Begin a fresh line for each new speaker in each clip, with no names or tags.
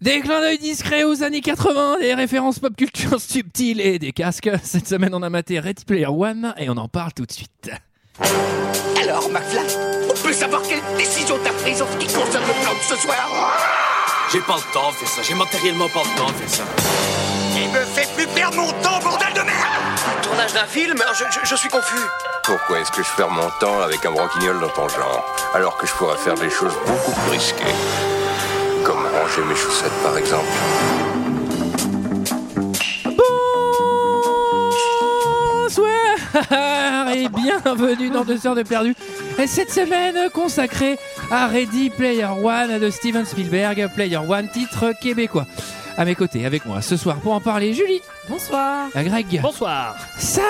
Des clins d'œil discrets aux années 80, des références pop culture subtiles et des casques. Cette semaine, on a maté Red Player One et on en parle tout de suite.
Alors, McFly, on peut savoir quelle décision t'as prise en ce qui concerne le plan de ce soir
J'ai pas le temps de faire ça, j'ai matériellement pas le temps de faire ça.
Il me fait plus perdre mon temps, bordel de merde
Tournage d'un film je, je- je suis confus.
Pourquoi est-ce que je perds mon temps avec un broquignol dans ton genre, alors que je pourrais faire des choses beaucoup plus risquées Comme ranger mes chaussettes, par exemple.
Bonsoir et bienvenue dans Deux heures de perdu. Et Cette semaine consacrée à Ready Player One de Steven Spielberg, Player One titre québécois. À mes côtés, avec moi ce soir pour en parler, Julie,
Bonsoir.
Greg,
Bonsoir.
ça.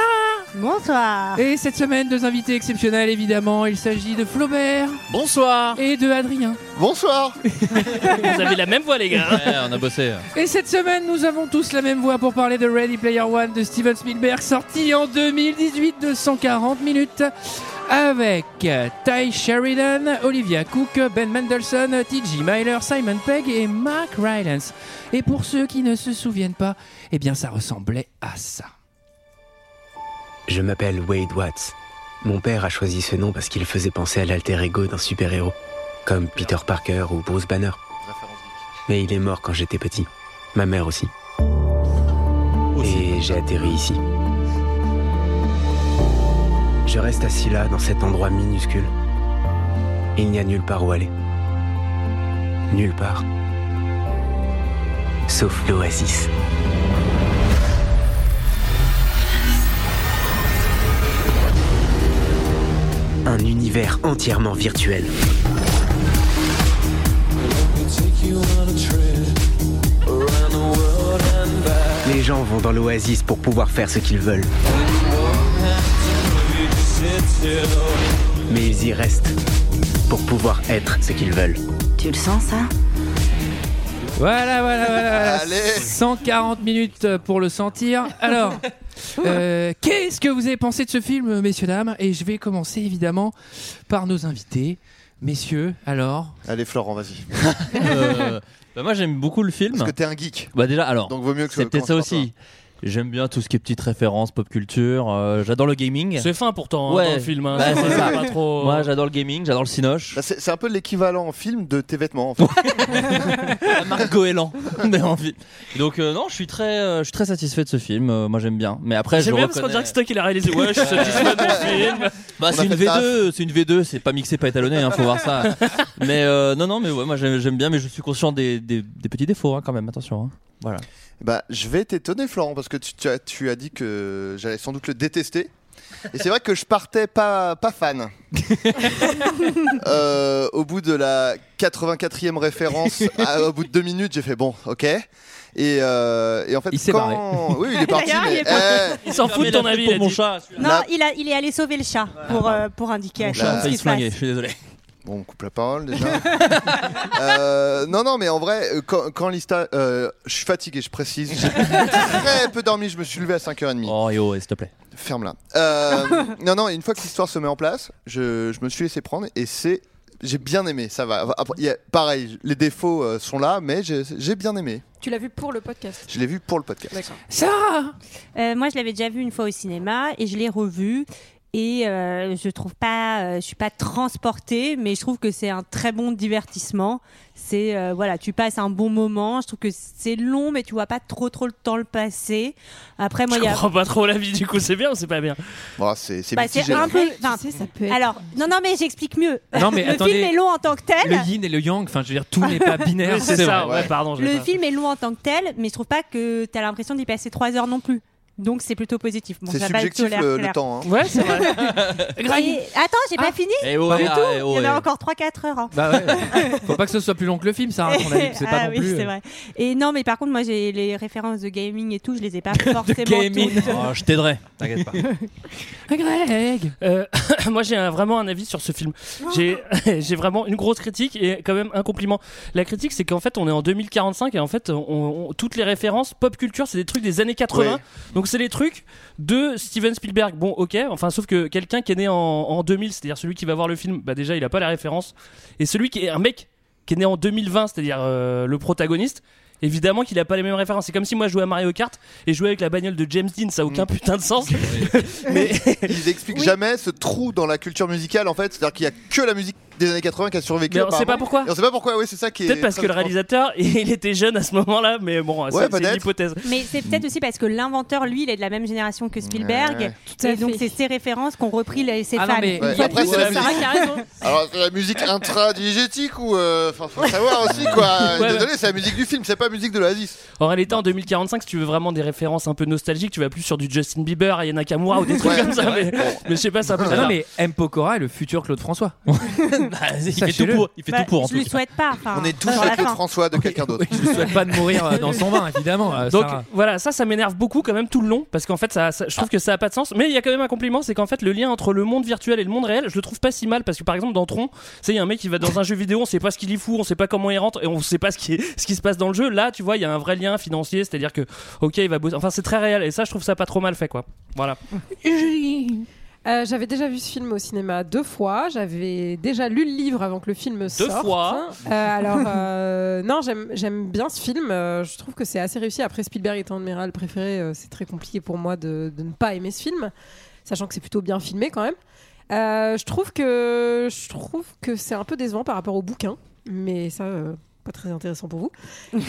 Bonsoir.
Et cette semaine, deux invités exceptionnels évidemment. Il s'agit de Flaubert
Bonsoir.
et de Adrien.
Bonsoir
Vous avez la même voix, les gars.
On a bossé.
Et cette semaine, nous avons tous la même voix pour parler de Ready Player One de Steven Spielberg, sorti en 2018 de 140 minutes, avec Ty Sheridan, Olivia Cook, Ben Mendelssohn, T.G. Myler, Simon Pegg et Mark Rylance. Et pour ceux qui ne se souviennent pas, eh bien, ça ressemblait à ça.
Je m'appelle Wade Watts. Mon père a choisi ce nom parce qu'il faisait penser à l'alter ego d'un super-héros, comme Peter Parker ou Bruce Banner. Mais il est mort quand j'étais petit. Ma mère aussi. Et j'ai atterri ici. Je reste assis là, dans cet endroit minuscule. Il n'y a nulle part où aller. Nulle part. Sauf l'oasis. Un univers entièrement virtuel. Les gens vont dans l'oasis pour pouvoir faire ce qu'ils veulent. Mais ils y restent pour pouvoir être ce qu'ils veulent.
Tu le sens ça
Voilà, voilà, voilà.
Allez.
140 minutes pour le sentir. Alors, euh, qu'est-ce que vous avez pensé de ce film, messieurs, dames Et je vais commencer évidemment par nos invités. Messieurs, alors
Allez Florent, vas-y.
Euh, bah moi j'aime beaucoup le film.
Parce que t'es un geek,
Bah déjà alors,
donc vaut mieux que
c'est peut-être ça aussi. J'aime bien tout ce qui est petites références, pop culture. euh, j'adore le gaming.
C'est fin pourtant hein,
Ouais.
dans le film. hein.
Bah, c'est ça.
Pas trop.
Moi j'adore le gaming, j'adore le cinoche.
Bah, c'est c'est un peu l'équivalent en film de tes vêtements. En fait.
La marque Goéland. Mais en fait- Donc euh, non, je suis très, euh, je suis très satisfait de ce film. euh, moi j'aime bien. Mais après je
J'aime bien parce qu'on
reconnais-
dirait que c'est toi qui l'as réalisé. Ouais, je suis satisfait de mon film.
Bah,
On
c'est
a
une
fait le
V2, c'est une V2, c'est pas mixé, pas étalonné, hein, faut voir ça. mais euh, non, non, mais ouais, moi j'aime j'aime bien, mais je suis conscient des, des- des petits défauts hein, quand même, attention. hein. Voilà.
bah, je vais t'étonner Florent, parce que tu, tu as, tu as dit que j'allais sans doute le détester. Et c'est vrai que je partais pas, pas fan. Euh, au bout de la 84e référence, à- au bout de deux minutes, j'ai fait bon, ok. Et, euh, et en fait,
Il s'est
quand... Oui, il est parti.
D'ailleurs, il
mais-
est parti.
Eh,
Il s'en fout de ton avis. il a
pour mon
dit.
chat.
Non,
La-
il, a, il est allé sauver le chat pour, euh, pour indiquer à
Mon
tout le
chat
monde
a
ce
failli
qui
se
se
flinguer,
passe.
je suis désolé.
Bon, on coupe la parole déjà. Euh, non, non, mais en vrai, euh, quand, quand Lista. euh, je suis fatigué, je précise. J'ai très peu dormi, je me suis levé à 5h30.
Oh yo, s'il te plaît.
Ah,
Ferme-la. Euh, non, non, une fois que l'histoire se met en place, je, je me suis laissé prendre et c'est. J'ai bien aimé, ça va. Après, il y a- pareil, les défauts euh, sont là, mais j'ai j'ai bien aimé.
Tu l'as vu pour le podcast.
Je l'ai vu pour le podcast.
D'accord.
Sarah
Euh, moi, je l'avais déjà vu une fois au cinéma et je l'ai revu. Et euh, je trouve pas, euh, je suis pas transportée, mais je trouve que c'est un très bon divertissement. C'est euh, voilà, tu passes un bon moment. Je trouve que c'est long, mais tu vois pas trop trop le temps le passer. Après, moi,
Je
il y a
comprends pas trop la vie du coup. C'est bien ou c'est pas bien
Bon, ah, c'est c'est
Bah,
mitigé, hein.
c'est
là.
un peu.
Tu
enfin,
sais, ça peut être.
alors, non, non, mais j'explique mieux.
Non, mais
le
attendez.
film est long en tant que tel.
Le yin et le yang, enfin je veux dire, tout n'est pas binaire.
Oui, C'est
vrai.
ça. Ouais,
ouais.
pardon. je l'ai
Le
pas.
film est long en tant que tel, mais je trouve pas que t'as l'impression d'y passer trois heures non plus. Donc c'est plutôt positif. Bon,
C'est
ça va être
subjectif
solaire,
le, le
solaire.
temps. hein.
Ouais, c'est vrai.
Et- Attends, j'ai pas fini.
Eh ouais,
du
ah, eh
Il y en
ouais.
a encore 3-4 heures. hein.
Bah ouais. Faut pas que ce soit plus long que le film, Sarah, ton avis, c'est pas
ah
non
oui,
plus.
c'est
euh,
vrai. Et non, mais par contre, moi, j'ai les références de gaming et tout, je les ai pas forcément
gaming.
toutes.
Oh, je t'aiderai, t'inquiète pas.
Greg
Euh, moi, j'ai un- vraiment un avis sur ce film. J'ai j'ai vraiment une grosse critique et quand même un compliment. La critique, c'est qu'en fait, on est en 2045 et en fait, on- on- toutes les références pop culture, c'est des trucs des années 80.
Ouais.
Donc, c'est les trucs de Steven Spielberg. Bon, ok, enfin, sauf que quelqu'un qui est né en, en 2000, c'est-à-dire celui qui va voir le film, bah déjà, il a pas la référence. Et celui qui est un mec qui est né en 2020, c'est-à-dire euh, le protagoniste, évidemment qu'il a pas les mêmes références. C'est comme si moi je jouais à Mario Kart et je jouais avec la bagnole de James Dean, ça a
Mm.
aucun putain de sens. mais
Ils expliquent jamais ce trou dans la culture musicale en fait, c'est-à-dire qu'il y a que la musique des années 80 qui a survécu.
Mais on sait
apparemment.
pas pourquoi.
Et on sait pas pourquoi, oui, c'est ça qui est.
peut-être parce
très
que le
étrange.
réalisateur, il était jeune à ce moment-là, mais bon, ça,
Ouais,
c'est une
peut-être.
hypothèse.
Mais c'est
Hmm.
peut-être aussi parce que l'inventeur, lui, il est de la même génération que Spielberg.
Ouais, ouais.
Et donc, c'est ses références qu'ont repris les, ses
Ah
fans.
non, mais
Ouais,
il y a
après,
tout-
c'est la
Sarah
musique.
qui a raison.
Alors, c'est la musique intradigétique ou. euh, Enfin, faut savoir aussi quoi.
Ouais,
Désolé, c'est la musique du film, c'est pas la musique de l'Oasis.
En réalité, en 2045, si tu veux vraiment des références un peu nostalgiques, tu vas plus sur du Justin Bieber, Ayana Kamura ou des trucs
Ouais,
comme ça. Mais, mais je sais pas, c'est un peu
Ah
bizarre.
non, mais M. Pokora est le futur Claude François.
Bah,
il fait tout
Sachez-le.
pour, il fait
Bah,
tout pour en
je lui
tout cas.
souhaite pas. enfin,
On est tous
sur la
avec le
fin.
François de quelqu'un d'autre.
Oui, je ne souhaite pas de mourir euh, dans son vin, évidemment. euh,
Donc
Sarah.
voilà, ça, ça m'énerve beaucoup quand même tout le long, parce qu'en fait, ça, ça- je trouve que ça a pas de sens. Mais il y a quand même un compliment, c'est qu'en fait, le lien entre le monde virtuel et le monde réel, je le trouve pas si mal, parce que par exemple, dans Tron, tu sais, il y a un mec qui va dans un jeu vidéo, on sait pas ce qu'il y fout, on sait pas comment il rentre, et on sait pas ce qui, ce qui se passe dans le jeu. Là, tu vois, il y a un vrai lien financier, c'est-à-dire que, ok, il va bosser. Enfin, c'est très réel, et ça, je trouve ça pas trop mal fait, quoi. Voilà.
Euh, j'avais déjà vu ce film au cinéma deux fois. J'avais déjà lu le livre avant que le film sorte.
fois.
Euh, alors, euh, non, j'aime- j'aime bien ce film. Euh, je trouve que c'est assez réussi. Après, Spielberg étant un de mes réals préférés, euh, c'est très compliqué pour moi de, de ne pas aimer ce film, sachant que c'est plutôt bien filmé quand même. Euh, je trouve que je trouve que c'est un peu décevant par rapport au bouquin, mais ça, euh, pas très intéressant pour vous.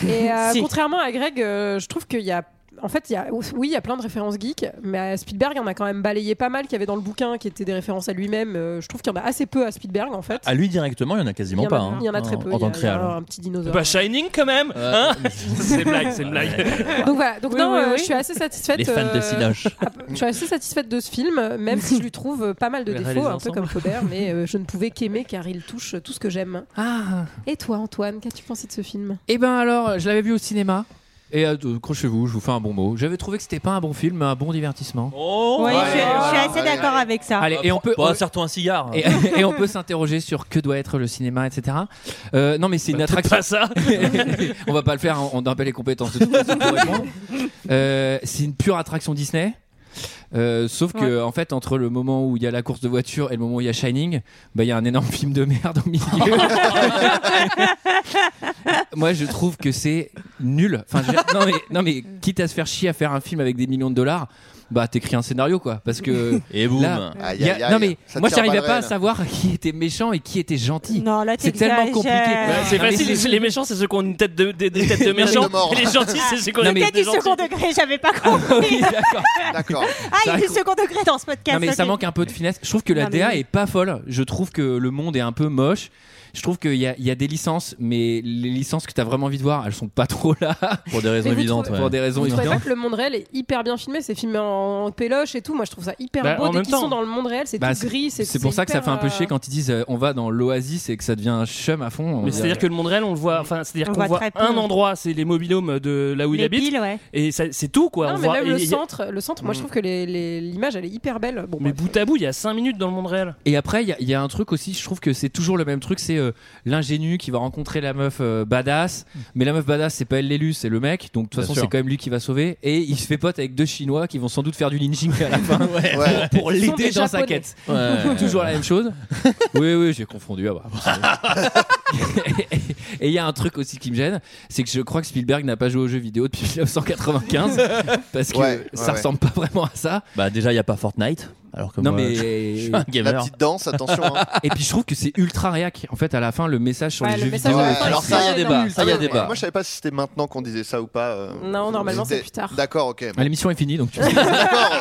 Et euh,
Ah, Si.
contrairement à Greg, euh, je trouve qu'il y a en fait, il y a, oui, il y a plein de références geeks, mais à Spielberg, il y en a quand même balayé pas mal qu'il y avait dans le bouquin, qui étaient des références à lui-même. Euh, Je trouve qu'il y en a assez peu à Spielberg, en fait.
À lui directement, il y en
il
a
y
quasiment
en
pas.
a,
hein,
il y en a très
en-
peu.
En
il y a-
tant que
il y a
réel.
un petit dinosaure.
Bah, Shining quand même,
Euh,
hein C'est une blague, c'est une blague.
Donc voilà, donc
Oui,
non,
oui,
euh,
oui.
je suis assez satisfaite.
Les fans de
euh,
Sinoche.
Je suis assez satisfaite de ce film, même si je lui trouve euh, pas mal de
Les
défauts,
réaliser
un peu
ensemble.
comme Faubert, mais euh, je ne pouvais qu'aimer car il touche tout ce que j'aime.
Ah.
Et toi, Antoine, qu'as-tu pensé de ce film
Eh ben alors, je l'avais vu au cinéma. Et euh, crochez-vous, je vous fais un bon mot. J'avais trouvé que c'était pas un bon film, mais un bon divertissement.
Oh
Ouais,
Ouais,
je, suis-
ouais,
je suis
ouais,
assez
ouais.
d'accord avec ça.
Allez, et on peut.
Bon, serre-toi un cigare.
et, et on peut s'interroger sur que doit être le cinéma, etc. Euh, non, mais c'est une attraction.
Pas ça.
on va pas le faire, hein, on n'a pas les compétences de toute façon pour répondre. Euh, c'est une pure attraction Disney. Euh, sauf que en fait entre le moment où il y a la course de voiture et le moment où il y a Shining, bah, il y a un énorme film de merde au milieu. Moi je trouve que c'est nul. Enfin, je- non, mais, non mais quitte à se faire chier à faire un film avec des millions de dollars, bah t'écris un scénario quoi. Parce que
Et boum.
Là.
Aïe,
il y a-
aïe, aïe,
non mais
ça
moi
tire
j'arrivais
le
pas à
réel.
savoir qui était méchant et qui était gentil.
Non, là,
C'est tellement
t'exagères.
compliqué.
Ouais, c'est
Non, mais
facile,
c'est-
les, les méchants, c'est ceux qui ont une tête de, des- des têtes de
tête de
méchants.
mort.
Et les gentils, c'est ceux qui ont
Non,
une
mais-
tête
Peut-être
de
du
gentils.
second degré, j'avais pas compris.
D'accord.
D'accord.
ah,
C'est
il y a
vrai
du
que-
second degré dans ce podcast.
Non mais ça
ok.
manque un peu de finesse. Je trouve que la
Non, mais
DA
oui.
est pas folle. Je trouve que le monde est un peu moche. Je trouve qu'il y, a- il y a des licences, mais les licences que t'as vraiment envie de voir, elles sont pas trop là
Pour des raisons
Mais vous
évidentes.
trouvez-
ouais.
pour des raisons
Vous trouvez pas
évidentes.
que le monde réel est hyper bien filmé C'est filmé en, en péloche et tout. Moi, je trouve ça hyper
Bah, en
beau. Dès
même
qu'ils
temps.
sont dans le monde réel, c'est
Bah,
tout gris.
C'est pour ça que ça
hyper,
fait un peu
euh,
chier quand ils disent euh, on va dans l'oasis et que ça devient un chum à fond. On
Mais
dirait-
c'est-à-dire que le monde réel, on le voit, enfin, c'est-à-dire
On
qu'on
voit
voit
très peu.
un endroit, c'est les mobilhomes de là où il
Les
habite,
piles, ouais.
et ça- c'est tout quoi.
Non,
on
mais
voit,
même
et-
le
et-
centre, le centre, moi, je trouve que les- les- l'image, elle est hyper belle. Bon,
mais
bref.
bout à bout, il y a 5 minutes dans le monde réel.
Et après, il y a- il y, a un truc aussi, je trouve que c'est toujours le même truc, c'est euh, l'ingénu qui va rencontrer la meuf euh, badass. Mais la meuf badass, c'est pas elle l'élu, c'est le mec. Donc de toute
Bien
façon,
sûr.
c'est quand même lui qui va sauver. Et il se fait pote avec deux Chinois qui vont sans doute faire du lynching à la fin
Ouais.
pour
Ce sont
l'aider
des
dans sa
Japonais.
quête.
Ouais.
toujours la même chose. Oui, oui, j'ai confondu. Ah bah, forcément. et il y a un truc aussi qui me gêne, c'est que je crois que Spielberg n'a pas joué aux jeux vidéo depuis 1995 parce que
Ouais, ouais,
ça
ouais.
ressemble pas vraiment à ça.
Bah déjà il y a pas Fortnite alors que
non
moi,
mais
je suis un gamer.
La petite danse, attention. hein.
et puis je trouve que c'est ultra réac. En fait, à la fin, le message sur
Ouais,
les
le
jeux
message
vidéo.
à la
Ouais,
fin,
alors
il
ça, il y a
est
débat,
énorme.
ça, il y a débat.
Moi, je savais pas si c'était maintenant qu'on disait ça ou pas. euh.
Non, normalement, c'est
C'était-
plus tard.
D'accord, ok.
Ah, L'émission est finie, donc tu
D'accord,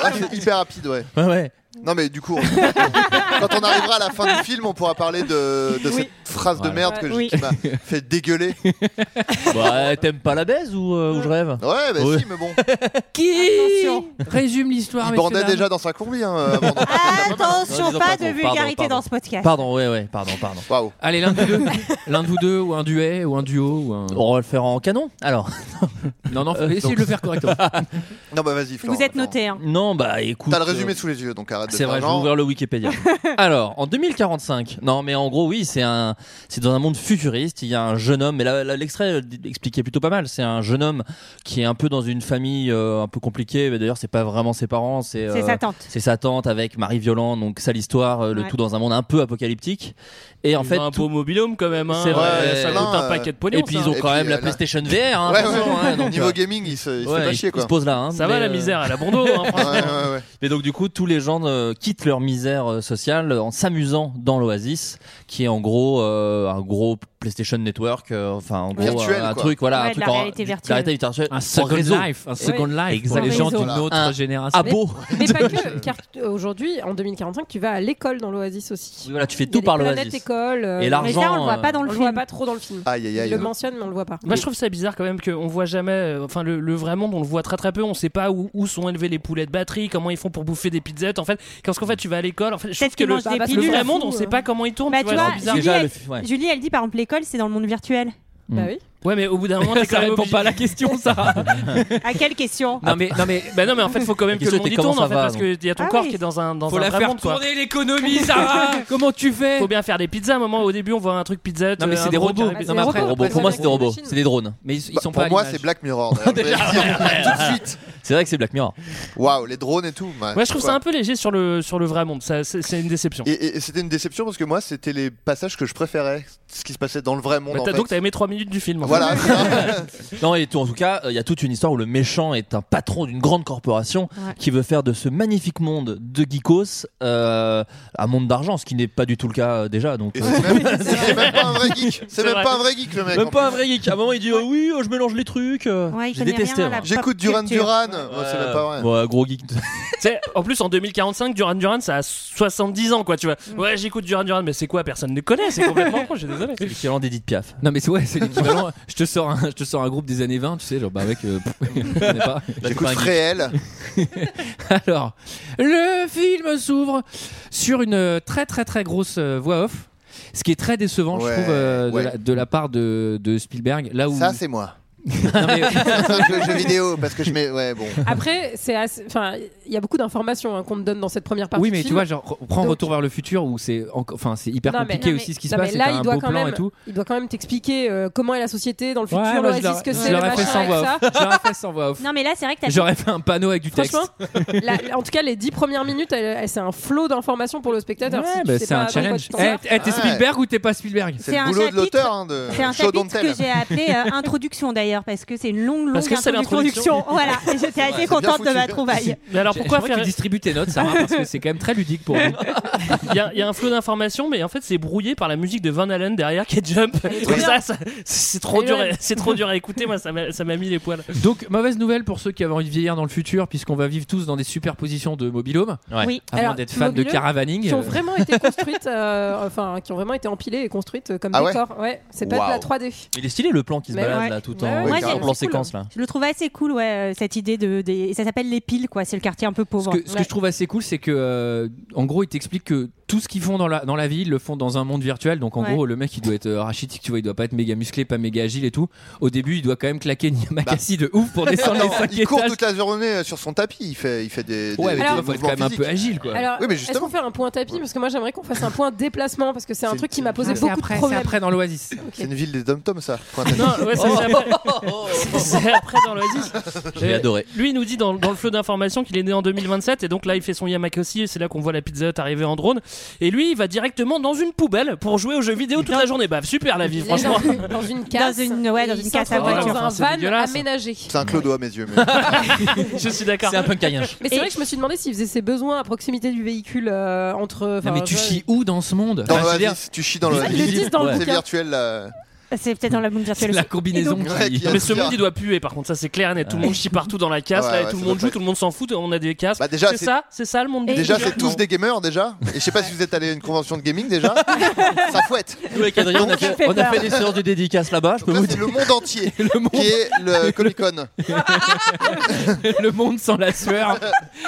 ouais, c'est hyper rapide, ouais.
Ouais ouais.
Non, mais du coup, on- quand on arrivera à la fin du film, on pourra parler de, de cette phrase de merde que j'ai-
Oui.
qui m'a fait dégueuler.
Bah t'aimes pas la baise ou, euh, ou je rêve
Ouais, bah
Ouais.
si, mais bon.
qui
Attention.
résume l'histoire.
Il
messieurs,
bandait
dames.
déjà dans sa combi. Hein, avant d'entrer.
Non,
Attention, pas de
disons pas trop. Pardon,
vulgarité
pardon.
dans ce podcast.
Pardon ouais ouais pardon pardon.
Waouh.
Allez, l'un de vous deux, l'un de vous deux, ou un duet, ou un duo, ou un.
On va le faire en canon alors.
Non, non, essayez de le faire correctement.
Non, bah vas-y, Florent.
Vous êtes noté. Hein.
Non bah écoute.
T'as le résumé sous les yeux, donc
euh,
arrête de
C'est
faire
vrai, je vais
genre.
ouvrir le Wikipédia. Alors, en 2045, non, mais en gros, oui, c'est un, c'est dans un monde futuriste. Il y a un jeune homme, mais là, là, l'extrait euh, expliquait plutôt pas mal. C'est un jeune homme qui est un peu dans une famille euh, un peu compliquée. Mais D'ailleurs, c'est pas vraiment ses parents, c'est euh,
C'est sa tante.
C'est sa tante avec Marie Violent, donc ça l'histoire, euh, le
Ouais.
tout dans un monde un peu apocalyptique. Et en
Ils
fait,
ont un
tout-
beau mobilhome quand même. hein.
C'est vrai,
ça
euh,
coûte
euh,
un paquet de pognon.
Et puis ils ont
ça.
quand même la PlayStation VR. hein,
euh, Ouais,
attention,
ouais.
hein, donc,
Niveau
euh,
gaming, il se, il se
ouais,
fait pas chier quoi.
se pose là. hein,
Ça va,
mais,
la
euh,
misère, elle a bon dos. hein, franchement.
mais donc du coup, tous les gens euh, quittent leur misère euh, sociale en s'amusant dans l'Oasis, qui est en gros euh, un gros PlayStation Network, euh, enfin en gros
Virtuel,
un, un
quoi.
truc, voilà,
Ouais,
un
de
truc
la
en-
réalité
du-
virtuelle.
la réalité virtuelle,
Un
en
second
réseau.
life, un second life pour
Exactement.
les gens
Réseau,
d'une
là.
autre
Un-
génération.
Ah beau.
Mais pas que, car t- aujourd'hui, en 2045, tu vas à l'école dans l'Oasis aussi.
Voilà, tu fais
Il y a
tout
des
par
planètes
l'Oasis.
écoles, euh,
Et
Mais
l'argent.
ça, on le voit
euh,
pas dans
On
le
le voit
film.
pas trop dans le film.
Aïe aïe
Il
aïe.
le mentionne, mais on le voit pas.
Moi, je trouve ça bizarre quand même qu'on voit jamais, euh, enfin, le, le vrai monde, on le voit très très peu. On sait pas où, où sont élevées les poulets de batterie, comment ils font pour bouffer des pizzettes. En fait, parce qu'en fait, tu vas à l'école. En fait, je
Peut-être
trouve que
qu'ils
le,
mangent des
le
pilules,
vrai
hein.
monde, on sait pas comment ils tournent.
Bah,
tu
tu
vois,
vois,
c'est bizarre.
Déjà,
Julie,
le fi- ouais.
Julie, elle dit par exemple l'école, c'est dans le monde virtuel.
hmm.
Bah oui.
Ouais, mais au bout d'un moment, t'es
Ça
quand même
répond
obligé-
pas à la question, ça.
à quelle question
non mais, non mais,
Bah non, mais en fait, faut quand même
La
que le monde
question
y
était comment
tourne, en
ça
fait,
va,
parce qu'il y a ton
Ah
corps
oui.
qui est dans un dans
faut
un
la
vrai
faire
monde, quoi.
tourner l'économie, Sarah. Comment tu fais
Faut bien faire des pizzas. À un moment, au début, on voit un truc pizza.
Non mais c'est des robots.
arrive-
Non mais après,
Robots,
robots.
après,
Pour moi
ça
c'est des
reste des
robots,
machines.
c'est des drones.
Mais ils, ils
Bah,
sont pas.
pour
à
moi,
l'image.
c'est Black Mirror. d'ailleurs, je vais le dire tout de suite.
C'est vrai que c'est Black Mirror.
Waouh, les drones et tout.
Moi, je trouve ça
quoi.
un peu léger sur le sur le vrai monde. Ça, c'est c'est une déception.
Et, et- et c'était une déception parce que moi, c'était les passages que je préférais, ce qui se passait dans le vrai monde.
Bah,
en
t'as-
fait.
donc t'as aimé 3 minutes du film. en fait.
Voilà.
Non, et tout- en tout cas, il y a toute une histoire où le méchant est un patron d'une grande corporation
Ouais.
qui veut faire de ce magnifique monde de geekos euh, un monde d'argent, ce qui n'est pas du tout le cas euh, déjà. Donc,
Et
euh,
c'est même, c'est même pas un vrai geek. C'est même
vrai.
pas un vrai geek le mec.
même pas un vrai geek. À un moment, il dit oh oui, oh, je mélange les trucs. euh.
Ouais, il
J'ai
connaît rien
détesté.
à la
moi.
Pop
J'écoute Duran
culture.
Duran. Ouais, c'est même pas vrai.
Ouais, gros geek.
hein. Tu sais, en plus, en 2045, Duran Duran, ça a 70 ans, quoi, tu vois.
Mm.
Ouais, j'écoute Duran Duran, mais c'est quoi Personne ne connaît, c'est complètement con, je suis désolé.
L'équivalent d'Edith Piaf.
Non mais c'est ouais, c'est l'équivalent. je te sors, un, je te sors un groupe des années 20, tu sais, genre bah avec. euh, pff, je connais pas.
J'écoute
pas un geek.
Fréhel.
Alors, le film s'ouvre sur une très très très grosse euh, voix off. Ce qui est très décevant,
Ouais,
je trouve, euh, de,
ouais.
la, de la part de, de Spielberg. Là où
Ça, c'est moi.
Non, mais-
Un jeu, jeu vidéo parce que je mets. Ouais, bon.
Après, c'est assez- enfin, il y a beaucoup d'informations hein, qu'on te donne dans cette première partie.
oui,
du
mais tu
film.
vois, genre re- prends
Donc-
Retour vers le futur où c'est enco- enfin c'est hyper
Non, mais-
compliqué
non,
aussi
mais-
ce qui se
non, mais
passe.
là,
t'as
il
un
doit
beau
quand
plan
même-
et tout.
il doit quand même t'expliquer euh, comment est la société dans le
Ouais,
futur,
moi, je
l'Oasis,
l'aurais-
ce que
je
c'est, le
l'aurais fait
machin,
sans
et
voix
ça.
off. Je l'aurais fait sans voix off.
Non, mais là, c'est vrai que t'as
J'aurais fait un panneau avec du texte.
Franchement, la- en tout cas, les dix premières minutes, elle- elle- c'est un flot d'informations pour le spectateur.
Ouais,
si tu
bah,
sais
c'est
pas
un
dans quoi
challenge.
tu t'en
Eh,
sers.
eh, t'es
Ouais.
Spielberg ou t'es pas Spielberg
C'est
C'est
le
un
boulot de
chapitre-
l'auteur. hein, de
C'est un
Chaud
chapitre
Dantel.
que j'ai appelé euh, introduction d'ailleurs parce que c'est une longue longue
Parce que c'est l'introduction.
introduction. voilà, et j'étais assez
bien
contente de
foutu.
ma trouvaille.
Eh, Mais alors pourquoi
J'aimerais que
faire.
tu distribues tes notes, Sarah, parce que c'est quand même très ludique pour nous.
Il y, a- il y a un flot d'informations, mais en fait, c'est brouillé par la musique de Van Allen derrière qui est Jump.
trop
Et
bien.
ça, ça- c'est trop,
Et
dur à-
ouais.
c'est trop dur à écouter, moi, ça m'a ça m'a mis les poils.
Donc, mauvaise nouvelle pour ceux qui avaient envie de vieillir dans le futur, puisqu'on va vivre tous dans des superpositions de mobilhome,
Ouais.
Oui.
avant
Alors,
d'être fan de
mobilhome,
caravaning.
qui
Euh.
ont vraiment été construites, euh, enfin, qui ont vraiment été empilées et construites euh, comme
Ah ouais
décor. Ouais, c'est pas
Waouh.
de la 3D.
Il est stylé le plan qui se
Mais
balade
ouais.
là, tout
Ouais,
en
ouais,
en
c'est- hein.
plan
c'est cool, hein.
séquence là.
Je le trouvais assez cool, ouais, euh, cette idée de. des- et Ça s'appelle les piles, quoi. C'est le quartier un peu
Ce
pauvre.
que, ce que je trouve assez cool, c'est que, euh, en gros, ils t'expliquent que tout ce qu'ils font dans la, dans la vie, ils le font dans un monde virtuel. Donc, en
Ouais.
gros, le mec, il doit être euh, rachitique, tu vois, il doit pas être méga musclé, pas méga agile et tout. Au début, il doit quand même claquer Niamakasi de ouf pour descendre les
Attends,
5
il court
étages.
toute la journée euh, sur son tapis. Il fait, il fait des. des-
Ouais, mais
des
tu vois, faut être
mouvements
quand même un peu
physiques.
agile, quoi.
Alors,
Oui, mais
est-ce qu'on
justement.
fait un point tapis Parce que moi, j'aimerais qu'on fasse un point déplacement parce que c'est un
C'est-
truc qui m'a posé
Ah, c'est
beaucoup
après,
de
c'est
problèmes.
après dans l'Oasis.
C'est une ville des dom-toms ça. Point tapis.
Non, Ah, ouais, ça, c'est après.
Oh.
C'est- C'est après dans l'Oasis.
J'ai
Euh,
adoré.
Lui, il nous dit dans, dans le flot d'informations qu'il est né en 2027 et donc là, il fait son Yamakasi et c'est là qu'on voit la pizza Hut arriver en drone. Et lui, il va directement dans une poubelle pour jouer aux jeux vidéo toute la journée. Bah, super la vie,
Il est
franchement.
dans- dans une casse,
Dans une- ouais, dans
et
une
il
casse à
s'entraîne
voiture.
dans un
Enfin, c'est
van
dégueulasse.
aménagé.
C'est un clodo à mes yeux. mais-
Je suis d'accord.
C'est un peu cagnage.
Mais c'est vrai que je me suis demandé s'il faisait ses besoins à proximité du véhicule euh, entre. enfin,
Non, mais tu
je-
chies où dans ce monde
Dans
Enfin, je veux dire,
l'oasis, tu chies dans
Ils le
l'oasis.
disent dans le
C'est
bouquin.
virtuel là.
C'est peut-être dans la boule
C'est
virtuelle.
la combinaison
donc-
qui-
Ouais, qui a-
Mais ce monde il doit puer par contre ça c'est clair net tout le monde chie partout dans la casse
Ouais,
là, et
ouais,
tout le
ça
monde joue
doit pas
tout le monde s'en fout on a des casques
Bah, déjà,
c'est
c'est-
ça c'est ça le monde
Déjà,
virtuel.
c'est tous des gamers déjà. Et je sais pas si vous êtes allé à une convention de gaming déjà. Ça fouette.
Nous, avec Adrien, on a fait,
fait
on a
peur.
fait des séances de dédicaces là-bas, je peux
Donc là,
vous
c'est
dire.
le monde entier qui est le Comic Con.
le monde sans la sueur.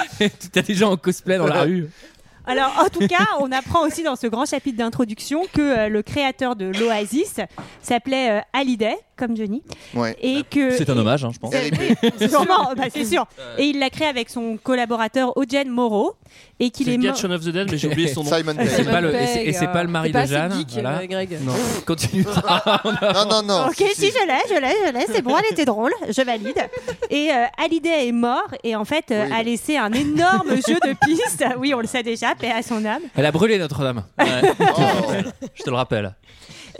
T'as des gens en cosplay dans la rue.
Alors, en tout cas, on apprend aussi dans ce grand chapitre d'introduction que euh, le créateur de l'Oasis s'appelait euh, Hallyday comme Johnny.
Ouais.
Bah,
Et que
C'est un
et-
hommage, hein, je pense.
Oui,
C'est
sûrement,
sûr.
bah, c'est sûr. Et il l'a créé avec son collaborateur Ojen Moreau et qu'il
C'est
est
le gars de
mort-
Shaun of the Dead, mais j'ai oublié son nom.
Simon Pegg.
C'est pas le- et c'est- et
Pegg,
c'est pas le mari
t'es pas
de
assez
Jeanne.
geek,
voilà.
euh, Greg.
Non, continue. non,
non, non.
Ok, si, je l'ai, je l'ai, je l'ai, c'est bon, elle était drôle, je valide. Et euh, Hallyday est mort et en fait euh,
Oui.
a laissé un énorme jeu de pistes, oui, on le sait déjà, paix à son âme.
Elle a brûlé Notre-Dame.
Oh.
Je te le rappelle.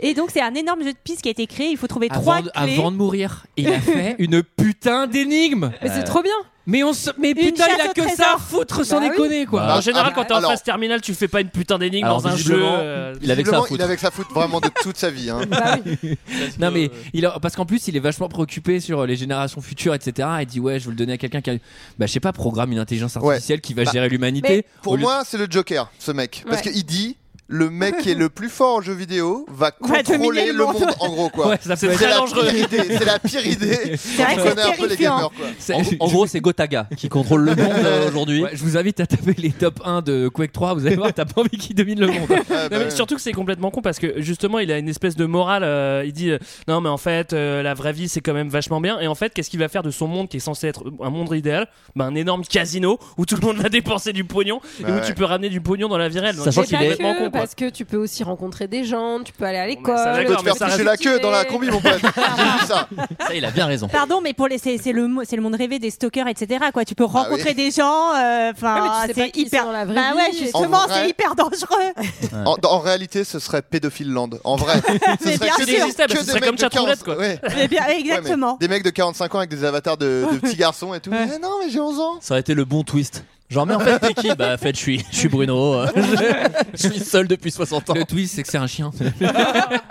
Et donc c'est un énorme jeu de pistes qui a été créé, il faut trouver trois
Avant, de-
clés.
avant de mourir, il a fait une putain d'énigme.
Mais c'est trop bien.
Mais on se. Mais
Une
putain, il
chasse
a
au
que ça
trésor.
à foutre sans
Bah oui.
déconner quoi.
en général, quand t'es en
Ah, alors-
phase terminale, tu fais pas une putain d'énigme
Alors,
dans un jeu.
visiblement,
euh,
il avait que ça à
Visiblement,
foutre.
il avait que ça à foutre vraiment de toute sa vie. hein.
Bah
non mais il a- parce qu'en plus il est vachement préoccupé sur euh, les générations futures etc il dit ouais je veux le donner à quelqu'un qui a... bah je sais pas programme une intelligence artificielle qui va
Bah,
gérer l'humanité
Pour moi, c'est le Joker, ce mec. Parce
Ouais.
qu'il dit. Le mec qui est le plus fort en jeux vidéo va
Va dominer
contrôler
le
le
monde.
monde, en gros quoi.
Ouais, ça peut être
c'est
très
la
dangereux.
pire idée. C'est la pire idée. On connaît un peu les gamers quoi.
C'est- en, en gros c'est Gotaga qui contrôle le monde euh, aujourd'hui Ouais, je vous invite à taper les top 1 de Quake 3 vous allez voir t'as pas envie qu'il domine le monde
bah
Non, mais surtout que c'est complètement con parce que justement il a une espèce de morale. euh, il dit euh, non mais en fait euh, la vraie vie c'est quand même vachement bien et en fait qu'est-ce qu'il va faire de son monde qui est censé être un monde idéal Bah, Un énorme casino où tout le monde va dépenser du pognon et
Bah
où
ouais.
tu peux ramener du pognon dans la vie réelle. Donc,
Sachant
c'est
qu'il est-
complètement
Que-
con, quoi.
parce que tu peux aussi rencontrer des gens, tu peux aller à l'école.
ça,
Tu peux te faire
tu peux
ficher la queue
cultiver.
dans la combi mon pote.
ça il a bien raison
Pardon, mais pour les c'est c'est le mo- c'est le monde rêvé des stalkers etc quoi. Tu peux rencontrer
Bah oui.
des gens, euh,
Ouais, Ah, mais
Ah,
tu
enfin
sais pas
c'est
qui
hyper.
sont dans la vraie
bah
vie,
ouais,
et
justement
tout. En
c'est
vrai-
hyper dangereux.
En, en réalité, ce serait pédophile land. En vrai, ce
Mais
serait
bien
que des,
sûr.
que
Ce
des
serait
mecs
comme
de
Chatroulette,
40,
quoi.
ouais.
Mais Eh bien,
Ouais, mais
exactement.
des mecs de 45 ans avec des avatars de, de petits garçons et tout. Eh non, mais j'ai 11 ans.
ça aurait été le bon twist genre mais en fait t'es qui bah en fait je suis je suis Bruno euh, je, je suis seul depuis 60 ans le twist c'est que c'est un chien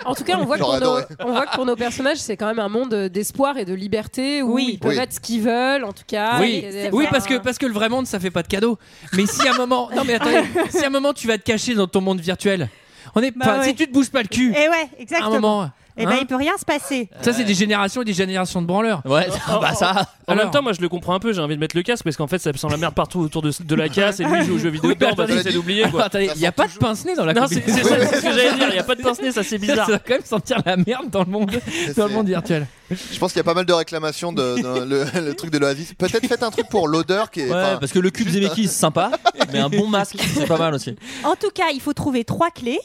En tout cas, on voit, que
J'aurais
pour nos,
adoré.
on voit que pour nos personnages, c'est quand même un monde d'espoir et de liberté où ils peuvent
Oui.
être ce qu'ils veulent, en tout cas.
Ah Oui,
Et-
oui
enfin,
parce, que, parce que le vrai monde, ça fait pas de cadeau. Mais si à un moment, non mais attendez, si à un moment tu vas te cacher dans ton monde virtuel, on est,
Bah
enfin,
ouais.
si tu te bouges pas le cul,
Et Eh ouais, exactement.
moment,
Et
hein
ben il peut rien se passer.
ça c'est des générations et des générations de branleurs. Euh, Ouais, bah ça.
En même temps, moi je le comprends un peu, j'ai envie de mettre le casque parce qu'en fait ça me sent la merde partout autour de, de la casse et lui il joue aux jeux vidéo
Oui,
dedans,
bah,
bah, j'essaie d'oublier quoi.
Attendez, il y a pas de pince-nez dans la
Non,
combi.
c'est c'est ça, c'est ce que j'allais dire, il y a pas de pince-nez, ça c'est bizarre.
Ça doit quand même sentir la merde dans le monde, dans le monde virtuel.
Je pense qu'il y a pas mal de réclamations de, de- le, le truc de l'Oasis. Peut-être faites un truc pour l'odeur qui est.
Ouais,
enfin,
parce que le cube Zemeckis, c'est sympa, mais un bon masque, c'est pas mal aussi.
En tout cas, il faut trouver trois clés.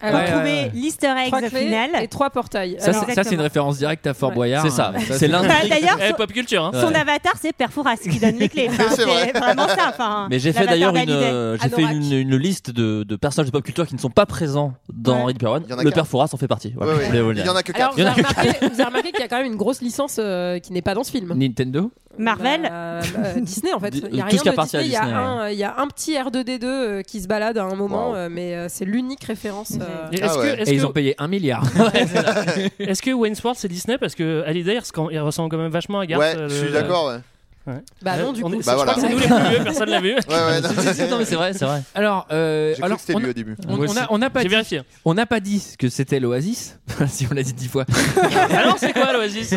pour
Ouais, ouais,
Euh, trouver
ouais.
l'Easter
Trois
egg
clés
final
et trois portails.
Ça,
Alors-
c'est- ça, c'est une référence directe à Fort Boyard.
C'est ça,
c'est l'un
Bah, D'ailleurs, son,
euh, Eh, pop culture. hein.
son avatar, c'est Perforas qui donne les clés. Enfin,
C'est
c'est
vrai.
vraiment ça. Enfin,
Mais j'ai fait
l'avatar
d'ailleurs une,
d'Hallyday.
euh, j'ai fait une, une liste de, de personnages de pop culture qui ne sont pas présents dans Ready Player One.
en a
Le
quatre.
père Fouras en fait partie. Voilà,
Ouais, ouais.
je voulais vous le
Il y
dire.
en a que
Alors,
Il
vous
y en a
avez
que
remarqué, vous avez remarqué qu'il y a quand même une grosse licence euh, qui n'est pas dans ce film.
quatre. Nintendo.
Marvel
Bah,
Disney en fait
Di-
il y a
tout
rien
ce qui
de
appartient à
Disney il y a
Disney,
un il y a un petit R2D2 euh, qui se balade à un moment euh, mais euh, c'est l'unique référence euh,
Et est-ce que- est-ce
Et ils
que-
ont payé un milliard.
Est-ce que Wayne's World c'est Disney parce que Hallyday il ressemble- il ressemble quand même vachement à Garth.
Ouais,
euh,
je suis
le-
d'accord, ouais.
Ouais.
Bah non, du
On
coup.
est-
Bah
je crois
voilà.
que c'est nous les plus vieux, personne l'a vu.
non, mais c'est vrai, c'est vrai. Alors, euh,
J'ai cru
alors,
que c'était
on
lui
a-
au début.
on- on a- on n'a pas dit- on n'a pas dit que c'était l'Oasis, si on l'a dit dix fois.
Alors Ah c'est quoi l'Oasis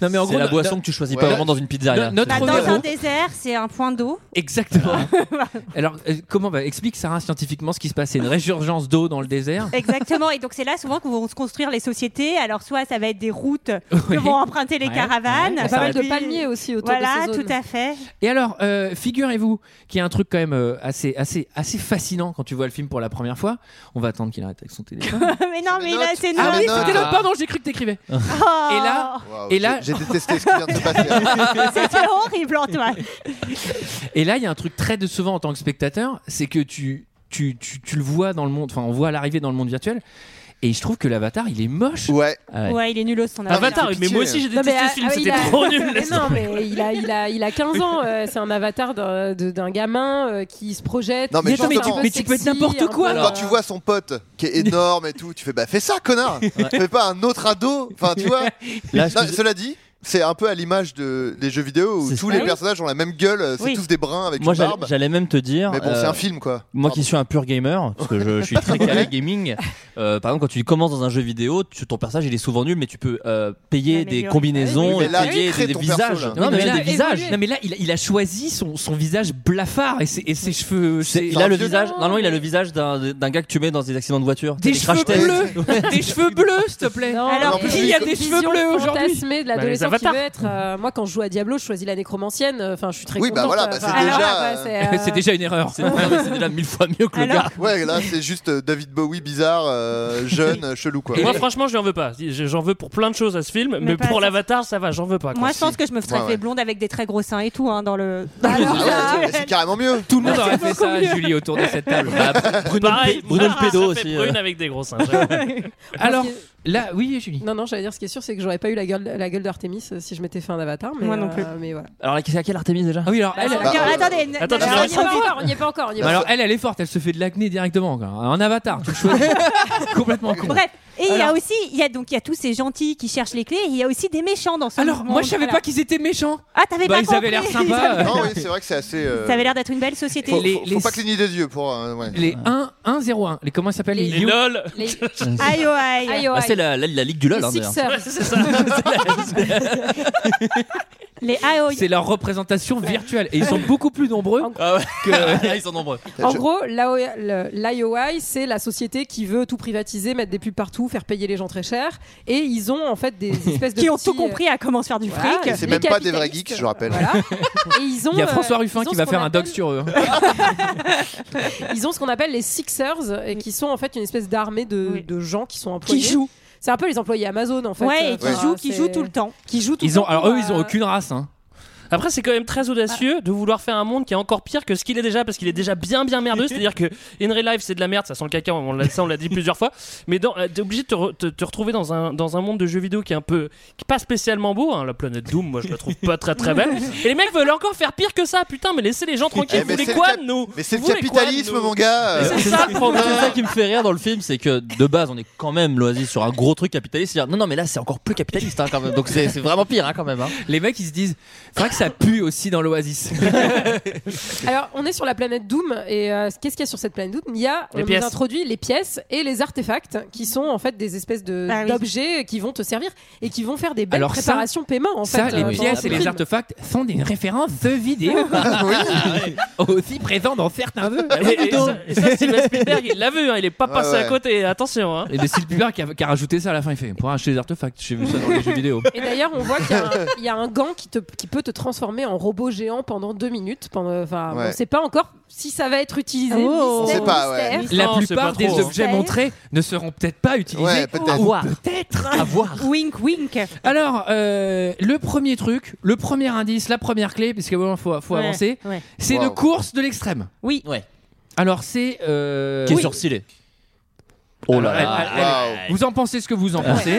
Non, mais en
C'est
gros,
la
no-
boisson
no-
que tu choisis
no-
pas vraiment dans
une pizzeria.
Bah,
notre
dans un
héros-
désert, c'est un point d'eau.
Exactement. Alors, euh, comment bah, explique Sarah scientifiquement ce qui se passe C'est une résurgence d'eau dans le désert.
Exactement, et donc c'est là souvent que vont se construire les sociétés. Alors, soit ça va être des routes que vont emprunter les
Ouais,
caravanes.
ouais. Il y a pas mal de
Puis-
palmiers aussi autour de
voilà,
ces zones.
tout à fait.
Et alors, euh, figurez-vous qu'il y a un truc quand même euh, assez, assez, assez fascinant quand tu vois le film pour la première fois. On va attendre qu'il arrête avec son téléphone.
mais non, mais là, c'est
Ah
nul. Oh.
oui, c'était là, pardon, j'ai cru que t'écrivais. Et là, et là,
j'ai détesté ce qui vient de se passer.
C'était horrible, Antoine.
Et là, il y a un truc très décevant en tant que spectateur, c'est que tu, tu, tu, tu le vois dans le monde, enfin, on voit l'arrivée dans le monde virtuel. Et je trouve que l'avatar, il est moche.
Ouais.
Ouais, il est nul son
Avatar, Ah, mais moi aussi j'ai
Non,
détesté
mais,
ce film,
ah, oui,
c'était
il a-
trop nul.
Mais non, mais il a, il a, il a 15 ans. euh, c'est un avatar d'un de- d'un gamin euh, qui se projette.
Non, mais,
qui est
justement,
un peu sexy, un peu,
Quand
euh,
tu vois son pote qui est énorme et tout, tu fais bah fais ça, connard. Fais pas un autre ado. Enfin, tu vois.
Là, je
Non,
te-
Cela dit, C'est un peu à l'image de, des jeux vidéo où
C'est
tous
ça.
les
Ah oui.
personnages ont la même gueule, euh, c'est
Oui.
tous des bruns avec
moi
une
j'allais-
barbe.
j'allais même te dire euh,
Mais bon,
Euh.
c'est un film, quoi.
moi qui suis un pur gamer parce que je, je suis très calé gaming euh, par exemple quand tu commences dans un jeu vidéo tu- ton personnage il est souvent nul mais tu peux euh, payer des
Améliorer.
combinaison
Oui, mais là,
payer
il crée
des, des
ton perso,
visages
là.
non mais,
il
là,
a
des visages
Non mais là, il, il a choisi son, son visage blafard et ses, et ses cheveux.
C'est- il a le visage non non il a le visage d'un d'un gars que tu mets dans des accidents de voiture
Des
Des crash
cheveux
tests.
bleus.
Ouais.
Des cheveux bleus, s'il te plaît.
Alors,
il y a des cheveux bleus aujourd'hui.
de
Bah, les
l'adolescent qui
avatars.
veut être. euh, moi, quand je joue à Diablo, je choisis la nécromancienne. euh, Enfin, je suis très
Oui, bah
contente.
voilà,
euh,
bah, c'est
enfin, alors,
déjà,
ouais, c'est, euh,
C'est déjà une erreur. C'est c'est déjà mille fois mieux que le gars.
Ouais, là, c'est juste euh, David Bowie bizarre, euh, jeune, euh, chelou, quoi.
Et moi, franchement, je n'en veux pas. J'en veux pour plein de choses à ce film, mais,
pas à
pour
ça.
l'avatar, ça va, j'en veux pas. quoi.
Moi, je pense que je me ferais
Ouais,
fait
ouais.
blonde avec des très gros seins et tout hein, dans le.
Ah c'est carrément mieux.
Tout le monde
C'est
aurait fait
beaucoup
ça,
mieux.
Julie, autour de cette table. Bah, Bruno,
Pareil,
le- Bruno
ah,
le pédo
ça fait
aussi.
Brune
euh.
avec des gros seins. j'avoue.
Alors, là, oui, Julie.
Non, non, j'allais dire ce qui est sûr, c'est que j'aurais pas eu la gueule, la gueule d'Artemis euh, si je m'étais fait un avatar. Mais,
Moi non plus.
euh, mais voilà.
Alors, c'est à quelle Artemis déjà
Ah oui, alors
Bah,
elle.
c'est-
elle-
attendez, n-
Bah,
Attends, tu non, l'as on y est pas raconté. encore, on y est pas encore, on y est
Bah
pas
alors,
encore.
elle, elle est forte, elle se fait de l'acné directement. quoi. Un avatar, tu le choisis. Complètement con.
Bref, et il y a
Alors-
aussi, il y a donc il y a tous ces gentils qui cherchent les clés. Et il y a aussi des méchants dans ce
Alors,
mouvement.
moi, je savais
Voilà.
pas qu'ils étaient méchants.
Ah, t'avais
Bah,
pas
ils avaient l'air
compris.
sympas.
Ils avaient-
Non, oui, c'est vrai que c'est assez. euh,
Ça avait l'air d'être une belle société.
Faut,
Les-
faut- faut
les-
pas cligner des yeux pour. euh, ouais.
Les 1-1-0-1. Les comment ils s'appellent
Les LOL.
Aïe, oh, aïe.
Bah, c'est la, la- la ligue du LOL.
Les
hein, d'ailleurs.
Sixers.
Ouais, c'est ça.
Les aïe, oh, aïe.
C'est leur représentation virtuelle. Et ils sont beaucoup plus
Ah
nombreux que.
Là, ils sont nombreux.
En gros, l'AO- le- l'IOI, c'est la société qui veut tout privatiser, mettre des pubs partout, faire payer les gens très cher. Et ils ont en fait des espèces de.
Qui ont tout
petits, euh,
compris à comment se faire du
Voilà,
fric.
et
C'est
les
même pas des vrais
capitalistes.
geeks, je rappelle.
Voilà. Et ils ont,
Il y a
euh,
François
ils
Ruffin
ont
qui
ce
va
qu'on
faire un
appelle-
doc sur eux.
Ils ont ce qu'on appelle les Sixers, et qui sont en fait une espèce d'armée de, de gens qui sont employés.
jouent.
C'est un peu les employés Amazon en fait. Euh,
Ouais, et qui
Enfin,
jouent, qui
c'est-
jouent tout le temps.
Qui jouent tout le
Ils ont,
temps
alors
pour,
eux, ils ont
euh,
aucune race. hein.
Après, c'est quand même très audacieux de vouloir faire un monde qui est encore pire que ce qu'il est déjà, parce qu'il est déjà bien, bien merdeux. C'est-à-dire que In Real Life, c'est de la merde, ça sent le caca, on l'a, ça on l'a dit plusieurs fois. Mais dans, euh, t'es obligé de te, re- te- te retrouver dans un, dans un monde de jeux vidéo qui est un peu. qui est pas spécialement beau. hein. La planète Doom, moi je la trouve pas très très belle. Et les mecs veulent encore faire pire que ça, putain, mais laissez les gens
Eh,
tranquilles.
mais
Vous voulez
c'est le
quoi,
cap-
nous
Mais c'est le
Vous voulez quoi,
capitalisme,
nous
mon gars.
Mais
euh.
c'est ça le problème.
C'est ça qui me fait rire dans le film, c'est que de base on est quand même l'oasis sur un gros truc capitaliste. C'est-à-dire, Non, non, mais là c'est encore plus capitaliste hein, quand même. Donc c'est c'est vraiment pire hein, quand même. hein.
Les mecs, ils se disent faudrait que ça pue aussi dans l'oasis.
Alors, on est sur la planète Doom, et euh, qu'est-ce qu'il y a sur cette planète Doom Il y a, on
Les
nous
pièces.
introduit les pièces et les artefacts, qui sont en fait des espèces de-
Ah oui.
d'objets qui vont te servir et qui vont faire des belles
Alors ça-
préparations paiement en
Ça,
fait.
les
euh, dans
pièces
la
et les
prime.
artefacts sont des références de vidéo. Aussi présents dans
Ah
certains vœux.
Et, et ça, et ça, Steven Spielberg, il l'a vu, hein, il est pas
Ouais,
passé à
ouais.
côté, attention. hein.
Et le Spielberg qui a, qui a rajouté ça à la fin, il fait pour acheter des artefacts. J'ai vu ça dans les jeux vidéo.
Et d'ailleurs, on voit qu'il y a un- il y, a un gant qui, te- qui peut te transformer en robot géant pendant deux minutes. Pendant, enfin,
Ouais.
on sait pas encore si ça va être utilisé. mystère,
Oh.
On sait pas,
mystère.
ouais.
La
Non, c'est
plupart
pas
des
trop, hein.
objets montrés ne seront peut-être pas utilisés.
Ouais, peut-être.
Ou peut-être à voir.
Wink, wink.
Alors, euh, le premier truc, le premier indice, la première clé, puisque bon, faut, faut
Ouais,
avancer,
ouais.
c'est
Wow.
une course de l'extrême.
Oui.
Ouais.
Alors c'est. euh,
Qui est
oui.
sourcilé. Oh là
Alors,
là.
elle- elle-
Waouh.
elle- Vous en pensez ce que vous en pensez.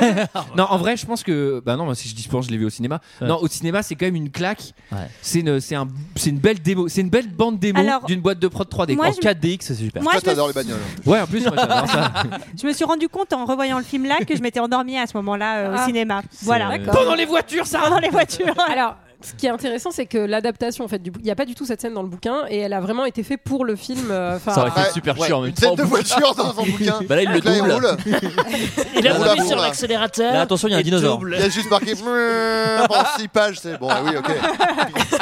non, en vrai, je pense que. Bah non, moi, si je dis je pense, je l'ai vu au cinéma.
Ouais.
Non, au cinéma, c'est quand même une claque.
Ouais.
C'est une, c'est un, c'est une belle démo, c'est une belle bande démo
Alors,
d'une boîte de prod 3D.
moi,
quoi.
En 4DX, c'est super.
Moi,
Toi,
je me,
t'adores les bagnoles.
Ouais, en plus, moi, j'adore ça.
je me suis rendu compte en revoyant le film là que je m'étais endormie à ce moment-là euh, au
Ah.
cinéma. Voilà.
D'accord.
Pendant les voitures, ça.
Dans les voitures.
Alors, ce qui est intéressant, c'est que l'adaptation, en fait, du bou- il n'y a pas du tout cette scène dans le bouquin et elle a vraiment été faite pour le film. euh, enfin,
Ça aurait été
Ouais,
Ah, super
ouais,
chiant, mais
Une scène de voiture dans un bouquin.
Bah là, il le
Là, il
double.
roule.
Il
Roule
a
à
remis sur
fond, là.
l'accélérateur.
Là, attention, il y a un
et
dinosaure.
double.
Il y a juste marqué. Pendant 6 pages, c'est bon, ah oui, ok.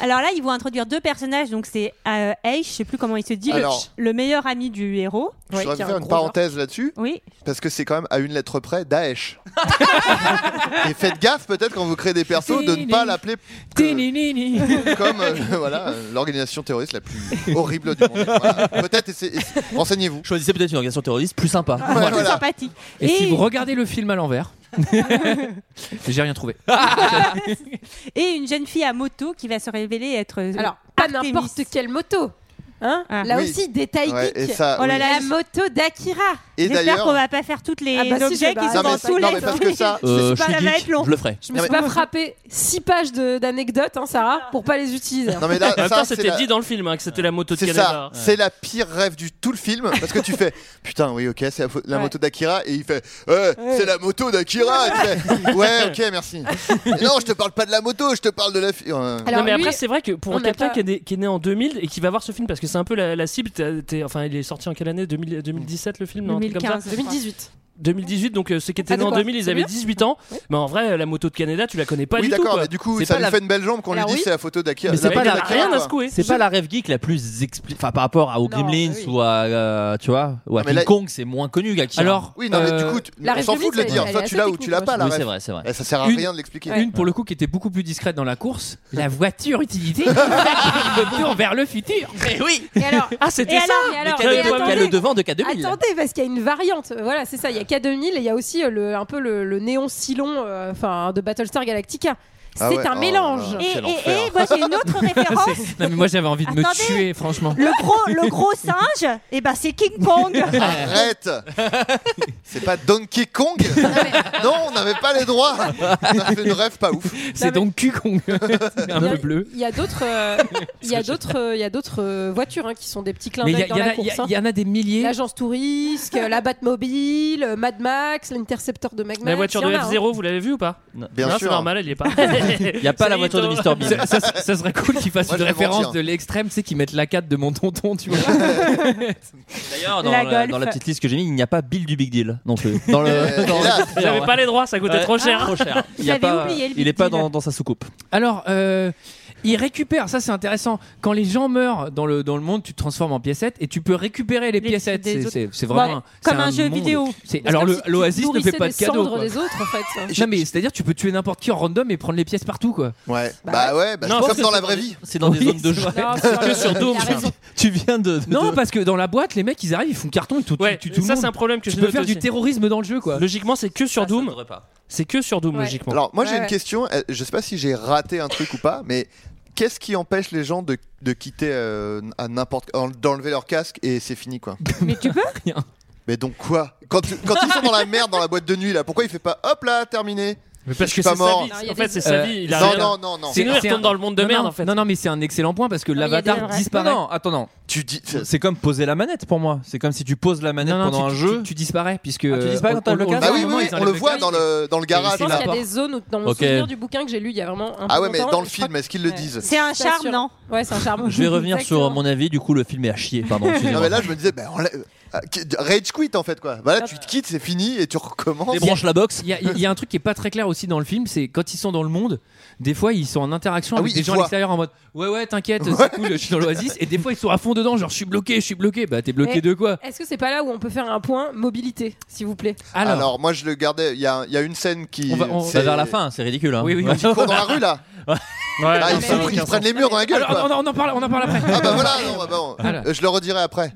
Alors là, ils vont introduire deux personnages. Donc c'est euh, Ace, je sais plus comment il se dit, le-
Alors-
le, meilleur ami du héros.
Je
ouais,
voudrais
qui a
faire
un
une
gros arc.
parenthèse là-dessus,
Oui.
parce que c'est quand même à une lettre près Daesh. Et faites gaffe peut-être quand vous créez des persos de ne pas l'appeler que-
Tinini.
comme euh, voilà euh, l'organisation terroriste la plus horrible du monde. Voilà. Peut-être essayez- essayez- renseignez-vous.
Choisissez peut-être une organisation terroriste plus sympa.
Ouais,
Plutôt
voilà.
sympathique.
Et, si vous regardez le film à l'envers, j'ai rien trouvé.
et une jeune fille à moto qui va se révéler être. euh,
Alors, pas
Artemis.
n'importe quelle moto. Hein
Ah.
Là
Oui.
aussi, détail
Ouais, et
geek.
ça,
Oh là
oui.
là,
La moto d'Akira.
Et
J'espère
d'ailleurs.
qu'on va pas faire toutes les
Ah bah si,
objets
je- bah,
qui sont
non,
dans
mais-
tous
non,
les
mais parce que
ça,
Euh,
pas-
je suis
ça va
geek,
être long.
je le ferai.
Je me suis pas frappé 6 pages de- d'anecdotes, hein, Sarah, pour pas les utiliser. hein.
En même
ça,
temps,
c'est
c'était
la-
dit dans hein. le film hein, que c'était la moto de
C'est
Canada.
ça, c'est la pire rêve du tout le film parce que tu fais putain, oui, ok, c'est la, fo- la
Ouais.
moto d'Akira et il fait euh, c'est la moto d'Akira. Et tu fais, ouais, ok, merci. Et non, je te parle pas de la moto, je te parle de la fille.
Ah,
Euh,
non, mais après, c'est vrai que pour
on n'a
quelqu'un
pas-
qui, est né- qui est né en 2000 et qui va voir ce film, parce que c'est un peu la, la cible, t'as- t'es- enfin, il est sorti en quelle année 2000 2017 le film non, un truc comme ça
2015, 2018.
2018, donc euh, ceux qui étaient
Ah,
nés en
d'accord.
2000, ils
C'est
avaient
bien.
18 ans. Mais en vrai, euh, la moto de Canada, tu la connais pas
Oui,
du tout.
d'accord,
quoi.
mais du coup,
C'est
ça
pas
lui fait une belle jambe qu'on lui
Alors
dise
oui.
c'est la photo d'Akira.
Mais c'est pas la
rien à secouer.
C'est pas la rêve geek la plus expli- enfin par rapport à au Gremlins ou à euh, tu vois ou à
mais
King
là-
Kong, c'est moins connu qu'Akira.
Alors, Oui, non, mais
Euh,
du coup, tu-
la
on
rêve
s'en fout de le
geek,
dire.
elle est
Toi,
assez
tu l'as ou tu
technique,
l'as pas la
Oui,
rêve.
c'est vrai, c'est vrai.
Eh, Ça sert à
Une-
rien de l'expliquer.
Une pour le coup qui était beaucoup plus discrète dans la course, la voiture utilité qui me tourne vers le futur.
Mais oui.
Et alors
Ah,
Et alors, et alors,
Quel
et attendez.
le devant de K2000.
Attendez, parce qu'il y a une variante. Voilà, c'est ça. Il y a K2000 et il y a aussi euh, le, un peu le, le néon Cylon euh, enfin, de Battlestar Galactica. C'est
Ah ouais,
un
oh
mélange.
là là, quel
Et- et moi, j'ai une autre référence.
C'est- Non mais moi j'avais envie de me tuer franchement.
Le gros, le gros singe, et ben c'est King Kong.
Arrête C'est pas Donkey Kong Non, on n'avait pas les droits On a fait une rêve pas ouf
C'est donc Q-Kong Un
Il y a-
peu bleu.
Il y a d'autres, euh, il y a d'autres, euh, il y a d'autres euh, voitures hein, qui sont des petits clins
Mais il y
d'œil
a- il y en a-
dans la
il y a-
course. hein.
il y en a des milliers.
L'agence touristique, euh, la Batmobile, euh, Mad Max, l'intercepteur de Mad Max.
La voiture
il y
de
en a, hein.
F0, vous l'avez vu ou pas
Bien
Non,
sûr.
C'est normal, elle y est pas.
Il y a pas la voiture de Mr Bean. Ça, ça- ça serait cool qu'ils fassent
Moi,
une
je vais
référence
mentir.
de l'extrême, c'est qu'ils mettent la 4 de mon tonton, tu vois.
D'ailleurs, dans
La
la,
golf.
dans la petite liste que j'ai mis, il n'y a pas Bill du Big Deal non plus. Dans le,
Euh,
dans-
hélas.
J'avais pas les droits, ça coûtait
Ouais,
trop cher.
Ah,
Trop cher. Il
J'avais
n'est pas,
oublié le
il est
Big
pas
Deal.
dans, dans sa soucoupe.
Alors, euh, il récupère, ça c'est intéressant, quand les gens meurent dans le, dans le monde, tu te transformes en piécettes et tu peux récupérer les, piécettes.
des
C'est-
autres.
C'est c'est
Ouais,
vraiment c'est
comme un jeu
monde.
vidéo.
C'est-
C'est
Alors
comme
le-
hein. si tu
l'oasis ne fait
nourrissais
pas
des
de cadeaux.
cendres
quoi.
des autres, en fait.
Non mais c'est-à-dire tu peux tuer n'importe qui en random et prendre les pièces partout quoi.
Ouais. Bah, ouais, bah, c'est comme dans la vraie vie.
C'est dans des zones de jeu.
que sur Doom.
Tu viens de,
Non parce que dans la boîte les mecs ils arrivent ils font carton ils tout tu tout le
ça
monde.
c'est un problème que
tu
je
peux
note
faire du
aussi.
terrorisme dans le jeu quoi. Ah,
Logiquement c'est que sur Doom. C'est que sur Doom
Ouais.
logiquement.
Alors moi j'ai une question, euh, je sais pas si j'ai raté un truc ou pas, mais qu'est-ce qui empêche les gens de, de quitter euh, à n'importe en- d'enlever leur casque et c'est fini quoi
Mais tu peux
Rien.
Mais donc quoi quand, tu- quand ils sont dans la merde dans la boîte de nuit là, pourquoi il fait pas hop là terminé
Mais
parce
Je suis
que
pas
c'est sa
mort.
vie. Non, il y a En fait, des- c'est sa
Euh,
vie, il a
Non
rien.
non non non.
C'est- c'est un- non, non, Non non mais c'est un excellent point parce que
il y a des
l'avatar
vrais-
disparaît.
Non, non, attends, non.
Tu dis.
C'est comme poser la manette pour moi. C'est comme si tu poses la manette
Non, non, tu-
pendant un
tu-
jeu.
tu disparais puisque.
Ah, tu disparais
euh,
quand t'as
on-
le
on-
casque.
Bah
Ah oui, oui,
on le voit dans le dans le garage.
Je pense qu'il y a des zones où, dans mon
Ok.
souvenir du bouquin que j'ai lu, il y a vraiment un
Ah
peu
ouais mais
longtemps,
dans le
je crois
film est-ce qu'ils le disent
C'est un charme, non Ouais, c'est un charme.
Je vais revenir sur mon avis. Du coup, le film est à chier. Pardon.
Non
excusez-moi.
Ah, mais là je me disais bah, on l'a- euh, qui- rage quit en fait quoi. Voilà tu te quittes c'est fini et tu recommences.
Débranche la box.
Il y, a- il y a un truc qui est pas très clair aussi dans le film, c'est quand ils sont dans le monde, des fois ils sont en interaction
Ah
avec
oui,
des
ils
gens à
voient.
l'extérieur en mode ouais ouais t'inquiète c'est cool je suis dans l'oasis et des fois ils sont à fond dedans genre je suis bloqué je suis bloqué bah t'es bloqué
Mais
de quoi
Est-ce que c'est pas là où on peut faire un point mobilité, s'il vous plaît
Alors, moi je le gardais. Il y a, il y a une scène qui.
On va, on-
c'est-
va vers la fin. C'est ridicule. Hein.
Oui, oui, ils courent dans la rue, là.
Ouais.
Ah, ils, sont- ils prennent les murs dans la gueule.
Alors,
quoi.
on, on en parle on en parle après
Ah bah voilà, non, bah, bon. Euh, je le redirai après.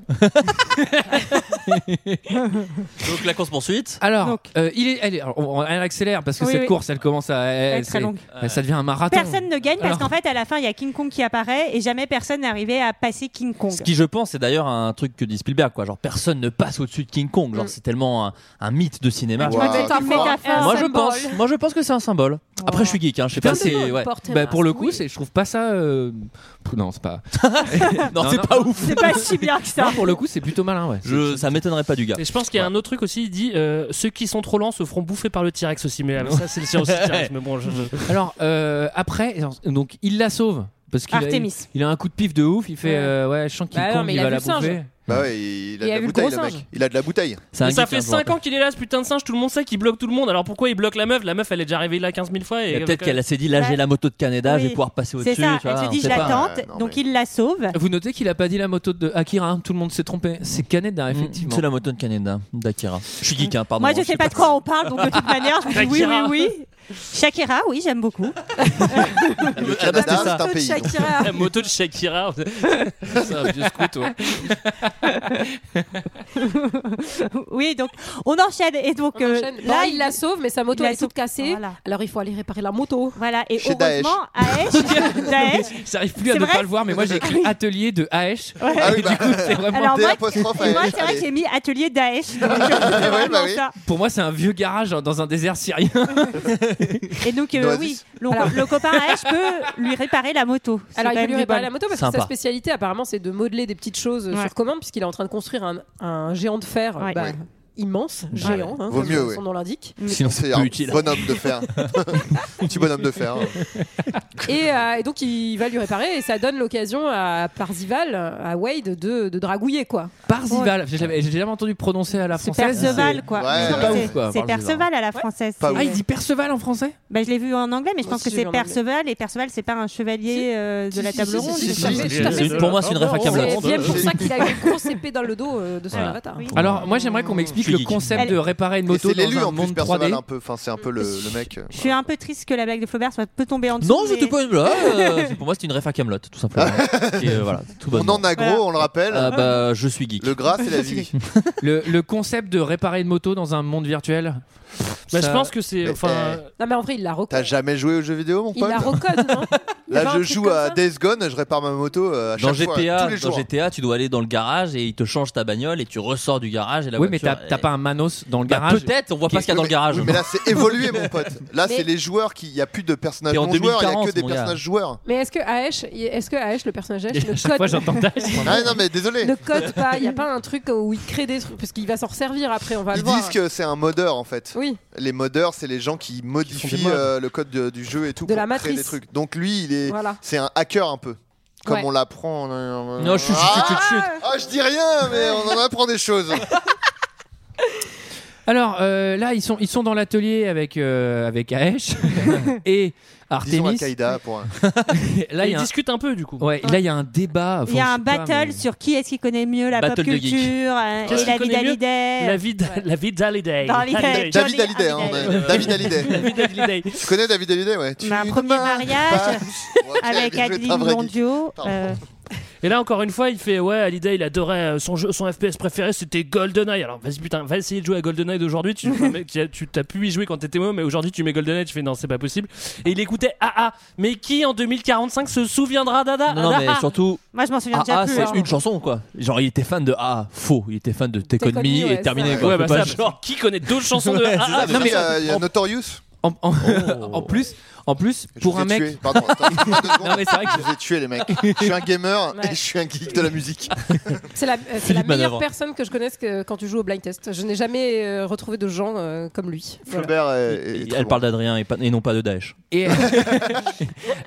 Donc la course poursuite.
alors euh, il est elle, est- alors, on- on- elle accélère parce que
Oui,
cette
oui.
course elle commence à elle,
est très
c'est-
longue.
elle- ça devient un marathon
Personne ne gagne parce
Alors-
qu'en fait à la fin il y a King Kong qui apparaît et jamais personne n'est arrivé à passer King Kong.
Ce qui, je pense, c'est d'ailleurs un truc que dit Spielberg, quoi. Genre, personne ne passe au-dessus de King Kong. Genre,
Mm.
c'est tellement un, un mythe de
Ah,
cinéma.
Tu vois, Wow. c'est un métaphore.
Moi, je
symbole.
pense, moi, je pense que c'est un symbole. Après, je suis geek, hein. Je sais pas,
Putain,
c'est, ouais.
bah, pour le coup c'est je trouve pas ça euh, pff, non c'est pas
Non, c'est pas ouf.
C'est pas si bien que ça.
Non, pour le coup c'est plutôt malin ouais
Je, ça m'étonnerait pas du gars.
Et je pense qu'il y a un autre truc aussi, il dit euh, ceux qui sont trop lents se feront bouffer par le T-Rex aussi. Mais alors, ça, c'est le science du T-Rex. Mais bon, je- je-
Alors euh, après, donc il la sauve parce qu'il a, il,
Artemis.
il a un coup de pif de ouf. Il fait euh, ouais, je sens qu'il
Bah non,
compte,
mais
il
il a
va
vu
la
le singe.
bouffer.
Bah ouais, il, a
Il
de
a
la
vu le
bouteille,
gros
le mec.
singe.
Il a de la bouteille.
C'est hein,
ça fait 5 ans qu'il est là, ce putain de singe. Tout le monde sait qu'il bloque tout le monde. Alors pourquoi il bloque la meuf La meuf, elle est déjà arrivée là 15 000 fois.
Il y
Et euh,
a Peut-être qu'elle s'est dit, là, j'ai la moto de Canada, je vais pouvoir passer au-dessus.
C'est ça,
tu
elle
vois,
se
on
dit je
sait pas. Euh,
la tente, donc il la sauve.
Vous notez qu'il a pas dit la moto de Akira. hein, tout le monde s'est trompé. C'est Canada
Mm,
effectivement.
C'est la moto de Canada, d'Akira. Je suis geek, hein, pardon.
Moi je sais pas de quoi on parle donc de toute manière je vous dis oui oui oui. Shakira, oui, j'aime beaucoup.
Le
Ah, bah,
Canada, c'est un Moto de pays,
hein.
donc. Shakira.
La moto de Shakira. c'est un vieux scout, ouais.
oui, donc on enchaîne et donc
On
euh,
enchaîne. Bon, il la sauve, mais sa moto,
il
elle est toute cassée. Alors il faut aller réparer la moto.
Voilà, et
Chez
heureusement, Daesh. Daesh
J'arrive plus à
C'est
ne
vrai
pas le voir, mais moi j'ai écrit atelier de AH.
Ouais.
Et du coup, c'est vraiment
Alors moi, et moi, c'est vrai que j'ai mis atelier Daesh. donc, euh, c'est vraiment ça.
Pour moi, c'est un vieux garage hein, dans un désert syrien.
Et donc, euh,
Dans
oui,
Oasis.
le,
Alors-
le copain Daesh peut lui réparer la moto. C'est
Alors,
quand
il peut
même
lui
du
réparer
bol.
la moto parce que
Sympa.
sa spécialité, apparemment, c'est de modeler des petites choses euh,
Ouais.
sur commande, puisqu'il est en train de construire un, un géant de fer euh,
Ouais.
bah,
Ouais.
immense,
Ouais.
géant, hein,
Vaut
comme
mieux,
son
ouais.
nom l'indique.
Sinon, c'est un bonhomme de fer. Petit bonhomme de fer. hein.
Et, euh, et donc, il va lui réparer, et ça donne l'occasion à Parzival, à Wade, de, de dragouiller, quoi.
Parzival, j'ai jamais, j'ai jamais entendu prononcer à la française.
Perceval, quoi.
C'est
Non,
pas
mais
ouf, quoi,
c'est
Parzival.
Perceval à la française.
Pas
c'est-
ouf. Ah, il dit Perceval en français
bah, Je l'ai vu en anglais, mais je
Moi
pense que
aussi, je l'ai
c'est
vu en anglais.
Perceval. Et Perceval, c'est pas un chevalier euh, de la
Si, si,
table
si,
ronde.
si,
je
si,
sais
si,
pas.
si, si,
Pour moi, c'est une ref à Kaamelott.
C'est bien pour ça qu'il a eu une grosse épée dans le dos euh, de son avatar.
Alors, moi, j'aimerais qu'on m'explique le concept de réparer une
Et
moto
c'est l'élu
dans un
en plus,
monde
Perceval, hein.
3D.
un peu. Enfin, c'est un peu le, le mec. euh,
Je suis un peu triste que la blague de Flaubert soit peu tombée en dessous.
Non, c'était
mais-
pas une blague. euh, c'est- pour moi, c'était une ref à Camelot, tout simplement. Et, euh, voilà, tout
On
bonnement.
en a gros, on le rappelle.
Ah bah, je suis geek.
Le gras, c'est la vie.
Le, le concept de réparer une moto dans un monde virtuel. ça-
Bah, je pense que c'est. Enfin,
Non, mais en vrai, il la recode.
T'as jamais joué aux jeux vidéo, mon
Il
pote
la recode, non Il y avait
Là,
un
je
truc
joue
comme
à
ça
Days Gone, je répare ma moto euh, à chaque
Dans
fois,
GTA,
tous les
dans
jours.
GTA, tu dois aller dans le garage et ils te changent ta bagnole et tu ressors du garage et la
Oui, mais
voiture.
t'as t'as pas un Manos dans le
Bah,
garage
Peut-être, on voit pas ce qu'il y a dans le garage.
Oui, mais là, c'est évolué, mon pote. Là,
Mais-
c'est les joueurs qui. Il n'y a plus de personnages
T'es en
non-joueurs, il n'y a
2040,
que des
mon gars.
personnages joueurs.
Mais est-ce que Ash, est-ce que Ash, le personnage Ash,
Et
le
à
code
chaque fois, j'entends Ah, non, mais désolé.
ne code pas, il n'y a pas un truc où il crée des trucs, parce qu'il va s'en servir après, on va
Ils
le voir.
disent que c'est un modeur en fait.
Oui.
Les modeurs, c'est les gens qui modifient
mods.
euh, le code de- du jeu et tout
De
pour
la
créer des
matrice.
trucs. Donc lui, il est,
Voilà.
c'est un hacker un peu, comme
Ouais.
on l'apprend. euh,
Non, je suis- je suis-
ah,
je suis- je suis-
ah, je dis rien, mais on en apprend des choses.
Alors euh, là, ils sont, ils sont dans l'atelier avec, euh, avec Aesh et
Disons
Artemis.
Al-Qaïda pour un.
Là, il y
ils
a un-
discutent un peu du coup.
Ouais, là, il y a un débat.
Il y a
Enfin,
un
je sais pas,
battle
mais-
sur qui est-ce qui connaît mieux la
Battle
pop
de geeks.
culture euh,
Qu'est-ce
et la
qu'il
vie
connaît mieux
d'Aliday.
La vie, d- la vie d'Hallyday.
Dans Hallyday,
Hallyday.
Eh, Johnny
David Hallyday, hein, on a- David Hallyday.
David Hallyday.
Tu connais David Hallyday, ouais. Tu-
On a un premier mariage avec
bien joué, t'es
Adeline
un vrai geek.
Blondio. euh,
Et là, encore une fois, il fait Ouais, Hallyday, il adorait euh, son jeu, son FPS préféré, c'était GoldenEye. Alors, vas-y, putain, va essayer de jouer à GoldenEye d'aujourd'hui. Tu, enfin, mec, tu as- tu t'as pu y jouer quand t'étais moi, mais aujourd'hui, tu mets GoldenEye, tu fais Non, c'est pas possible. Et il écoutait AA. Mais qui en 2045 se souviendra d'ADA
Non, non, mais surtout.
Moi, je m'en souviens
Ah,
déjà
ah,
plus.
c'est
hein.
une chanson quoi. Genre il était fan de Ah faux, il était fan de Take
Take
On
On
Me
Me, ouais,
et terminé
ça.
quoi.
Ouais,
Faut
bah
pas
ça,
genre-
qui connaît d'autres chansons de
Ouais, c'est
AA
ça,
Non, Ah, mais
mais
ça, il y a Notorious.
En, en- en plus, en plus, pour
Je
un
vous ai
mec.
tué. Pardon, attends, deux secondes.
Non, mais c'est vrai que-
je vous ai tué les mecs. Je suis un gamer et je suis un geek de la musique.
C'est la, euh, c'est la
Philippe
meilleure
Manœuvre.
personne que je connaisse que- quand tu joues au blind test. Je n'ai jamais euh, retrouvé de gens euh, comme lui. Voilà.
Flaubert
Et- Elle parle d'Adrien et, pas- et non pas de Daesh.
Et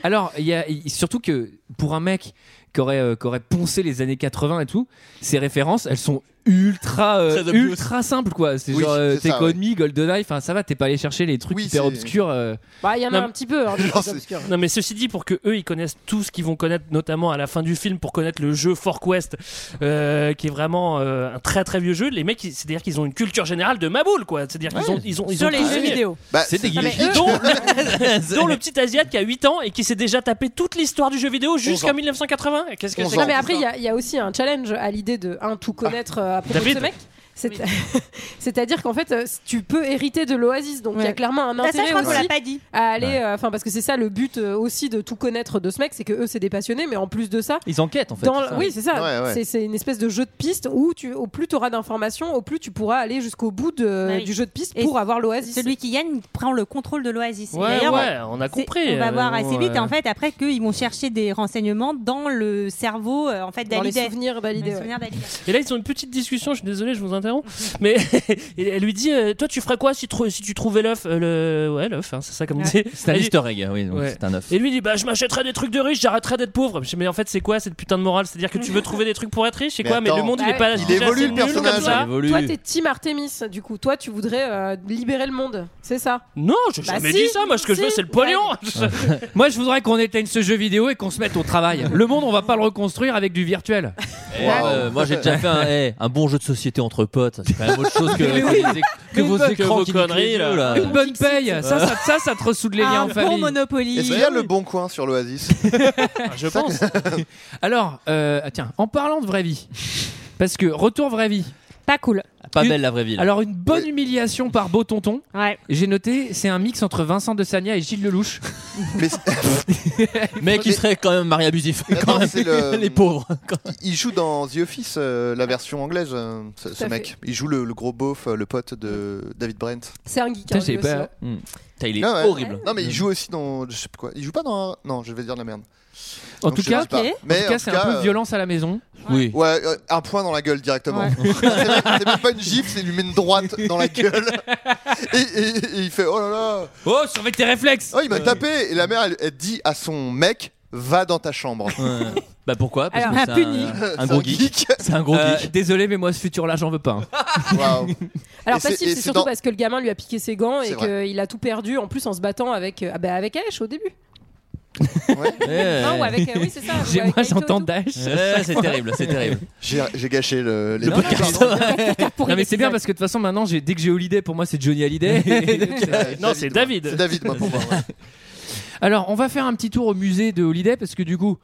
alors, il y a il- surtout que pour un mec qui aurait, euh, qui aurait poncé les années 80 et tout, ses références, elles sont ultra euh,
Très obvious.
ultra simples quoi. C'est
Oui,
genre euh,
c'est
Take
ça,
On
ouais.
Me, GoldenEye, enfin ça va, t'es pas allé chercher les trucs hyper obscurs. euh.
Bah, il y en a
Non,
un petit peu. hein, des trucs obscurs.
Non mais ceci dit pour que eux ils connaissent tout ce qu'ils vont connaître notamment à la fin du film pour connaître le jeu Fort Quest euh, qui est vraiment euh, un très très vieux jeu les mecs ils- c'est-à-dire qu'ils ont une culture générale de Maboule quoi c'est-à-dire qu'ils ont ils ont ils
Sur
ont
les
tout
jeux
aimé.
vidéo.
Bah,
c'est des
geeks.
dont, dont le petit asiate qui a 8 ans et qui s'est déjà tapé toute l'histoire du jeu vidéo jusqu'à 1980 qu'est-ce que c'est
Non,
que
mais après, il y a- il y, a aussi un challenge à l'idée de un tout connaître euh, à propos
David.
de ce mec. C'est- C'est-à-dire qu'en fait, euh, tu peux hériter de l'Oasis, donc il y a clairement un
Ah, ça, je
intérêt
crois qu'on
aussi
l'a pas dit.
à aller, euh, enfin parce que c'est ça le but euh, aussi de tout connaître de ce mec, c'est que eux c'est des passionnés, mais en plus de ça,
Ils enquêtent en fait.
dans
c'est
le-
ça.
oui c'est ça, C'est- c'est une espèce de jeu de piste où tu, au plus tu auras d'informations, au plus tu pourras aller jusqu'au bout de-
Oui.
du jeu de piste
Et
pour avoir l'Oasis.
Celui qui gagne prend le contrôle de l'Oasis. Et
Ouais,
d'ailleurs,
ouais, on a
c'est-
compris,
On va
euh,
voir assez
bon,
vite.
euh.
En fait, après qu'ils vont chercher des renseignements dans le cerveau, euh, en fait,
Dans les
d'Hallyday.
souvenirs d'Hallyday,
Dans les
ouais.
souvenirs d'Hallyday.
Et là, ils ont une petite discussion. Je suis désolé, je vous interromps. Mais et elle lui dit euh, Toi, tu ferais quoi si, trou- si tu trouvais l'œuf Euh, le... Ouais, l'œuf, hein, c'est ça comme on dit.
C'est un
Elle dit-
easter egg, oui, donc
Ouais.
c'est un œuf.
Et lui il dit Bah, je m'achèterais des trucs de riche, j'arrêterais d'être pauvre. Je dis, Mais en fait, c'est quoi cette putain de morale C'est-à-dire que tu veux trouver des trucs pour être riche C'est
Mais
quoi Mais le
attends.
monde, il est
Ah
pas
ouais.
Il
déjà
évolue,
assez
le
nul comme
personnage.
ça.
Il évolue.
Toi t'es Team Artemis, du coup, toi tu voudrais euh, libérer le monde, c'est ça
Non, j'ai
Bah
jamais
si,
dit ça. Moi, ce que je
si.
veux, c'est le pognon.
Moi, je voudrais qu'on éteigne ce jeu vidéo et qu'on se mette au travail. Le monde, on va pas le reconstruire avec du virtuel.
euh, Eh, euh, moi j'ai déjà fait un, eh, un bon jeu de société entre potes. C'est quand même autre chose que,
Mais
que
oui.
les éc- que
Mais
vos
bonne-
écrans
vos
qui niquent les
conneries,
yeux,
là.
là.
Une bonne paye, ça, ça- ça, ça te ressoudle les liens
Ah,
en famille.
Est-ce qu'il y a le bon coin sur l'Oasis
Ah,
Je pense. Alors, euh, ah, tiens, en parlant de vraie vie, parce que retour vraie vie.
Pas cool.
Pas belle, la vraie vie, là.
Alors, une bonne humiliation par Beau Tonton.
Ouais.
Ah
J'ai noté, c'est un mix entre Vincent Desagna et Gilles Lelouch.
Mais qui serait quand même marié abusif. Quand même. Les pauvres.
Il joue dans The Office, euh, la version anglaise, euh, ce, ce
à
mec.
fait.
Il joue le, le gros beauf, euh, le pote de David Brent.
C'est un geek, hein, Putain, lui j'avais aussi, pas- hein.
Il est
Ah ouais.
Hmm. horrible.
Non, mais il joue aussi dans. Je sais pas quoi. Il joue pas dans. un- Non, je vais dire de la merde.
En
Donc,
tout
je sais
cas,
pas. Mais
en tout cas, c'est un peu
euh,
violence à la maison.
Oui.
Ouais, euh, un point dans la gueule directement.
Ouais.
c'est même- c'est même pas une gifle, c'est lui met une droite dans la gueule. Et, et- et il fait oh là là.
Oh, surveille tes réflexes.
Oh, il m'a tapé. Et la mère, elle, elle dit à son mec, va dans ta chambre.
Bah pourquoi Parce
Alors,
que
un
c'est
puni.
un,
C'est
gros
un
geek.
geek.
C'est un gros
Euh,
geek.
Désolé, mais moi, ce futur-là, j'en veux pas. hein.
Waouh.
Alors
Et
facile,
et
c'est surtout
dans-
parce que le gamin lui a piqué ses gants
C'est
et
vrai.
qu'il a tout perdu en plus en se battant avec euh, ah bah, avec Ash au début.
Ouais.
Non, ou avec euh, oui c'est ça. ou
J'ai-
avec
moi,
Kaito et
j'entends
tout.
Dash.
Ouais, c'est terrible, c'est terrible.
J'ai j'ai gâché le, les-
non mais c'est bien parce que de toute façon maintenant j'ai- dès que j'ai Holiday pour moi c'est Johnny Holiday.
non, c'est David.
C'est David, moi, pour moi. ouais.
Alors on va faire un petit tour au musée de Holiday parce que du coup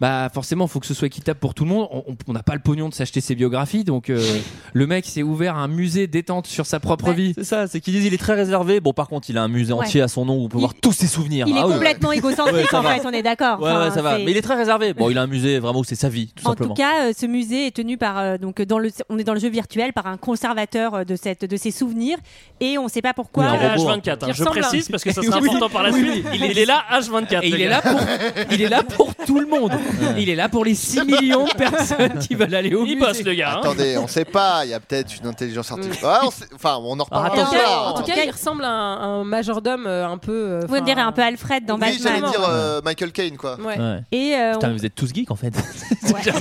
bah forcément faut que ce soit équitable pour tout le monde. On- on- On n'a pas le pognon de s'acheter ses biographies donc euh, le mec s'est ouvert un musée détente sur sa propre vie.
C'est ça, c'est qu'ils disent il est très réservé. Bon, par contre, il a un musée
Ouais.
entier à son nom où on peut voir tous ses souvenirs.
Il est
Ah oui.
complètement égocentrique
Ouais, ça
en
va.
fait, on est d'accord.
Ouais, ouais, ça va.
c'est-
Mais il est très réservé. Bon, il a un musée vraiment où c'est sa vie, tout
en
simplement.
tout cas, euh, ce musée est tenu par euh, donc dans le on est dans le jeu virtuel par un conservateur euh, de cette de ses souvenirs et on sait pas pourquoi.
Il est là
euh,
H24, hein.
il
je
ressemble à un-
précise parce que ça sera
Oui.
important par la
Oui.
suite. Il, il est là H24.
Et il est
les gars.
là pour il est là pour tout le monde. Il est là pour les 6 millions de personnes qui veulent aller au
Il
musée.
bosse le gars. hein.
Attendez, on sait pas, il y a peut-être une intelligence artificielle. Ouais, on sait- Enfin, on en reparlera
En tout
plus
cas-
tard.
en tout cas, il ressemble à un, un majordome euh, un peu. euh,
Oui, on
enfin,
dirait un peu Alfred dans
Oui, j'allais
Batman.
dire euh, Michael Caine, quoi.
Ouais.
Ouais.
Et euh,
Putain,
on-
mais vous êtes tous geeks en fait.
Geek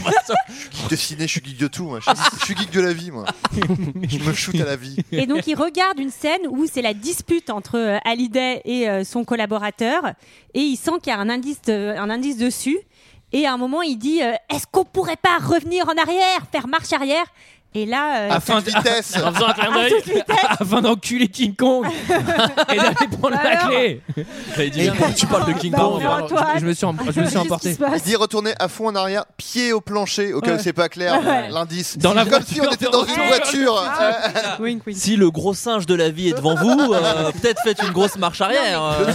de ciné, je suis geek de tout, moi. Je suis, je suis geek de la vie, moi. Je me shoot à la vie.
Et donc il regarde une scène où c'est la dispute entre euh, Hallyday et euh, son collaborateur et il sent qu'il y a un indice, de- un indice dessus et à un moment il dit euh, est-ce qu'on pourrait pas revenir en arrière, faire marche arrière et là euh,
Afin de vitesse.
En faisant un clin
à
d'œil.
toute vitesse,
afin d'enculer King Kong et d'aller prendre la
Alors
clé.
Et quand tu parles de King
Bah,
Kong,
on est en toile.
Je me suis, em- je me suis
Qu'est-ce qui
emporté.
se passe
Il dit retourner à fond en arrière, pied au plancher, au cas où c'est pas clair, l'indice.
Dans la
Comme si on
voiture,
était dans
dans-
une voiture.
Ah.
si le gros singe de la vie est devant vous, euh, peut-être faites une grosse marche arrière. euh.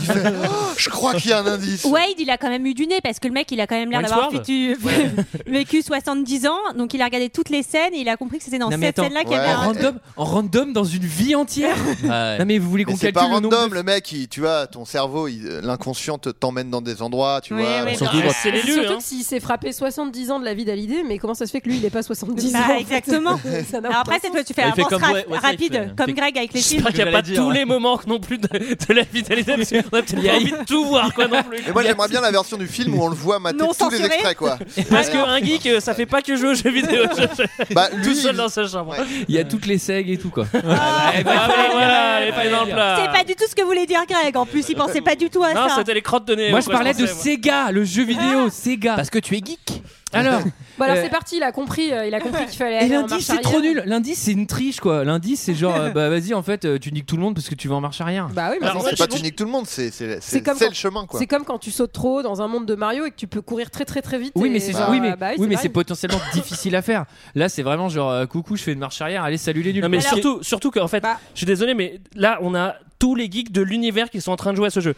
Oh, je crois qu'il y a un indice.
Wade, il a quand même eu du nez parce que le mec, il a quand même l'air d'avoir
Wentworth
vécu, vécu 70 ans. Donc, il a regardé toutes les scènes et il a compris que c'était dans
Non, mais
cette
attends.
scène-là qu'il y
Ouais.
avait
En
un.
random, en random dans une vie entière.
Ouais.
Non mais vous voulez
Mais
qu'on
c'est
calcule
pas
le nombre
random,
de-
le mec, il- tu vois, ton cerveau, il- l'inconscient te- t'emmène dans des endroits, tu
Ouais,
vois.
ouais,
on
bien
s'en
Ah,
dit,
sûr.
bah,
c'est l'élu,
Surtout
hein.
que s'il s'est frappé 70 ans de la vie d'Hallyday, mais comment ça se fait que lui il est pas 70
Bah,
ans en fait
exactement.
Ça n'a aucun
Alors après, cette
sens.
fois, tu fais
Il
un
fait
avance
comme
ra-
Wa- Wa- Wa-
rapide,
Wa-
comme Greg avec les films.
J'espère qu'il n'y a
Je
pas
l'allais
tous
dire,
les moments non plus de, de la vitalité parce qu'on a peut-être pas envie de tout voir quoi non plus.
mais moi j'aimerais bien la version du film où on le voit mater
Non
tous les
censuré.
extraits quoi.
Parce qu'un geek, euh, ça fait pas que jouer aux jeux vidéo. Je je-
Bah lui,
tout seul
il-
dans sa chambre.
Il y
euh,
a toutes les segs et tout quoi.
Ah, voilà, voilà, elle est pas dans le plat.
Oh. C'est pas du tout ce que voulait dire Greg. En plus, il pensait pas du tout à
Non,
ça.
c'était les crottes de nez.
Moi
euh,
je
quoi,
parlais de
pensais, moi.
Sega, le jeu vidéo Sega.
Parce que tu es geek.
Alors,
Bon alors
Euh,
c'est parti, il a compris, euh, il a compris qu'il fallait
et
aller en
lundi
marche
c'est trop
arrière.
nul. Lundi c'est une triche quoi. Lundi c'est genre euh, bah vas-y en fait euh, tu niques tout le monde parce que tu vas en marche arrière.
Bah oui, mais c'est
Alors, en
ah c'est
fait,
pas
je-
tu niques tout le monde, c'est c'est-
C'est
c'est-
comme
c'est
quand-
le chemin quoi.
C'est comme quand tu sautes trop haut dans un monde de Mario et que tu peux courir très très très vite.
Oui
et-
mais c'est
bah,
oui mais
bah
oui mais
pareil.
c'est potentiellement difficile à faire. Là c'est vraiment genre euh, coucou je fais une marche arrière allez salut les nuls.
Non, mais
Alors-
surtout, surtout qu'en fait,
Bah.
je suis désolé, mais là, on a tous les geeks de l'univers qui sont en train de jouer à ce jeu.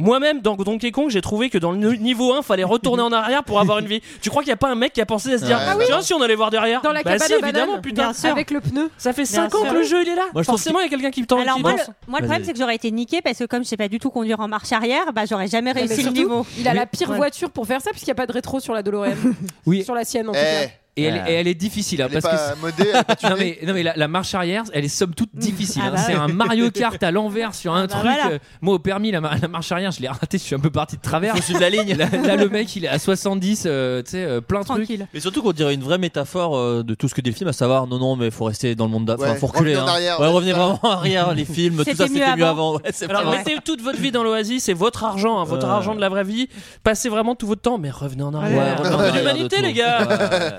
Moi-même, dans Donkey Kong, j'ai trouvé que dans le nu- niveau 1, fallait retourner en arrière pour avoir une vie. Tu crois qu'il n'y a pas un mec qui a pensé à se dire
Ah
Tiens, si on allait voir derrière
Dans la
Bah
cabane
si,
à
évidemment,
bananes.
putain.
avec le pneu.
Ça fait 5
Bien
ans
sûr.
que le jeu il est là.
Moi, je pense
Forcément, il y a quelqu'un qui me tend
Alors,
qui
moi, le,
pense.
moi, le
Vas-y.
problème, c'est que j'aurais été niqué parce que comme je sais pas du tout conduire en marche arrière, bah, j'aurais jamais
Mais
réussi le
surtout,
niveau.
Il a
Oui.
la pire
Ouais.
voiture pour faire ça puisqu'il n'y a pas de rétro sur la DeLorean.
Oui.
Sur la sienne en tout
Eh,
cas.
Et elle, et elle est difficile, hein,
elle est
parce que
pas modée, elle est pas
c'est- non
tunée.
mais, non mais la, la marche arrière, elle est somme toute difficile.
Ah
hein.
bah
c'est
oui.
un Mario Kart à l'envers sur un
bah
truc.
voilà.
euh, moi au permis, la, mar- la marche arrière, je l'ai raté, je suis un peu parti de travers.
Je suis de la ligne.
là, là, le mec, il est à 70, euh, tu sais, euh, plein truc.
Tranquille.
Mais surtout qu'on dirait une vraie métaphore euh, de tout ce que dit le film, à savoir non, non, mais faut rester dans le monde d'avant.
Ouais,
faut reculer.
revenez en
hein.
arrière,
ouais,
ouais,
revenez
c'est ça.
vraiment en arrière, les films, tout
C'était
ça
mieux
c'était mieux
avant.
avant. Ouais, c'est
Alors
vrai.
mettez toute votre vie dans l'oasis, c'est votre argent, hein, votre
Ouais.
argent de la vraie vie. Passez vraiment tout votre temps, mais revenez en
Ouais,
arrière.
revenez
Un
en
peu
arrière de
d'humanité,
tout.
les gars.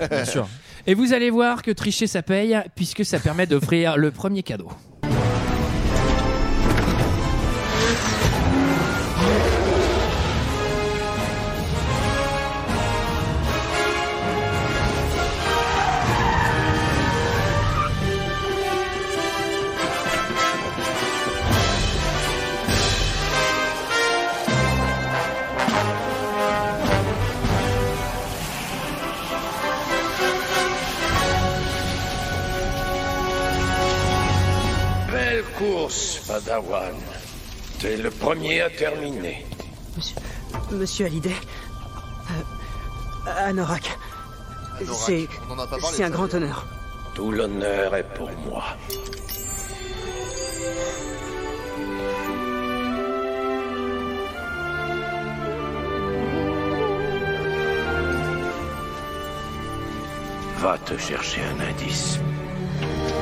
Ouais, ouais, ouais, bien sûr.
Et vous allez voir que tricher ça paye, puisque ça permet d'offrir le premier cadeau.
Belle course, Padawan. T'es le premier à terminer.
Monsieur Hallyday, euh, Anorak, c'est
on en a pas parlé,
c'est un
ça,
grand
déjà.
honneur.
Tout l'honneur est pour moi. Va te chercher un indice.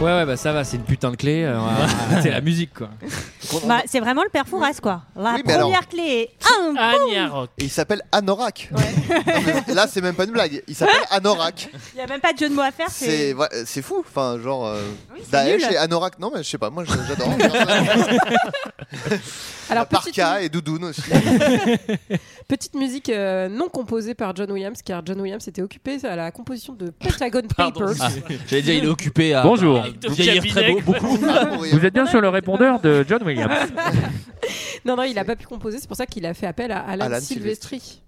Ouais, ouais, bah ça va, c'est une putain de clé. euh, c'est la musique, quoi.
Bah, c'est vraiment le père Fouras, quoi. La
Oui, mais
première
alors-
clé. Un,
Ah.
Ah,
boum
Et il s'appelle Anorak. Non, mais là, c'est même pas une blague. Il s'appelle Anorak.
Il n'y a même pas de jeu de mots à faire.
C'est ouais, euh, c'est fou. Enfin, genre euh,
c'est
Daesh
nul.
et Anorak. Non, mais je sais pas. Moi, je- j'adore.
Alors,
Parka et Doudoune aussi.
Petite musique euh, non composée par John Williams, car John Williams était occupé à la composition de Pentagon Papers.
Ah, J'allais dire, il est occupé à.
Bonjour.
à vieillir très beau, beaucoup.
Ah,
Vous êtes bien sur le répondeur de John Williams.
non, non, il n'a pas pu composer, c'est pour ça qu'il a fait appel à Alan,
Alan
Silvestri.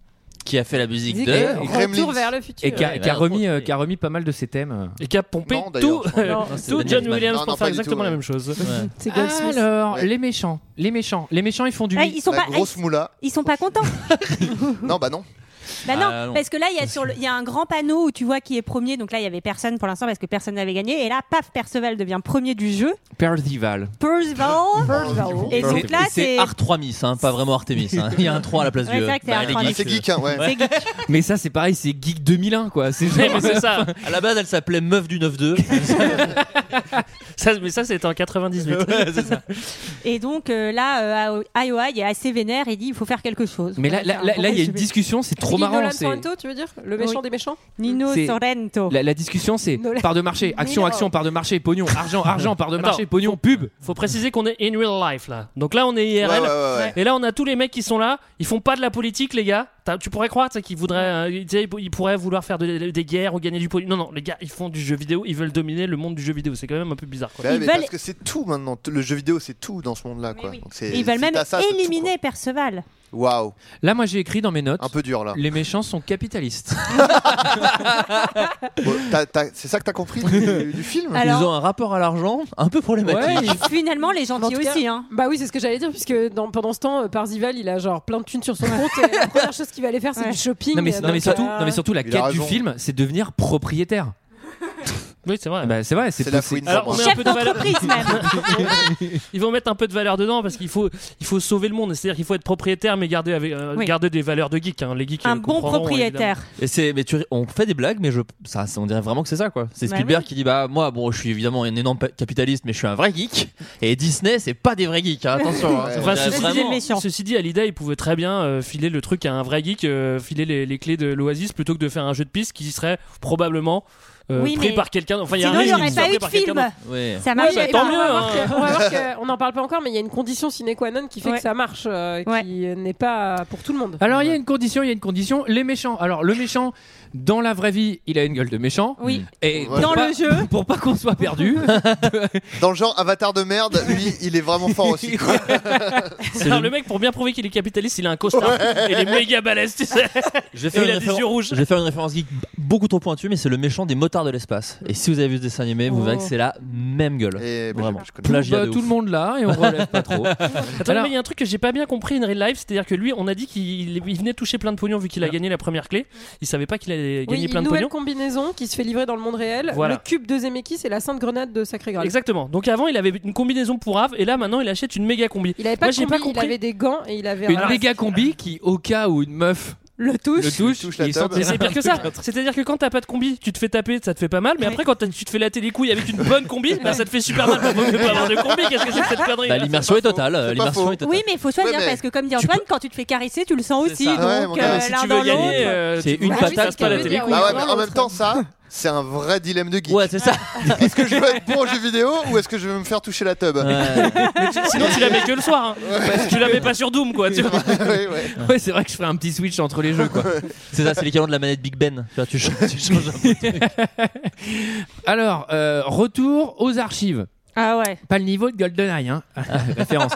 Qui a fait la musique
Musique
de.
de Retour vers le futur.
Et qui a,
Ouais,
qui a
ouais,
remis, euh, qui a remis pas mal de ses thèmes.
Et qui a pompé
Non,
tout,
d'ailleurs,
euh,
non.
tout
Non, c'est
John
Daniel
Williams
Mann.
pour
Non,
faire
non, pas du
exactement
tout,
la
ouais.
même chose.
Ouais.
C'est Goldsmith.
Alors,
Ouais. Ah,
les méchants, les méchants, les méchants, ils font du.
Ouais, ils sont La pas- grosse
moula.
Ils sont pas contents.
non, bah non.
Bah non,
Ah, non.
parce que là, il y, a sur le- il y a un grand panneau où tu vois qui est premier. Donc là, il y avait personne pour l'instant parce que personne n'avait gagné. Et là, paf, Perceval devient premier du jeu.
Percival.
Perceval. Et donc là, c'est.
Artemis, hein, pas vraiment Artemis. hein. Il y a un 3 à la place
Ouais,
du. Bah,
c'est vrai que c'est Artemis.
elle est
C'est geek, hein, ouais. C'est
Mais ça, c'est pareil, c'est geek 2001, quoi. C'est
Ouais,
genre- euh,
mais c'est ça. À la base, elle s'appelait Meuf du 9-2.
Ça, mais ça, c'était en 98.
Ouais, c'est ça.
Et donc euh, là, euh, à- Iowa, il est assez vénère. Il dit il faut faire quelque chose.
Mais là, là, là, là, il y a une discussion, c'est trop marrant.
Nolan
c'est-
Sorrento, tu veux dire Le méchant
Oui.
des méchants
Nino
c'est-
Sorrento.
La, la discussion, c'est
Nolan.
part de marché, action,
Mais non.
action, part de marché, pognon, argent, argent, part de
Attends,
marché, pognon, pub.
Faut préciser qu'on est in real life là. Donc là, on est IRL.
Ouais, ouais, ouais, ouais.
Et là, on a tous les mecs qui sont là. Ils font pas de la politique, les gars. T'as- tu pourrais croire tu sais, qu'ils voudraient, euh, ils- tu sais, ils pourraient vouloir faire de- des guerres ou gagner du pognon. Non, non, les gars, ils font du jeu vidéo. Ils veulent dominer le monde du jeu vidéo. C'est quand même un peu bizarre. Quoi.
Bah, mais Parce que c'est tout maintenant. T- Le jeu vidéo, c'est tout dans ce monde-là. quoi. Donc, c'est-
Et Ils veulent
si
même
t'as ça, c'est tout,
éliminer Perceval.
quoi. Waouh.
Là, moi, j'ai écrit dans mes notes. Un
peu dur là.
Les méchants sont capitalistes.
Bon, t'as- t'as- c'est ça que t'as compris du, du film
Alors- Ils ont
un rapport à l'argent un peu
problématique.
Et finalement, les gentils aussi. Hein.
Bah oui, c'est ce que j'allais dire, puisque dans- pendant ce temps, euh, Parzival, il a genre plein de thunes sur son compte. et la première chose qu'il va aller faire, c'est du shopping.
Non mais,
euh,
non, mais
donc,
surtout,
euh,
non, mais surtout la
Il a
quête du
raison.
film, c'est devenir propriétaire. Bah,
Oui, c'est
bah.
vrai.
c'est vrai, c'est possible.
Alors, on met un peu de valeur.
même.
Ils vont mettre un peu de valeur dedans parce qu'il faut, il faut sauver le monde. C'est-à-dire qu'il faut être propriétaire, mais garder, avec, euh,
Oui.
garder des valeurs de geek. hein. Les geeks, euh,
Un bon
comprendront,
propriétaire.
Et c'est, mais tu, ri- on fait des blagues, mais je, ça, ça- on dirait vraiment que c'est ça, quoi. C'est
Bah
Spielberg qui dit, bah, moi, bon, je suis évidemment un énorme pa- capitaliste, mais je suis un vrai geek. Et Disney, c'est pas des vrais geeks, hein, attention.
Euh,
hein.
Enfin,
On dirait
ceci,
vraiment-
dit, ceci dit, Alida, il pouvait très bien euh, filer le truc à un vrai geek, euh, filer les, les clés de l'Oasis plutôt que de faire un jeu de piste qui serait probablement euh,
Oui,
pris
mais
par quelqu'un. Enfin, il y a un
sinon, il y
risque
aurait
qu'il soit
pas eu
pris
de
par
film.
quelqu'un d'autre.
Ça marche
Ouais, bah, tant mieux. hein.
On va voir qu'on n'en parle pas encore, mais il y a une condition sine qua non qui fait
Ouais.
que ça marche, euh, qui euh, n'est pas pour tout le monde.
Alors il y a une condition, il y a une condition, les méchants. Alors le méchant, dans la vraie vie, il a une gueule de méchant.
Mm,
Oui.
Et pour
Dans
pas-
le jeu.
Pour pas qu'on soit perdu.
Dans le genre Avatar de merde, lui, il est vraiment fort aussi. quoi.
Alors, le mec, pour bien prouver qu'il est capitaliste, il a un costard
Ouais.
et il est méga balèze, tu sais.
Je vais,
Et
faire
il
une
a des
référen-
yeux rouges.
je vais faire une référence geek b- beaucoup trop pointue, mais c'est le méchant des motards de l'espace. Et si vous avez vu ce dessin animé, vous verrez que c'est la même gueule. Vraiment. Plagiat
Bah,
de
tout
ouf.
le monde là et on relève pas trop.
Attends, mais il y a un truc que j'ai pas bien compris in real life, c'est-à-dire que lui, on a dit qu'il il venait toucher plein de pognon vu qu'il a gagné la première clé. Il savait pas qu'il allait
Oui,
gagner plein
une
de
nouvelle
pognon.
combinaison qui se fait livrer dans le monde réel.
Voilà.
Le cube de Zemeckis et la sainte grenade de Sacré Graal.
Exactement. Donc avant, il avait une combinaison pour Ave, et là, maintenant, il achète une méga combi.
Il avait pas,
Moi,
de
j'ai pas
combi, il
compris.
avait des gants et il avait
Une
un-
méga combi qui, au cas où une meuf
le touche.
Le touche,
la
il s'en
table.
tire. C'est pire que ça. C'est-à-dire que quand t'as pas de combi, tu te fais taper, ça te fait pas mal, mais après quand t'as- tu te fais latter les couilles avec une bonne combi, bah, ça te fait super mal. Vaut mieux pas avoir de combi, qu'est-ce que c'est que cette connerie
Bah, l'immersion est totale. euh, L'immersion est totale.
Oui, mais il faut choisir
Ouais, mais
parce que, comme dit Antoine, quand tu te fais caresser, tu le sens aussi.
ça.
Donc,
Ouais, mon gars,
euh,
si
l'un
tu
dans
veux gagner,
l'autre.
euh,
C'est
tu-
une
Ah oui,
patate,
c'est ce
pas
qu'elle
la
veut
télé.
dire, oui. Bah ouais, mais en même temps, ça, c'est un vrai dilemme de geek.
Ouais, c'est ça.
est-ce que je veux être bon aux jeux vidéo ou est-ce que je veux me faire toucher la tub
Sinon, tu la mets que le soir. hein. Parce que tu la mets pas sur Doom, quoi. tu vois.
Ouais, c'est vrai que je fais un petit switch entre les jeux, quoi.
C'est ça, c'est l'équivalent de la manette Big Ben. Tu vois, tu changes, tu changes un peu le truc.
Alors, euh, retour aux archives.
Ah ouais.
Pas le niveau de GoldenEye, hein. Référence.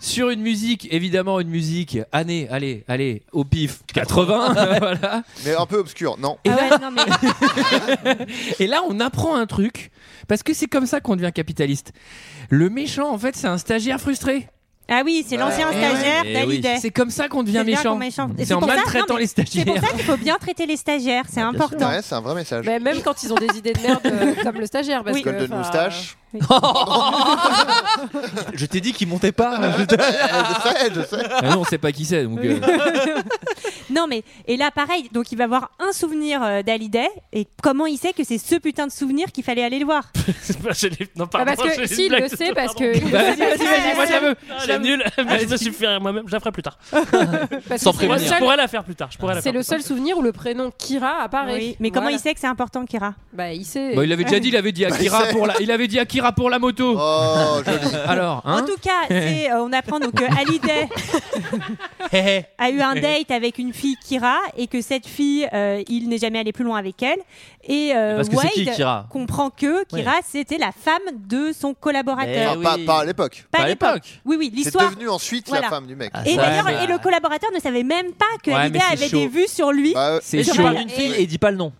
Sur une musique, évidemment, une musique année, allez, allez, au pif, 80, voilà.
Mais un peu obscur, non
Ah
Et, là, Et là, on apprend un truc, parce que c'est comme ça qu'on devient capitaliste. Le méchant, en fait, c'est un stagiaire frustré.
Ah oui, c'est l'ancien
Eh
stagiaire
ouais.
d'Hallyday.
C'est comme ça qu'on devient
C'est bien
méchant.
qu'on méchant. Et
C'est en
pour ça-
maltraitant
non, mais
les
C'est pour
stagiaires.
ça qu'il faut bien traiter les stagiaires, c'est important. Bah,
Ouais, c'est un vrai message.
Mais même quand ils ont des idées de merde, euh, comme le stagiaire. Parce que,
Golden
enfin, euh,
moustache.
Je t'ai dit qu'il montait pas. je t'ai-
je sais.
Ah non, on sait pas qui c'est, donc. euh,
non mais et là pareil, donc il va avoir un souvenir euh, d'Hallyday et comment il sait que c'est ce putain de souvenir qu'il fallait aller le voir
C'est pas- j'ai les- Non,
Ah,
pardon,
parce que
j'ai les
s'il
blagues
le
de-
sait, parce
pardon.
que-
Vas-y, vas-y, vas-y, moi je la veux.
Ah,
Elle est
vas-y.
nulle, mais je me suis fait rire moi-même, je la ferai plus tard.
Parce
Sans
que c'est le
prévenir.
seul-
Je pourrais la faire plus tard. je pourrais la
C'est
faire
le
plus tard.
seul souvenir où le prénom Kira apparaît.
Oui, mais comment il sait que c'est important Kira
Bah il sait.
Bah, il avait déjà dit, il avait dit Akira pour la, il avait dit Akira pour la moto.
Oh,
Eh
Alors, hein
En tout cas, c'est, euh, on apprend donc que Hallyday a eu un date avec une fille Kira et que cette fille, euh, il n'est jamais allé plus loin avec elle. Et euh,
Parce que c'est
Wade
qui, Kira
comprend que Kira,
Ouais.
c'était la femme de son collaborateur.
Enfin, pas, pas à l'époque.
Pas à l'époque. Oui, oui,
C'est
l'histoire.
devenu ensuite
Voilà.
la femme du mec.
Ah,
Ah,
Et d'ailleurs, et le collaborateur ne savait même pas que
euh, Ouais,
Hallyday
mais c'est
avait
chaud. Bah,
des vues sur lui.
Bah,
C'est
Sur
chaud. Il parle
la-
d'une fille et il dit pas le nom.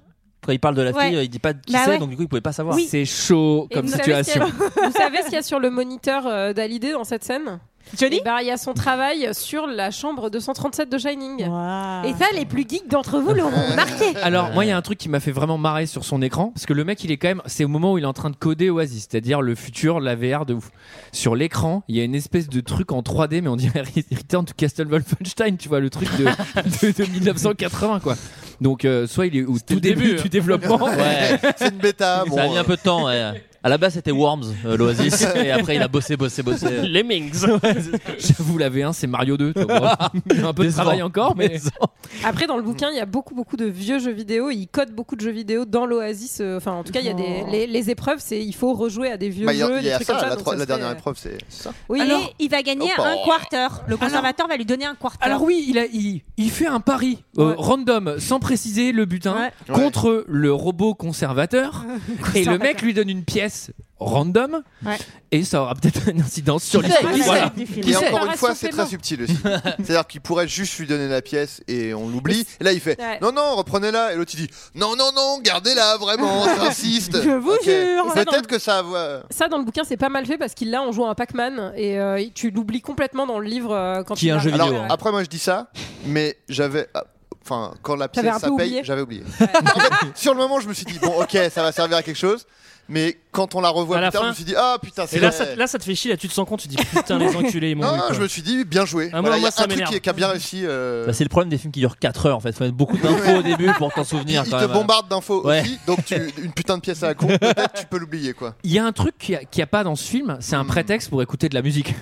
Quand il parle de la
Ouais.
fille, il dit pas qui
Bah
c'est,
ouais.
donc du coup, il pouvait pas savoir.
Oui.
C'est chaud
Et
comme
vous savez ce qu'il y
situation.
a- vous savez ce qu'il y a sur le moniteur euh, d'Hallyday dans cette scène
Johnny
Eh ben, Il y a son travail sur la chambre 237 de Shining. Bah, Et ça, les plus geeks d'entre vous l'auront remarqué.
Alors, moi, il y a un truc qui m'a fait vraiment marrer sur son écran, parce que le mec, il est quand même, c'est au moment où il est en train de coder Oasis, c'est-à-dire le futur, la VR de ouf. Sur l'écran, il y a une espèce de truc en 3D, mais on dirait Return to Castle Wolfenstein, tu vois, le truc de, de, de 1980, quoi. Donc, euh, soit il est au tout
le
début,
début, hein.
du développement.
Ouais.
euh, C'est une bêta. euh,
Ça a mis un peu de temps. ouais. À la base, c'était Worms, euh, l'Oasis, et après, il a bossé, bossé, bossé.
Lemmings.
J'avoue, la V1, c'est Mario 2. toi, bon. Il y a un peu de
Décevant.
travail encore, mais.
Après, dans le bouquin, il y a beaucoup, beaucoup de vieux jeux vidéo. Il code beaucoup de jeux vidéo dans l'Oasis. euh, Enfin, en tout cas, il y a des les, les épreuves. C'est il faut rejouer à des vieux
Bah, il y a-
jeux,
il y
des
a
trucs
ça,
comme ça.
la,
donc
tro-
ça
la
se
dernière
fait-
épreuve, c'est ça.
Oui,
Alors-
et il va gagner
Hop,
un
oh.
quarter. Le conservateur va lui donner un quarter.
Alors oui, il, a, il, il fait un pari euh, random, sans préciser le butin,
Ouais.
contre le robot conservateur. et le mec lui donne une pièce random.
Ouais.
Et ça aura peut-être une incidence sur
Ah,
l'histoire.
Qui sait
Voilà.
Et
Qui sait
encore une fois, c'est très subtil aussi. C'est-à-dire qu'il pourrait juste lui donner la pièce et on l'oublie. Et là, il fait
Ouais.
Non, non, reprenez-la. Et l'autre, il dit Non, non, non, gardez-la, vraiment, j'insiste.
Je vous
Ok.
jure.
Peut-être que ça va.
Ça, dans le bouquin, c'est pas mal fait parce qu'il l'a en jouant à Pac-Man et euh, tu l'oublies complètement dans le livre euh, quand il arrive.
Alors,
Ouais.
après, moi, je dis ça, mais j'avais. ah, Enfin, quand la pièce
T'avais un
ça
peu
paye,
oublié.
j'avais oublié. En fait, sur le moment, je me suis dit, bon, ok, ça va servir à quelque chose. Mais quand on la revoit
À
plus
la
tard,
fin.
je me suis dit, ah putain,
Et
c'est
là,
vrai.
ça, là, ça te fait chier, là, tu te sens compte, tu dis putain, les enculés, ils m'ont
Non,
eu, quoi.
je me suis dit, bien joué.
Ah, moi,
Voilà, il y
moi,
a
ça
un truc
m'énerve.
qui, qui a bien réussi. euh,
Bah, c'est le problème des films qui durent 4 heures en fait. Faut mettre beaucoup d'infos au début pour t'en souvenir.
il
quand
te
même.
bombarde d'infos
Ouais.
aussi, donc tu- une putain de pièce à la con, peut-être tu peux l'oublier quoi.
Il y a un truc qu'il n'y a, qu'il y a pas dans ce film, c'est
Hmm.
un prétexte pour écouter de la musique.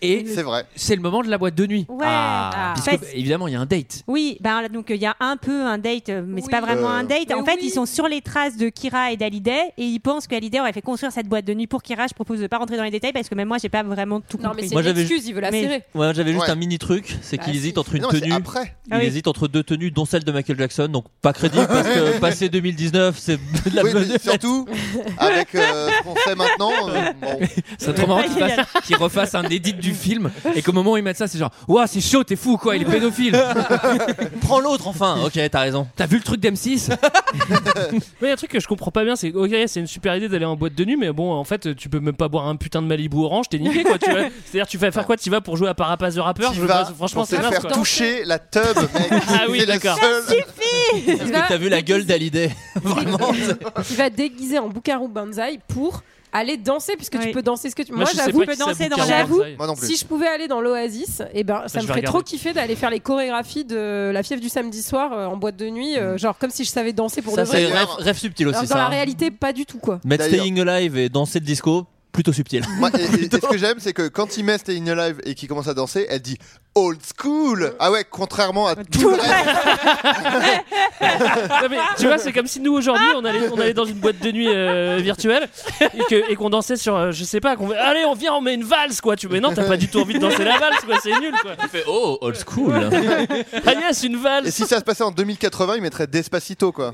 et
C'est vrai.
c'est le moment de la boîte de nuit.
Ouais. Ah.
Puisque,
Parce-
évidemment, il y a un date.
Oui, bah, là, donc il y a un peu un date, euh, mais c'est
Oui.
pas vraiment
Euh.
un date.
Mais
en fait,
oui.
ils sont sur les traces de Kira et d'Hallyday et ils pensent que Hallyday aurait fait construire cette boîte de nuit pour Kira. Je propose de pas rentrer dans les détails parce que même moi, j'ai pas vraiment tout
Non, mais
compris.
c'est
Moi,
une
j'avais-
excuse, il veut la
Mais-
serrer.
Ouais, j'avais juste
Ouais.
un mini truc, c'est
Bah,
qu'il hésite entre une
Non, mais c'est
tenue.
après.
Il
Ah oui.
hésite entre deux tenues, dont celle de Michael Jackson, donc pas crédible parce que passé 2019, c'est de la
Oui,
bonne.
mais surtout, avec euh, ce qu'on sait maintenant, euh, bon,
Ça serait trop marrant qu'il fasse- qu'il refasse un édit du film et qu'au moment où ils mettent ça, c'est genre Ouah, c'est chaud, t'es fou quoi, il est pédophile.
Prends l'autre enfin. Ok, t'as raison.
T'as vu le truc d'M6
Mais il y a un truc que je comprends pas bien, c'est ok, c'est une super idée d'aller en boîte de nuit, mais bon, en fait, tu peux même pas boire un putain de Malibu orange, t'es niqué quoi. tu vois. C'est-à-dire, tu vas faire quoi Tu vas pour jouer à Parapaz de rappeur
tu
je veux
vas
pas- Franchement,
pour te
c'est mince
faire
quoi.
toucher la tub, mec.
Ah oui,
C'est la
d'accord.
seule-
Il
Est-ce
va-
que t'as vu la gueule d'Hallyday
il va déguiser en Bukaru Banzai pour aller danser puisque tu peux danser ce que tu.
Moi,
Moi,
je sais
j'avoue,
pas qui c'est Bouquin Rose,
j'avoue,
ça y est. Moi non plus.
si je pouvais aller dans l'Oasis, et ben ça
Je
me
vais
ferait trop
regarder.
kiffer d'aller faire les chorégraphies de la fièvre du samedi soir euh, en boîte de nuit, euh, genre comme si je savais danser pour
Mm. Ça,
de vrai.
c'est rêve- rêve subtil aussi,
Alors que
ça,
Dans la
hein.
réalité, pas du tout quoi.
Mettre
D'ailleurs-
Staying Alive et danser le disco, plutôt subtil.
Moi, et- et- et ce que j'aime, c'est que quand il met Stay in Alive et qu'il commence à danser, elle dit old school. Ah ouais, contrairement à tout le reste.
Non, mais tu vois, c'est comme si nous aujourd'hui on allait, on allait dans une boîte de nuit euh, virtuelle et que- et qu'on dansait sur, euh, je sais pas, qu'on allez, on vient, on met une valse quoi. Tu mais non, t'as pas du tout envie de danser la valse quoi, c'est nul quoi.
Tu fais oh, old school.
Agnès, une valse.
Et si ça se passait en 2080, il mettrait Despacito quoi.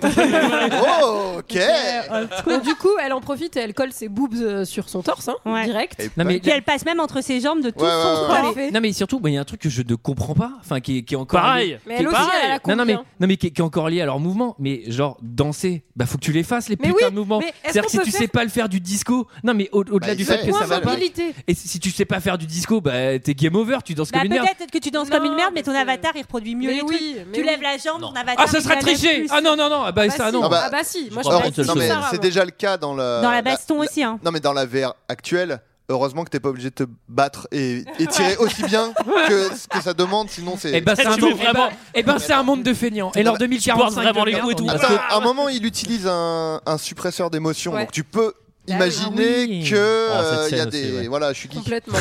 oh, ok.
euh, Donc, du coup, elle en profite et elle colle ses boobs euh, sur son torse, hein, direct.
Non, mais- Et puis
elle passe même entre ses jambes de tout son corps.
Non mais surtout, bah, il y a un truc que je ne comprends pas, enfin qui, est- qui est encore
Pareil.
lié-
Mais
qui
elle
est-
aussi, Pareil. elle a
non, non mais
hein.
combien
non mais qui, est- qui est encore lié à leur mouvement, mais genre danser, bah faut que tu les fasses les
Mais
putains
oui,
de mouvements.
mais est-ce
C'est-à-dire
qu'on
que si
peut
tu
faire-
sais pas le faire du disco, non mais au-
Bah,
au-delà
il
du
fait.
fait que
Point
ça va pas.
mobilité.
Et si si tu sais pas faire du disco, bah t'es game over, tu danses
Bah,
comme une merde.
peut-être que tu danses comme une merde, mais ton avatar il reproduit mieux
Mais
les
oui,
trucs.
mais
Tu
oui.
lèves la jambe, ton avatar.
Ah ça
il
sera
la lève
triché.
plus.
Ah non non non, ah, bah,
Bah,
ça
si.
non.
Ah bah-
Ah bah si, moi,
je crois
Or,
pas que
non,
c'est
mais
ça,
hein.
c'est
avant.
déjà le cas dans Euh, la
Dans la baston
la-
aussi, hein.
Non mais dans la VR actuelle, heureusement que t'es pas obligé de te battre et, et tirer aussi bien que ce que ça demande, sinon c'est. Ah,
Et ben c'est un monde, eh ben- eh ben, c'est un monde de feignants. Et leur
Tu
2045 de merde, on y va.
Attends, à un moment, il utilise un, un suppresseur d'émotion,
Ouais.
donc tu peux
Ah
imaginer
oui.
que
Oh, cette
euh, il y a
scène aussi,
des
ouais.
voilà, je suis geek.
Complètement.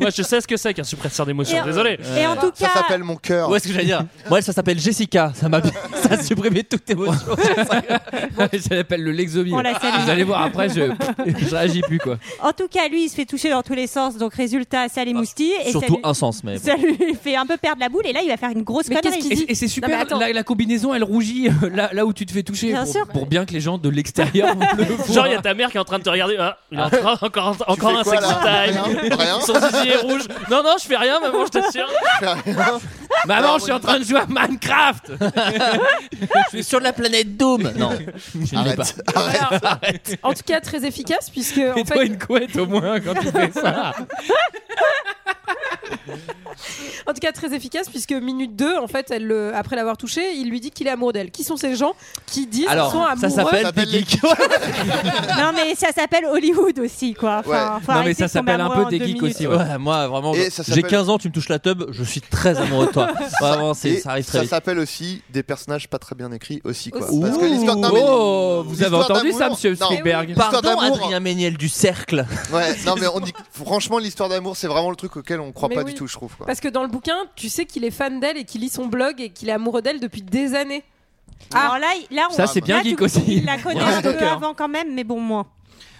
Moi, je sais ce que c'est qu'un suppresseur d'émotion.
Et-
Désolé.
Et en tout cas,
mon cœur.
Ouais, ce que j'allais dire. Moi, ça s'appelle Jessica. Ça m'a ça a supprimé toute émotion. ça s'appelle le Lexomil.
On la salue.
Vous allez voir après je je réagis plus quoi.
en tout cas, lui il se fait toucher dans tous les sens, donc résultat, ça les moustille. et ça
Ah, Surtout
lui-
un sens mais. bon.
Ça lui fait un peu perdre la boule et là il va faire une grosse connerie.
Et, et c'est super, la, la combinaison elle rougit euh, là, là où tu te fais toucher
Bien
pour,
sûr.
pour bien que les gens de l'extérieur le
Genre,
voient.
il y a ta mère qui est en train de te regarder. Ah, il est en train- encore un- encore
fais
un
quoi,
sexy
là
time.
Rien Rien
Son zizi est rouge. Non, non, je fais rien, maman, je t'assure.
Maman, je suis en train de jouer à Minecraft Je suis sur la planète Doom Non, je ne l'ai pas. Arrête, arrête
En tout cas, très efficace puisque en
Mets-toi
fait,
une couette au moins quand tu fais ça
en tout cas très efficace puisque minute 2 en fait, elle le- après l'avoir touché, il lui dit qu'il est amoureux d'elle. Qui sont ces gens qui disent qu'ils
Alors,
sont amoureux
ça s'appelle des geeks.
non mais ça s'appelle Hollywood aussi quoi. Enfin, faut
Non,
arrêter
mais ça
de tomber
s'appelle un
amoureux
peu
en
des
deux
geeks
minutes.
aussi. ouais. moi, vraiment,
Et
je-
ça
j'ai
s'appelle-
15 ans, tu me touches la tub, je suis très amoureux de toi. Vraiment, c'est-
Et
ça arrive très
ça
vite.
s'appelle aussi des personnages pas très bien écrits aussi quoi.
Ouh.
Parce que l'histoire non, mais-
Oh, vous avez
l'histoire
entendu ça,
d'amour-
monsieur
Non,
Spielberg
l'histoire
Pardon,
d'amour-
Adrien Méniel du Cercle.
Ouais, non mais on dit franchement l'histoire d'amour, c'est vraiment le truc auquel on croit
Mais oui.
pas
Bah
du tout, je trouve quoi.
Parce que dans le bouquin, tu sais qu'il est fan d'elle et qu'il lit son blog et qu'il est amoureux d'elle depuis des années.
Alors là, il- là on
Ça, c'est bien
là, tu-
geek aussi.
Il la connaît
Ouais.
un peu
Stalker.
avant quand même, mais bon moins.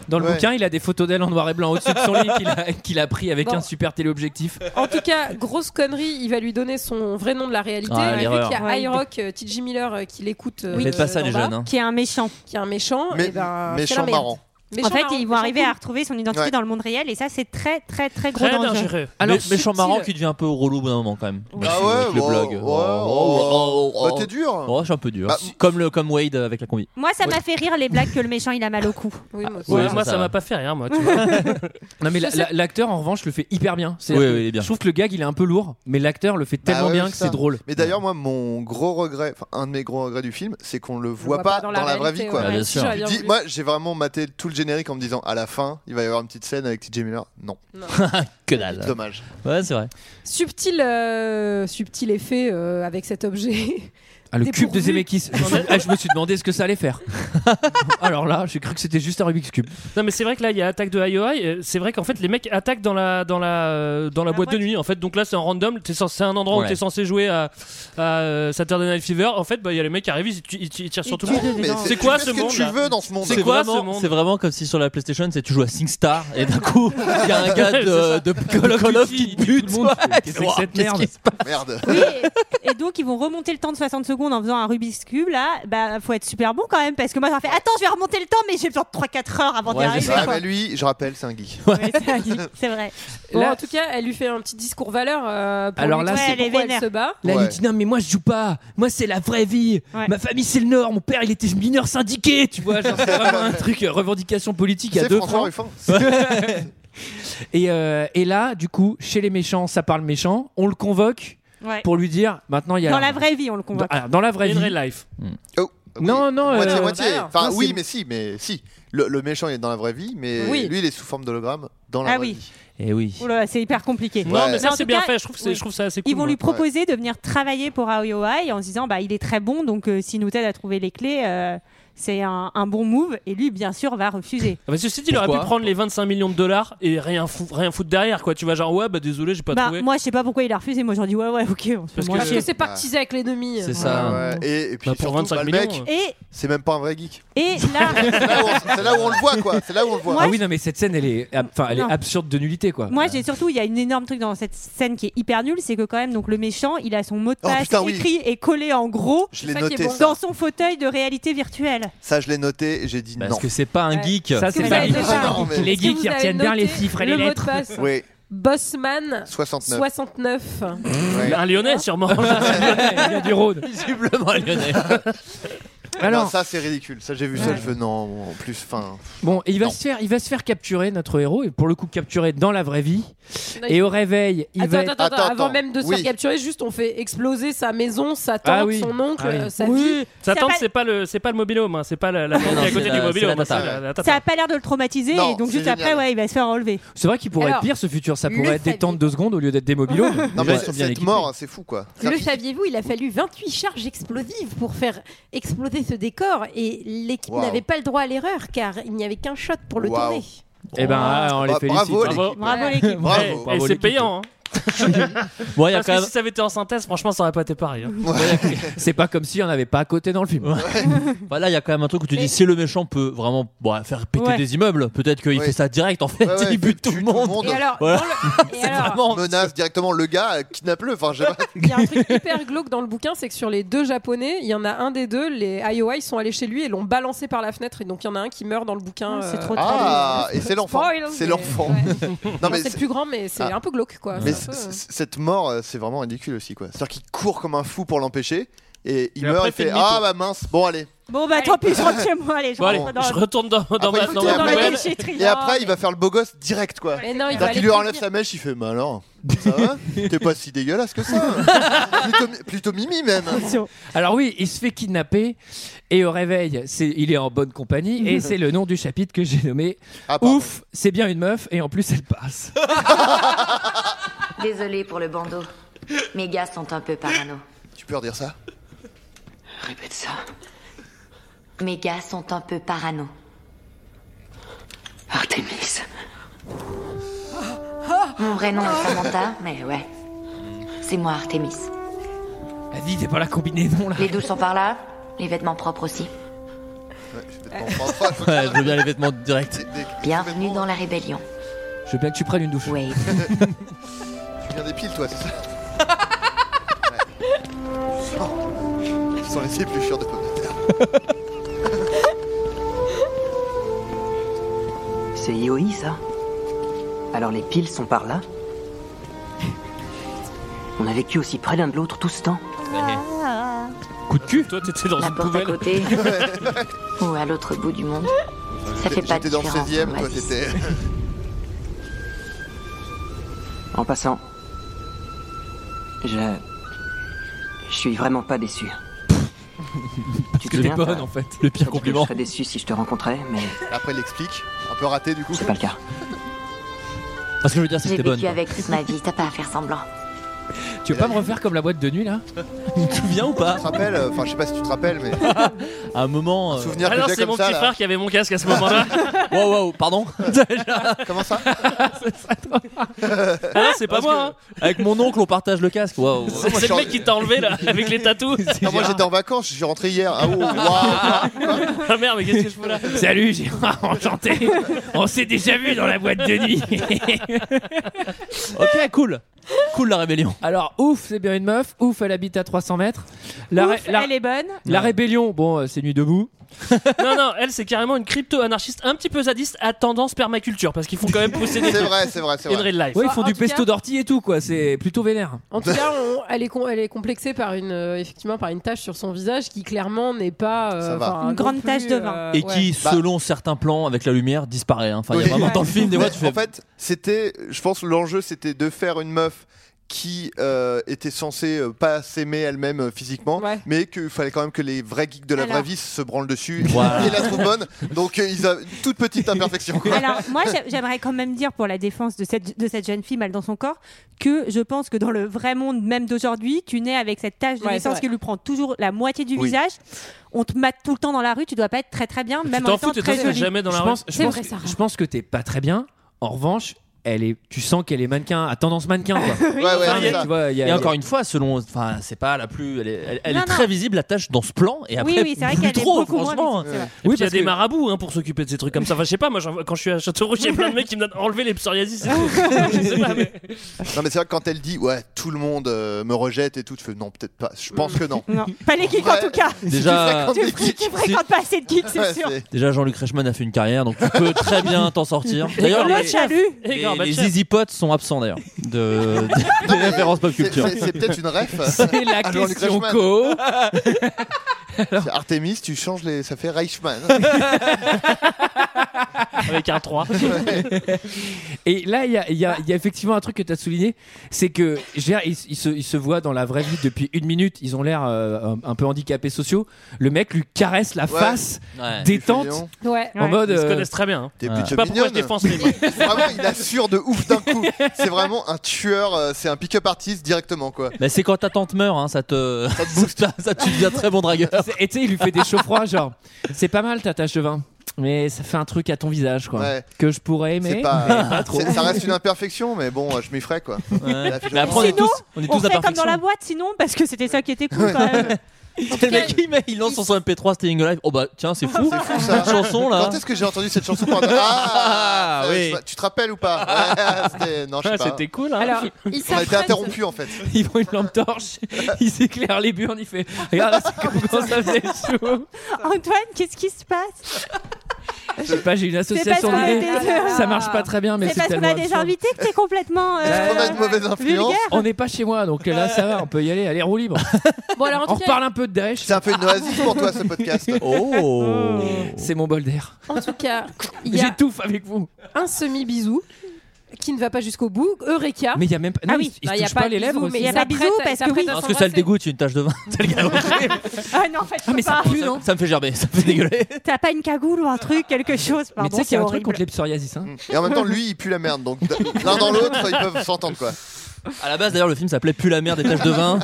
Dans le
Ouais.
bouquin, il a des photos d'elle en noir et blanc au-dessus de son lit qu'il a, qu'il a pris avec
Bon.
un super téléobjectif.
En tout cas, grosse connerie, il va lui donner son vrai nom de la réalité.
Ah,
vu
l'erreur.
qu'il y a
Ouais.
iRock, euh, TJ Miller euh, qui l'écoute. euh,
Ne faites pas ça,
d'en
les
bas,
jeunes, hein.
Qui est un méchant.
Qui est un méchant.
Mais-
et ben,
méchant
c'est la merde.
marrant.
Méchant
en fait,
marrant,
ils vont arriver
méchant
à retrouver son identité
Ouais.
dans le monde réel et ça, c'est très, très, très gros
Très
danger.
dangereux.
Alors,
Mais- méchant
subtil.
marrant qui devient un peu relou au bout d'un moment quand même.
Ah ouais,
Avec le
ouais,
blog.
ouais,
Oh, oh, oh,
ouais.
oh.
Bah, t'es dur.
Oh, je suis un peu dur.
Bah,
comme, le, comme Wade avec la combi.
Moi, ça
Ouais.
m'a fait rire les blagues que le méchant il a mal au cou.
Ouais,
moi, ça
va.
m'a pas fait rien, moi. tu vois.
Non mais la-
Je sais-
la- l'acteur en revanche le fait hyper bien. C'est-
Oui, oui, il est bien.
Je trouve que le gag il est un peu lourd, mais l'acteur le fait
Bah
tellement
ouais,
bien
c'est
que
ça.
c'est drôle.
Mais d'ailleurs, moi, mon gros regret, enfin, un de mes gros regrets du film, c'est qu'on le voit, pas, dans la, vraie
réalité,
vie, quoi.
ouais. Ah, bien sûr.
Tu
J'aurais bien
dis-
voulu.
moi, j'ai vraiment maté tout le générique en me disant à la fin, il va y avoir une petite scène avec TJ Miller. Non.
que dalle.
Dommage.
Ouais, c'est vrai.
Subtil, euh, subtil effet euh, avec cet objet.
Ah, le cube de
Dépourvu.
Zemeckis. Je, me suis- ah, je me suis demandé ce que ça allait faire. Alors là, j'ai cru que c'était juste un Rubik's cube.
Non mais c'est vrai que là il y a attaque de IOI, euh, c'est vrai qu'en fait les mecs attaquent dans la dans la euh, dans la, boîte, de nuit en fait donc là c'est en random, T'es censé- c'est un endroit où
Ouais.
t'es censé jouer à, à, euh, Saturday Night Fever en fait bah il y a les mecs qui arrivent ils, tu- ils tu- ils tirent sur tout le
tuent
monde.
des gens. Mais
C'est
c'est-
quoi
tu fais
ce
ce que
monde
tu veux dans ce monde.
C'est
C'est
quoi
vraiment-
ce monde
C'est vraiment comme si sur la PlayStation, c'est tu joues à SingStar et d'un coup, il y a un gars de, de Call of Duty qui te bute. Ouais,
Qu'est-ce que c'est que cette
qu'est-ce
merde
qui se passe
Merde.
Et donc, ils vont remonter le temps de 60 secondes en faisant un Rubik's Cube. Là, bah, faut être super bon quand même parce que moi, ça fait Attends, je vais remonter le temps, mais j'ai besoin de 3-4 heures avant d'y
Ouais,
arriver.
c'est
quoi.
ça. mais Ah, bah, lui, je rappelle, c'est un geek.
C'est vrai.
Bon,
Là-
en tout cas, elle lui fait un petit discours valeur euh, pour
Alors
lui
là,
dire
c'est-
pourquoi
Ouais, elle est
elle
vénère.
se bat.
Là, il lui dit non, mais moi je joue pas. Moi, c'est la vraie vie. Ma famille, c'est le Nord. Mon père, il était mineur syndiqué. Tu vois, genre, c'est vraiment un truc euh, revendication politique à
C'est
deux
François
francs.
Ruffin.
Ouais. et, euh, et là, du coup, chez les méchants, ça parle méchant. On le convoque
Ouais.
pour lui dire maintenant il y a
Dans la vraie vie, on le convoque.
Dans, ah, dans la vraie
In
vie.
real life.
Oh,
Non, non,
Moitié,
euh,
moitié.
bah,
Enfin,
non,
oui,
c'est-
mais si, mais si. Le, le méchant il est dans la vraie vie, mais
Oui.
lui il est sous forme d'hologramme dans la
Ah
vraie
oui.
vie.
Et Eh oui.
Oula, c'est hyper compliqué.
Non, mais ça,
en
c'est
tout
bien fait, je trouve que c'est- je trouve ça assez
Ils
cool,
vont
moi.
lui proposer de venir travailler pour AOI en se disant bah il est très bon donc euh, s'il nous t'aide à trouver les clés euh, c'est un, un bon move et lui bien sûr va refuser.
Ah bah, ceci dit, il aurait pu
Pourquoi
prendre les 25 millions de dollars et rien, fou- rien foutre derrière, quoi. Tu vas genre, ouais, bah désolé, j'ai pas
Bah,
trouvé.
moi je sais pas pourquoi il a refusé. Moi j'aurais dit ouais ouais ok. On se fait
Parce
moins
que-
Parce
chier.
que c'est pactisé avec l'ennemi.
C'est
Ah ouais. Et, et puis
Bah, pour
surtout,
25
bah, le
millions,
mec,
euh.
Et-
c'est même pas un vrai geek.
Et là,
C'est là où on le voit, quoi. C'est là où on le voit.
Ah oui, non, mais cette scène, elle est, ab- enfin, elle est
Non.
absurde de nullité, quoi.
Moi, j'ai surtout, il y a une énorme truc dans cette scène qui est hyper nulle, c'est que quand même, donc le méchant, il a son mot de
Oh,
passe
putain, oui.
écrit et collé en gros
Je l'ai Ça qui est noté, bon. ça.
dans son fauteuil de réalité virtuelle.
Ça, je l'ai noté et j'ai dit non.
Parce que c'est pas un geek.
Ça, c'est pas
Est-ce que vous avez noté le mot de passe
Oui.
Bossman
69.
69.
Un lyonnais, sûrement. il y a du Rhône.
Visiblement lyonnais.
Alors,
Alors-
ça c'est ridicule. Ça, j'ai vu ça. Je veux non. En plus, enfin.
Bon, et il va se faire, il va se faire capturer notre héros et pour le coup capturer dans la vraie vie. Et au réveil, il
Attends,
va.
attends, attends, avant même de se faire capturer, juste on fait exploser sa maison, sa tante,
Ah oui.
son oncle,
Ah oui.
euh, sa
Oui.
fille.
Ça tente, c'est pas le, c'est pas le mobilhome, hein. c'est pas la, la tente qui est à côté du mobilhome. hein, c'est la- la tata.
Ça a pas l'air de le traumatiser
Non,
et donc
c'est
juste
génial.
après, ouais, il va se faire enlever.
C'est vrai qu'il pourrait
Alors,
être pire ce futur. Ça
le
pourrait être détente deux secondes au lieu d'être des mobilos.
Non, mais
ils sont bien
cette
équipés.
mort, hein, c'est fou, quoi. Ça-
Le saviez-vous, il a fallu 28 charges explosives pour faire exploser ce décor et l'équipe
Waouh.
n'avait pas le droit à l'erreur car il n'y avait qu'un shot pour le
Waouh.
tourner.
Eh ben,
Oh,
ah,
bah,
on les
Bra-
félicite.
bravo, l'équipe.
Bravo,
l'équipe.
Bravo.
Eh,
Bravo,
et c'est
l'équipe.
payant. Hein.
Bon, il y a
Parce
quand
que
même-
si ça avait été en synthèse, franchement, ça aurait pas été pareil. hein.
C'est pas comme si on n'avait pas à côté dans le film.
Voilà, il y a quand même un truc où tu dis si le méchant peut vraiment bah, faire péter
Ouais.
des immeubles, peut-être qu'il
Oui.
fait ça direct en fait,
Ouais, ouais,
il bute tout le monde.
monde. Et alors,
Voilà.
menace directement le gars, euh, kidnappe-le. Enfin, je sais pas.
Il y a un truc hyper glauque dans le bouquin, c'est que sur les deux japonais, il y en a un des deux, les IOI ils sont allés chez lui et l'ont balancé par la fenêtre. Et donc il y en a un qui meurt dans le bouquin.
C'est
euh,
trop Ah, triste. et c'est l'enfant.
Spoil,
C'est
mais-
l'enfant.
ouais.
Non,
Non,
mais
c'est
c'est-
le plus grand, mais c'est
Ah.
un peu glauque quoi.
Mais
C'est un peu,
c-
euh,
c- cette mort, euh, c'est vraiment ridicule aussi, quoi. C'est-à-dire qu'il court comme un fou pour l'empêcher et il
Et
meurt
après,
et
il fait
fait
demi-tour.
ah bah mince, bon allez.
Bon bah tant pis, je rentre chez moi, allez, je
Bon, allez,
rentre dans
Je retourne dans, dans
Après,
ma
il
dans
fait-
ma
après,
poubelle.
chez
Et
Tristan.
après, il va faire le beau gosse direct,
euh.
quoi.
Mais non, il va
C'est-à-dire
aller
qu'il Bah, lui enlève
prévenir.
sa mèche, il fait mais alors, ça va T'es pas si dégueulasse que ça. plutôt, plutôt mimi même.
Alors oui, il se fait kidnapper et au réveil, c'est, il est en bonne compagnie et c'est le nom du chapitre que j'ai nommé
Ah, Oh.
Ouf, c'est bien une meuf et en plus elle passe.
Désolée pour le bandeau. Mes gars sont un peu parano.
Tu peux redire ça
Répète ça. Mes gars sont un peu parano. Artemis. Ah, Mon vrai nom est Samantha, mais ouais. C'est moi, Artemis.
Vas-y, t'es pas la combinaison là.
Les douches sont par là, les vêtements propres aussi.
Ouais, je veux bien les vêtements directs.
Bienvenue dans la rébellion.
Je veux bien que tu prennes une douche.
Wade.
Tu viens des piles, toi, c'est ça Ouais. Oh, Ils sont les épluchures de pommes de terre.
C'est Yoi, ça Alors les piles sont par là On a vécu aussi près l'un de l'autre tout ce temps
Coup de cul
Toi, t'étais dans
La
une
porte à
poubelle.
côté. Ou à l'autre bout du monde. Ça fait pas de
J'étais dans
différence.
le 16 e
on
toi,
m'a dit.
t'étais.
En passant, je. Je suis vraiment pas déçu. tu
que t'es
t'as-
bonne, en fait. Le pire
t'as dit que
compliment.
Je serais déçu si je te rencontrais, mais
Après, il explique. Un peu raté, du coup.
c'est pas le cas.
Parce que je veux dire, c'est que
J'ai
t'es
vécu
bonne.
avec toute ma vie, t'as pas à faire semblant.
Tu veux pas me refaire comme la boîte de nuit là
Tu te souviens ou pas
Tu te rappelles euh, Enfin, je sais pas si tu te rappelles, mais.
À un moment. euh,
souvenir
Ah
que
non,
j'ai
c'est
comme
mon
ça,
petit
là.
frère qui avait mon casque à ce moment-là.
Wow, wow, pardon
Comment ça
Ah non, c'est pas moi. hein.
Avec mon oncle, on partage le casque. Waouh.
C'est c'est le mec qui t'a enlevé là, avec les tatous.
Ah, moi, j'étais en vacances, je suis rentré hier. Ah, oh, waouh
Ah merde, mais qu'est-ce que je fais là
Salut, Gérard, enchanté. On s'est déjà vu dans la boîte de nuit.
ok, cool. Cool la rébellion.
Alors, ouf, c'est bien une meuf. Ouf, elle habite à 300 mètres. La,
Ouf,
ré- la-
elle est bonne.
la rébellion, bon, euh, c'est nuit debout.
Non, non, elle, c'est carrément une crypto-anarchiste un petit peu zadiste à tendance permaculture parce qu'ils font quand même pousser des
C'est
trucs
vrai, c'est vrai, c'est
in
vrai.
real life.
Ouais, ils font
en
du
tout
pesto
cas-
d'ortie et tout, quoi. C'est plutôt vénère.
En tout cas, on- elle, est com- elle est complexée par une, euh, effectivement, par une tache sur son visage qui clairement n'est pas euh,
Ça va.
enfin,
Une
non
grande
plus,
tache de vin.
euh,
Et
ouais.
qui,
Bah.
selon certains plans, avec la lumière, disparaît. hein. Enfin, il y a
Oui.
vraiment dans le film des fois, tu fais.
En fait, c'était, je pense, l'enjeu, c'était de faire une meuf qui euh, étaient censées euh, pas s'aimer elles-mêmes euh, physiquement, mais qu'il fallait quand même que les vrais geeks de la vraie
Alors.
vie se branlent dessus
Voilà.
et la trouvent bonne. Donc euh, ils ont une toute petite imperfection. quoi.
Alors, moi, j'a- j'aimerais quand même dire pour la défense de cette, de cette jeune fille mal dans son corps que je pense que dans le vrai monde, même d'aujourd'hui, tu nais avec cette tache de
Ouais, c'est
naissance
vrai.
qui lui prend toujours la moitié du
Oui.
visage. On te mate tout le temps dans la rue, tu dois pas être très très bien, même en étant très jolie.
je pense, je, pense,
Sarah.
je pense que t'es pas très bien. En revanche, elle est, tu sens qu'elle est mannequin, à tendance mannequin. Quoi.
Ouais, ouais,
Enfin,
c'est
il y a-
ça.
tu vois, il y a-
Et encore une fois, selon, enfin, c'est pas la plus, elle est, elle- elle
Non,
est
non.
très visible la tâche dans ce plan. Et après,
Oui, oui, c'est vrai
plus
qu'elle est
trop,
beaucoup moins
franchement.
visible, c'est vrai.
Et puis, il y a
parce
des
que-
marabouts hein, pour s'occuper de ces trucs comme ça. Enfin, je sais pas, moi, j'en- quand je suis à Châteauroux, il y a plein de mecs qui me donnent enlever les psoriasis. et tout. Je sais pas, mais-
Non mais c'est vrai que quand elle dit ouais tout le monde euh, me rejette et tout, tu fais non peut-être pas. Je pense que non.
Non, pas les geeks en tout cas.
Déjà-
tu, fréquentes- tu fréquentes pas assez de geeks, c'est
Ouais,
sûr.
c'est- Déjà, Jean-Luc Reichmann a fait une carrière, donc tu peux très bien t'en sortir.
Et
D'ailleurs,
Gorbatchev.
les,
Salut.
les-
Et Gorbatchev.
les Easy Pots sont absents d'ailleurs de, de- des références pop culture.
C'est- c'est- c'est peut-être une ref.
C'est la
Alors, les
question
Reichmann.
co.
C'est Artemis, tu changes les, ça fait Reichmann.
Avec un 3.
Et là, il y a, il y a- il y a effectivement un truc que tu as souligné, c'est que j'ai- ils, ils se, ils se voient dans la vraie vie depuis une minute, ils ont l'air euh, un, un peu handicapés sociaux. Le mec lui caresse la
Ouais.
face,
Ouais.
détente,
Il fait mignon.
en mode.
Ils se
euh,
connaissent très bien. hein.
T'es
Je
plutôt
sais pas pourquoi je
mignonne.
défends ce livre.
vraiment, il assure de ouf d'un coup. C'est vraiment un tueur, euh, c'est un pick-up artist directement quoi.
Mais c'est quand ta tante meurt, hein, ça te, ça te booste, ça tu deviens très bon dragueur.
Et tu sais, il lui fait des chauds froids, genre, c'est pas mal ta tache de vin, mais ça fait un truc à ton visage, quoi.
Ouais.
Que je pourrais aimer,
C'est
Ah,
mais pas trop.
c'est- ça reste une imperfection, mais bon, euh, je m'y ferai quoi. Là, je-
Mais après, on est tous, on est tous
fait comme
imperfections.
dans la boîte, sinon, parce que c'était ça qui était cool quand même.
Le mec, il, met- il lance son MP3 Staying Alive. Oh bah tiens, c'est fou.
ça.
Cette chanson là.
Quand est-ce que j'ai entendu cette chanson pour- Ah,
Ah,
euh,
oui.
je- Tu te rappelles ou pas Ouais, c'était- Non, je sais
Ouais,
pas.
c'était cool,
hein. Alors, ils
on a été
s'apprennent-
interrompus en fait.
Ils prend une lampe torche, il s'éclaire les burnes, il fait Regarde, là, c'est comment ça faisait chaud.
Antoine, qu'est-ce qui se passe
Je sais pas, j'ai une
C'est parce
association
qu'on a
d'idées.
des-
Ça marche pas très bien, mais
C'est
c'est
parce qu'on
tellement.
a des
absurde.
invités que t'es complètement. euh, vulgaire.
On n'est pas chez moi, donc là ça va, on peut y aller. Allez, roue libre.
Bon, alors, en tout
on
cas-
reparle un peu de Daesh. C'est
un peu une oasis pour toi ce podcast.
Oh
C'est mon bol d'air.
En tout cas, il y a
J'étouffe avec vous.
un semi-bisou qui ne va pas jusqu'au bout. Eureka.
Mais il y a même pas- non, ils- ils se
Ah. Bah, il y a
touchent pas
de
les lèvres
bisou, Mais
aussi.
il y a pas de bisou parce que oui.
Parce que ça le dégoûte, une tache de vin.
Ah non, en fait, je peux pas.
ça, ça me fait gerber, ça me fait dégueuler.
T'as pas une cagoule ou un truc, quelque chose
Mais tu sais
Pardon,
qu'il y
c'est
a un truc
horrible.
contre les psoriasis. hein.
Et en même temps, lui, il pue la merde, donc d- l'un dans l'autre, ils peuvent s'entendre quoi.
À la base, d'ailleurs, le film s'appelait Plus la merde des taches de vin.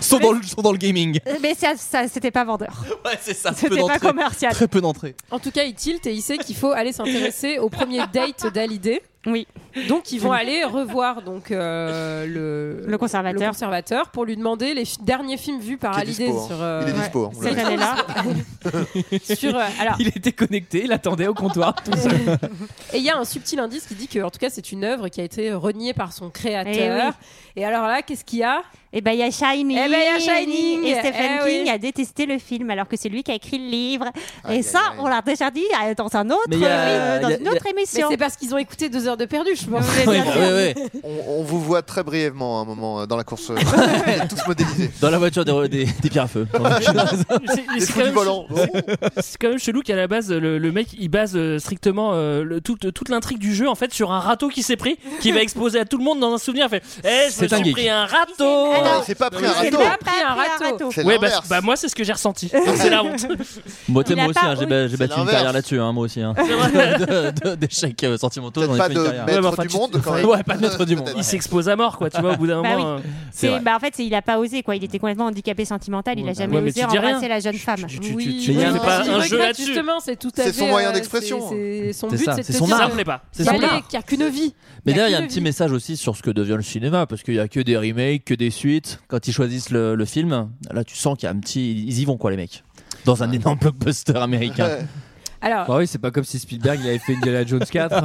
sont, dans le, sont dans le gaming.
Mais ça, ça- c'était pas vendeur.
Ouais, c'est ça. peu
C'était pas
d'entrée.
commercial.
Très peu d'entrée.
En tout cas, il tilt et il sait qu'il faut aller s'intéresser au premier date d'Alidé.
Oui.
Donc ils vont aller revoir donc euh, le, le
conservateur
conservateur pour lui demander les fi- derniers films vus par
Qui est
Hallyday
dispo, hein.
sur euh,
Il est dispo, hein, vous
cette
l'avez.
année-là. Sur, euh, alors-
Il était connecté, il attendait au comptoir tout seul.
Et il y a un subtil indice qui dit que en tout cas c'est une œuvre qui a été reniée par son
Eh
créateur. Et, alors là, qu'est-ce qu'il y a
Eh ben il y a Shining.
Eh ben il y a Shining.
Et Stephen
Eh oui.
King a détesté le film alors que c'est lui qui a écrit le livre. et ça, on l'a déjà dit euh, dans un autre,
Mais il y a-
euh, dans
il y a-
une autre
il y a-
émission.
Mais c'est parce qu'ils ont écouté deux heures de perdu, je pense.
On, on vous voit très brièvement à un moment euh, dans la course. euh, Vous êtes tous modélisés.
Dans la voiture des, des, des pierres à feu.
C'est-
Des
c'est
fous du
quand même-
volant.
C'est quand même chelou qu'à la base, le, le mec il base euh, strictement euh, le- toute, toute l'intrigue du jeu en fait sur un râteau qui s'est pris, qui va exploser à tout le monde dans un souvenir. Il fait Eh, je me
C'est un
suis
geek.
pris un râteau
Ah Non, il s'est pas pris un
Il s'est
râteau.
pas
pris un râteau.
C'est
Ouais, bah,
l'inverse.
bah, moi c'est ce que j'ai ressenti. C'est la honte.
Moi, tu sais,
Il a
moi aussi,
pas
hein, j'ai
honte.
ba- j'ai
C'est
battu une
l'inverse.
carrière là-dessus, hein, moi aussi. Hein.
vrai.
De- de- D'échecs euh, sentimentaux, j'en ai
pas
fait une
de
carrière.
maître Ouais, bah, enfin, du tu- monde, quand même.
Ouais, pas de maître du monde.
Il s'expose à mort quoi, tu vois, au bout d'un
Bah oui.
moment. euh,
C'est- bah, en fait, c'est- il a pas osé quoi. Il était complètement handicapé sentimental. Il a jamais
ouais, mais
osé
tu dis rien.
embrasser la jeune femme.
tu- tu- c'est pas un jeu là-dessus.
Justement, c'est tout à
C'est
fait.
son moyen
euh,
d'expression.
c'est- c'est- Son
C'est
but,
ça,
c'est de
c'est
te
son
dire,
art.
euh,
Ça me plaît pas.
y
C'est son
aller,
art.
qu'il n'y a qu'une vie.
Mais
qu'il
d'ailleurs, il y a
qu'une
un petit
vie.
message aussi sur ce que devient le cinéma, parce qu'il y a que des remakes, que des suites. Quand ils choisissent le, le film, là, tu sens qu'il y a un petit. Ils y vont, quoi, les mecs. Dans un énorme blockbuster américain.
Alors,
Bah oui, c'est pas comme si Spielberg il avait fait Indiana Jones 4.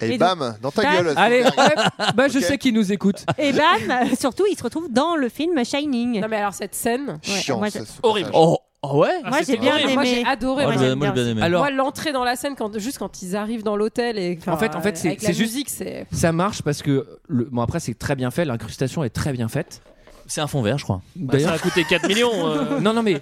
Et bam, dans ta gueule.
Allez,
Spielberg.
hop, bah je sais qu'il nous écoute.
Et bam, surtout, il se retrouve dans le film Shining.
Non mais alors cette scène,
Chiant,
moi,
ça,
je-
ce
Horrible.
Oh, oh ouais
Moi, j'ai bien aimé.
Moi j'ai adoré.
Oh,
moi,
j'ai-
j'aime
moi, j'ai bien aimé.
Alors,
Alors-
moi l'entrée dans la scène, quand, juste quand ils arrivent dans l'hôtel et enfin,
En fait, en fait,
euh,
c'est
avec la
c'est juste.
musique, c'est
Ça marche parce que le... bon après c'est très bien fait, l'incrustation est très bien faite.
C'est un fond vert, je crois.
bah, ça a coûté 4 millions. euh.
Non, non, mais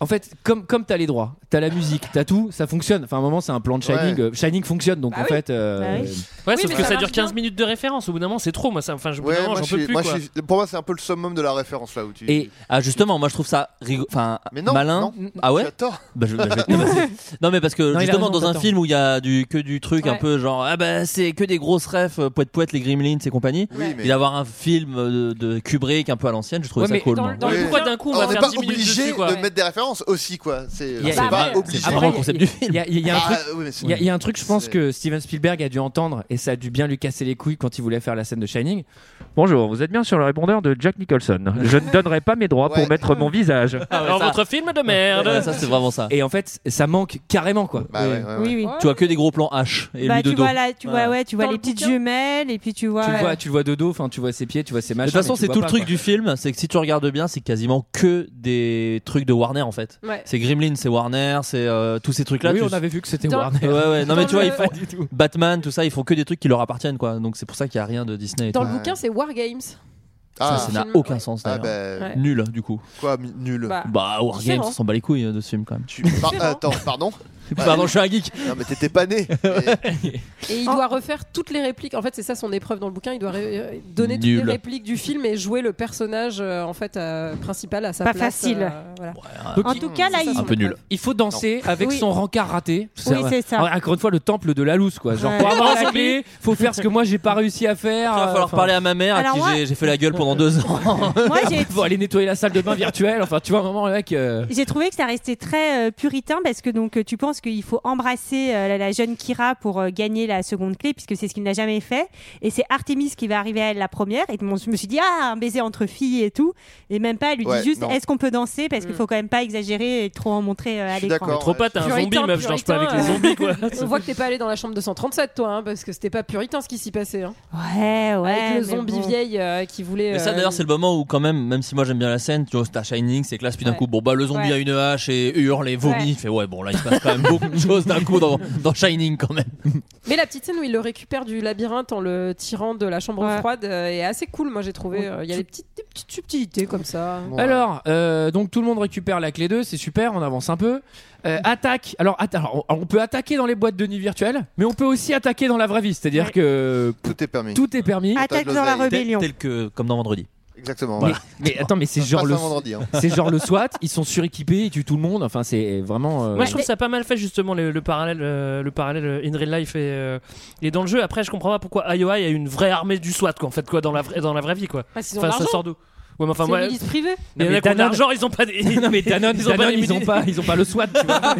En fait, comme, comme t'as les droits, t'as la musique, t'as tout, ça fonctionne. Enfin, à un moment, c'est un plan de Shining.
Ouais.
euh, Shining fonctionne, donc
Bah
en
oui.
fait. euh,
Ouais, sauf que ça, dure 15 minutes de référence. Au bout d'un moment, c'est trop. Moi, ça, enfin, je- au bout
Ouais,
d'un moment,
moi,
j'en
je
peux
suis-
plus.
moi,
quoi.
je suis- pour moi, c'est un peu le summum de la référence là où tu.
Et ah justement, moi je trouve ça rigolo, enfin
non,
malin.
non,
ah ouais.
tu as tort.
Bah, je- bah, je vais te dépasser. non mais parce que
Non, il a
justement
raison,
dans
t'as
un
tort.
film où il y a du que du truc un
Ouais.
peu genre ah bah c'est que des grosses refs euh, poète poète les Gremlins et compagnie.
Oui, mais-
Et d'avoir un film de, de Kubrick un peu à l'ancienne, je trouve
Ouais,
ça
mais
cool.
dans-
moi.
dans le- Pourquoi d'un coup, on va
n'est
faire
pas
10 minutes
obligé
dessus, quoi.
de
Ouais.
mettre des références aussi quoi. C'est
Il y a-
c'est pas obligé.
c'est vraiment le concept du film.
Il y a- il y a un
Ah,
truc-
oui, mais c'est-
il y a- il y a un truc, je pense que Steven Spielberg a dû entendre et ça a dû bien lui casser les couilles quand il voulait faire la scène de Shining. Bonjour, vous êtes bien sur le répondeur de Jack Nicholson. Je ne donnerai pas mes droits pour mettre mon visage.
Alors, votre film de merde.
Ouais, ça c'est vraiment ça.
Et en fait, ça manque carrément quoi.
Bah,
Bah
ouais. Oui, oui.
Tu vois que des gros plans H et
Bah,
lui de
tu
dos.
vois là, tu vois, ouais, tu vois
Dans
les
le
petites jumelles et puis tu vois. euh,
Tu le vois, tu le vois de dos, enfin tu vois ses pieds, tu vois ses
De
machins.
toute façon,
mais tu
c'est
vois
tout le
pas,
truc
quoi.
du film, c'est que si tu regardes bien, c'est quasiment que des trucs de Warner en fait.
Ouais.
C'est Gremlin, c'est Warner, c'est euh, tous ces trucs-là.
Oui,
tu-
on avait vu que c'était
Dans-
Warner.
Ouais, ouais. Non, mais
Dans
tu vois,
le-
ils font Batman, tout ça, ils font que des trucs qui leur appartiennent quoi. Donc c'est pour ça qu'il y a rien de Disney. et
Dans
tout.
le bouquin, c'est War Games.
Ça,
Ah.
ça n'a
Film,
aucun sens
Ah,
d'ailleurs.
bah, Ouais.
Nul du coup.
Quoi, mi- nul
Bah,
Bah, Wargames,
différent.
on s'en bat les couilles euh, de ce film quand même. Bah,
Par- Attends, pardon.
Pardon, je suis un geek.
Non mais t'étais pas né.
Et
Oh.
il doit refaire toutes les répliques. En fait, c'est ça son épreuve dans le bouquin. Il doit ré- euh, donner
Nul.
toutes les répliques du film et jouer le personnage euh, en fait euh, principal à sa
Pas
place.
facile.
euh, voilà.
Donc,
en
il-
tout cas, là, il...
Il faut danser avec
Oui.
son rancard raté.
Oui, c'est ça.
Alors, Encore une fois, le temple de la loose, quoi. Genre,
Ouais.
pour avoir la
Danser.
clé, faut faire ce que moi j'ai pas réussi à faire. euh,
Il va falloir parler à ma mère à
ah, Alors
qui
moi-
j'ai- j'ai fait la gueule pendant deux ans.
Moi, j'ai-
Faut aller nettoyer la salle de bain virtuelle. Enfin, tu vois, un moment, le mec. euh,
J'ai trouvé que ça restait très euh, puritain parce que donc euh, tu penses qu'il faut embrasser euh, la, la jeune Kira pour euh, gagner la seconde clé puisque c'est ce qu'il n'a jamais fait et c'est Artemis qui va arriver à elle la première et mon- je me suis dit ah un baiser entre filles et tout et même pas elle lui
Ouais,
dit juste
non.
est-ce qu'on peut danser parce
Mm.
qu'il faut quand même pas exagérer et trop en montrer euh, à l'écran.
Mais trop pas, t'es un
Puritain,
zombie, meuf, je danse pas avec
puritain,
les
euh,
zombies, quoi.
On voit que t'es pas allé dans la chambre 237 toi, hein, parce que c'était pas puritain ce qui s'y passait. hein.
Ouais, ouais.
Avec le
mais
zombie
bon.
vieille euh, qui voulait.
Mais ça
euh,
d'ailleurs c'est le moment où quand même, même si moi j'aime bien la scène, tu vois, t'as Shining, c'est que là puis d'un
Ouais.
coup, bon bah le zombie
Ouais.
a une hache et hurle et vomit,
Ouais.
il fait ouais bon là il se passe quand même beaucoup de choses d'un coup dans, dans Shining quand même.
Mais la petite scène où il le récupère du labyrinthe en le tirant de la chambre froide euh, est assez cool, moi j'ai trouvé. euh, Il y a des petites, des petites subtilités comme ça.
Alors, euh, donc tout le monde récupère la clé 2, c'est super, on avance un peu. Euh, attaque. Alors, atta- alors, on on peut attaquer dans les boîtes de nuit virtuelles, mais on peut aussi attaquer dans la vraie vie, c'est-à-dire que
tout est permis.
Tout est permis.
Attaque dans la rébellion.
Tel, tel que comme dans Vendredi.
Exactement.
Mais, mais attends, mais c'est
Ça se
genre
passe
le
un vendredi, hein.
c'est genre le SWAT, ils sont suréquipés, ils tuent tout le monde. Enfin, c'est vraiment. euh,
Moi, je trouve ça pas mal fait justement le, le parallèle, euh, le parallèle euh, in real life et, euh, et dans le jeu. Après, je comprends pas pourquoi IOI a une vraie armée du SWAT, quoi, en fait, quoi, dans la vraie, dans la vraie vie, quoi.
Parce qu'ils ont de
ça
l'argent.
sort d'où Ouais, mais enfin,
C'est
moi,
une milice privée.
Mais il y en
Non,
a
mais
qui ont de
Danone-
l'argent, ils ont pas. des-
Non, mais Danone,
ils ont pas
Danone,
des
ils ont
mini-
pas, ils ont pas le SWAT. Tu vois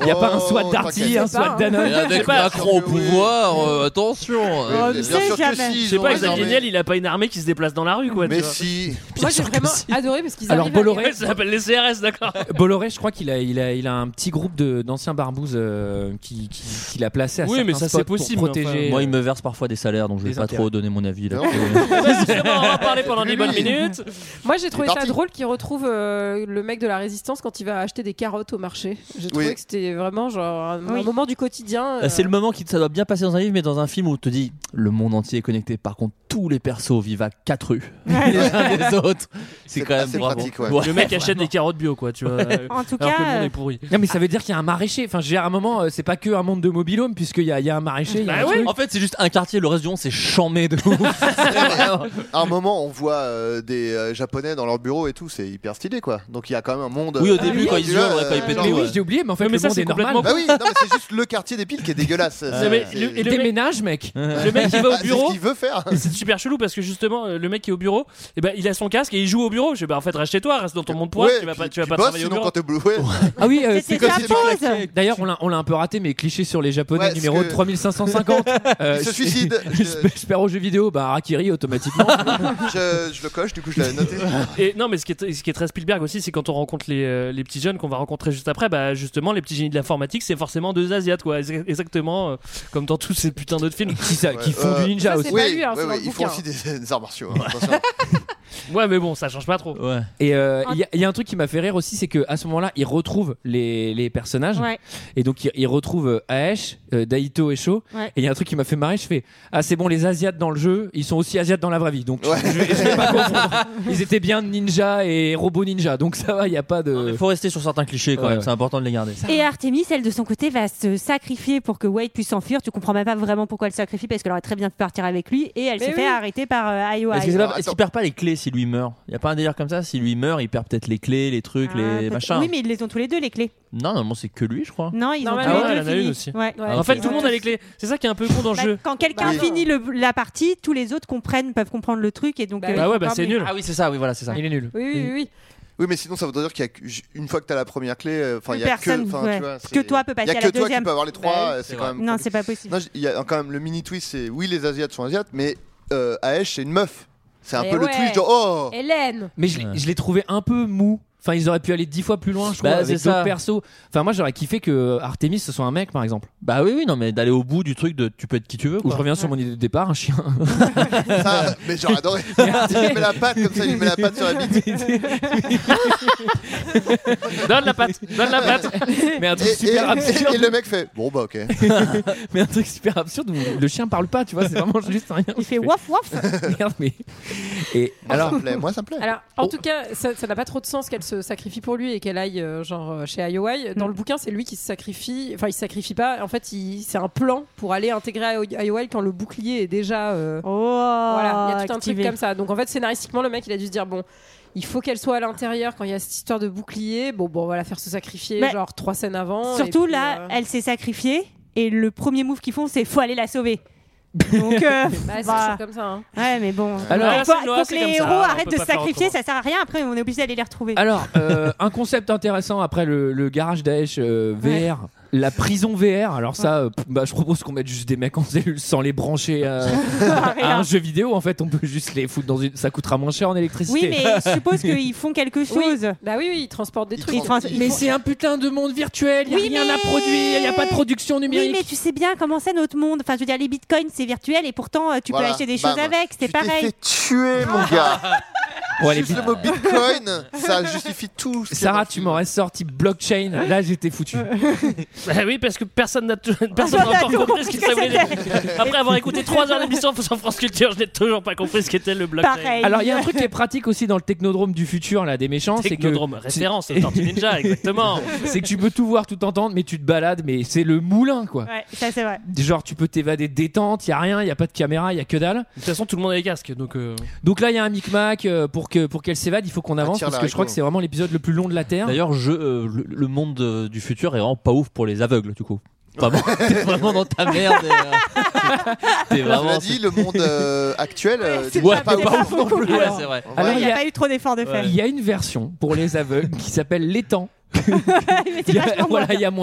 Il y a
Oh,
pas un SWAT d'arty,
hein.
un SWAT Danone.
Et avec Macron au pouvoir, euh, attention.
Oh, mais
sûr que
Je
si, ils
sais
ont
pas,
une
Isaac
armée.
Génial, il a pas une armée qui se déplace dans la rue, quoi.
Mais
si.
Moi j'ai vraiment adoré parce qu'ils
Alors,
arrivent à-
Bolloré-
ça s'appelle les CRS, d'accord.
Bolloré, je crois qu'il a, il a, il a un petit groupe de- d'anciens barbouzes euh, qui, qui, qui l'a placé à
Oui, mais
certains
ça,
spots
c'est possible,
pour protéger.
enfin.
Moi, il me verse parfois des salaires, donc je vais
Des
pas
intérêts.
trop donner mon avis là.
Justement, on va en parler pendant 10 bonnes minutes.
Moi j'ai trouvé
Il
ça
est parti.
drôle qu'il retrouve euh, le mec de la résistance quand il va acheter des carottes au marché. J'ai trouvé
Oui.
que c'était vraiment genre un, un moment du quotidien.
Ah,
euh,
Euh, C'est le moment qui ça doit bien passer dans un livre, mais dans un film où on te dit le monde entier est connecté. Par contre, tous les persos vivent à quatre rues les uns des autres. C'est quand même bravo.
Le mec achète des carottes bio, quoi, tu vois.
En tout
alors
cas,
que le monde
euh,
est pourri.
Non, mais ça veut dire qu'il y a un maraîcher. Enfin, je veux dire, à un moment, euh, c'est pas que un monde de mobilhome, puisqu'il y a, il y a un maraîcher. il y a
Bah
un
Oh,
truc.
En fait, c'est juste un quartier, le reste du monde c'est chamé de ouf.
À un moment, on voit euh, des euh, japonais dans leur bureau et tout, c'est hyper stylé quoi. Donc il y a quand même un monde.
Oui, au
euh,
début, quand ils
tu vois,
hurlent, ouais, quand ils
euh,
pètent
genre-
tout, ouais. Mais oui, j'ai
oublié, mais en fait, le monde est normal.
Bah oui, non, mais c'est juste le quartier des piles qui est dégueulasse.
Non, mais le- et le mec-
Déménage, mec.
Le mec il va
Ah,
au bureau.
C'est ce qu'il veut faire.
Et C'est super chelou parce que justement euh, le mec qui est au bureau, et ben il a son casque et il joue au bureau. Je dis bah en fait reste chez toi, reste dans ton monde pour
Ouais,
tu vas pas tu vas
tu
pas
bosses,
travailler au
sinon
bureau.
quand t'es bleu. ouais.
Ah oui, euh, c'est
C'était
comme
ta
si-
pause.
D'ailleurs, on l'a- on l'a un peu raté, mais cliché sur les japonais
Ouais,
numéro
parce que-
3550.
Ils se
Euh, je-
suicident.
J'espère aux jeux vidéo, bah Harakiri automatiquement.
je, je le coche, du coup je l'avais noté.
Et non mais ce qui est, ce qui est très Spielberg aussi c'est quand on rencontre les, euh, les petits jeunes qu'on va rencontrer juste après, bah justement les petits génies de l'informatique c'est forcément deux asiates quoi, Ex- exactement euh, comme dans tous ces putains d'autres films
qui, font du ninja
Ça,
aussi.
c'est pas lui, hein, c'est dans le
bouquin.
Ils font aussi des, des arts martiaux. hein, attention.
Ouais, mais bon, ça change pas trop.
Ouais.
Et euh, il y, a- il y a un truc qui m'a fait rire aussi, c'est que à ce moment-là, ils retrouvent les, les personnages.
Ouais.
Et donc, ils, ils retrouvent euh, Aesh, euh, Daito et Sho.
Ouais.
Et il y a un truc qui m'a fait marrer, je fais Ah, c'est bon, les Asiates dans le jeu, ils sont aussi Asiates dans la vraie vie. Donc, je, vais, je vais pas confondre. Ils étaient bien ninja et robot ninja. Donc, ça va, il n'y a pas de. Il
faut rester sur certains clichés quand même, c'est important de les garder.
Et Artemis, elle de son côté, va se sacrifier pour que Wade puisse s'enfuir. Tu comprends même pas vraiment pourquoi elle se sacrifie parce qu'elle aurait très bien pu partir avec lui et elle
Mais
s'est
oui.
fait arrêter par euh, IOI.
Est-ce que c'est pas- est-ce qu'il perd pas les clés si lui meurt Il y a pas un délire comme ça Si lui meurt, il perd peut-être les clés, les trucs, les
Peut-
machins.
Ah, Oui, mais ils les ont tous les deux les clés.
Non, normalement c'est que lui, je crois.
Non, ils ont
Ah
tous les
ouais,
deux
il y en a
fini.
une aussi.
Ouais.
Ah, En fait, tout le monde a les clés. C'est ça qui est un peu con dans le
Bah,
jeu.
Quand quelqu'un
Bah,
finit le- la partie, tous les autres comprennent, peuvent comprendre le truc et donc. euh,
Bah
Bah
ils partent bien.
Ah oui, c'est ça, oui, voilà, c'est ça.
Il est nul.
Oui, oui, oui.
Oui, mais sinon, ça voudrait dire qu'il y a que- j- une fois que t'as la première clé, euh, enfin,
Plus
il y a
personne,
que, enfin,
ouais.
tu vois,
Que
c'est-
toi peut passer
Il
à
y a
la
que toi
deuxième.
qui peux avoir les trois.
Bah oui,
euh,
c'est
c'est
vrai.
quand même.
Non, c'est pas possible.
Non, j- Il y a quand même le mini twist, c'est oui, les Asiates sont Asiates, mais euh, Aesh, c'est une meuf. C'est un
Mais
peu le
ouais.
twist, genre oh.
Hélène
Mais je, l'ai- je l'ai trouvé un peu mou. Enfin, ils auraient pu aller dix fois plus loin, je
Bah,
crois, avec
c'est ça.
d'autres persos. Enfin, moi, j'aurais kiffé que euh, Artemis ce soit un mec, par exemple.
Bah oui, oui, non, mais d'aller au bout du truc de tu peux être qui tu veux.
Ou je reviens sur mon idée de départ, un chien.
Ça, mais j'aurais adoré. il lui met la patte comme ça, il lui met la patte sur la bite.
Donne la patte, donne la patte.
Mais un truc
Et, et-
super absurde.
et le mec fait bon bah ok.
mais un truc super absurde où le chien parle pas, tu vois, c'est vraiment juste rien.
Il fait waf waf.
Merde, mais. Et
Moi,
alors.
ça me plaît. Moi ça me plaît.
Alors,
Oh.
en tout cas, ça ça n'a pas trop de sens qu'elle se sacrifie pour lui et qu'elle aille euh, genre euh, chez IOI.
Mm.
Dans le bouquin, c'est lui qui se sacrifie. Enfin, il se sacrifie pas. En fait, il- c'est un plan pour aller intégrer IOI quand le bouclier est déjà. euh,
Oh,
voilà, il y a tout un
Ah, activé.
truc comme ça. Donc, en fait, scénaristiquement, le mec, il a dû se dire bon. Il faut qu'elle soit à l'intérieur quand il y a cette histoire de bouclier. Bon, bon, on va la faire se sacrifier,
Mais-
genre trois scènes avant. et
Surtout
puis,
là,
euh,
elle s'est sacrifiée et le premier move qu'ils font, c'est faut aller la sauver. Donc, euh,
bah, c'est
bah,
toujours comme ça. hein.
ouais, mais bon.
Alors-
il faut,
Ah, c'est Noah,
faut que
c'est
les
comme
héros
ça, on
arrêtent
peut
de se
pas faire
sacrifier, ça sert à rien. Après, on est obligé d'aller les retrouver.
Alors, euh, un concept intéressant après le, le garage Daesh euh, VR.
Ouais.
La prison VR, alors ça, euh, pff, bah, je propose qu'on mette juste des mecs en cellule sans les brancher euh, à un jeu vidéo. En fait, on peut juste les foutre dans une. Ça coûtera moins cher en électricité.
Oui, mais je suppose qu'ils font quelque chose.
Bah oui, oui, ils transportent des trucs.
Ils trans- ils
Mais
font-
c'est un putain de monde virtuel, il
Oui,
n'y a rien à
mais-
produire, il n'y a pas de production
Oui,
numérique.
mais tu sais bien comment c'est notre monde. Enfin, je veux dire, les bitcoins, c'est virtuel et pourtant, euh, tu
Voilà,
peux acheter des
bam.
Bah,
choses avec. C'est
Tu t'es
pareil.
fait tuer mon gars.
Bon, allez,
Juste le mot Bitcoin, ça justifie tout. ce qu'il y a
Sarah, tu m'aurais sorti blockchain, là j'étais foutu.
Bah oui, parce que personne n'a
Ah
tou- personne
n'a
n'a
bah,
encore
tout
compris ce que ça voulait dire. Après avoir écouté 3 heures d'émission sur France Culture, je n'ai toujours pas compris ce qu'était le blockchain.
Pareil.
Alors il y a un truc qui est pratique aussi dans le technodrome du futur là des méchants, c'est que
Technodrome, référence au Tortue Ninja, exactement.
c'est que tu peux tout voir, tout entendre, mais tu te balades, mais c'est le moulin quoi.
Ouais, ça c'est vrai.
Genre tu peux t'évader détente, il y a rien, il y a pas de caméra, il y a que dalle.
De toute façon, tout le monde a les casques, donc. euh,
Donc là il y a un micmac euh, pour que pour qu'elle s'évade, il faut
Ah,
qu'on avance
tire
parce
la
que je crois que
haricot.
c'est vraiment l'épisode le plus long de la Terre.
D'ailleurs, je, euh, le, le monde euh, du futur est vraiment pas ouf pour les aveugles, du coup. Enfin bon, t'es vraiment dans ta merde. et, euh, t'es
On
vraiment.
l'a dit, le monde euh, actuel, euh,
c'est
déjà
pas-
pas,
c'est
ouf
pas
non
beaucoup.
plus.
Ouais, c'est vrai.
En vrai,
Alors
Il
il
n'y
y,
a
a,
pas eu trop d'efforts de faire.
il y a une version pour les aveugles qui s'appelle l'étang.
Mais c'est
Il y
vachement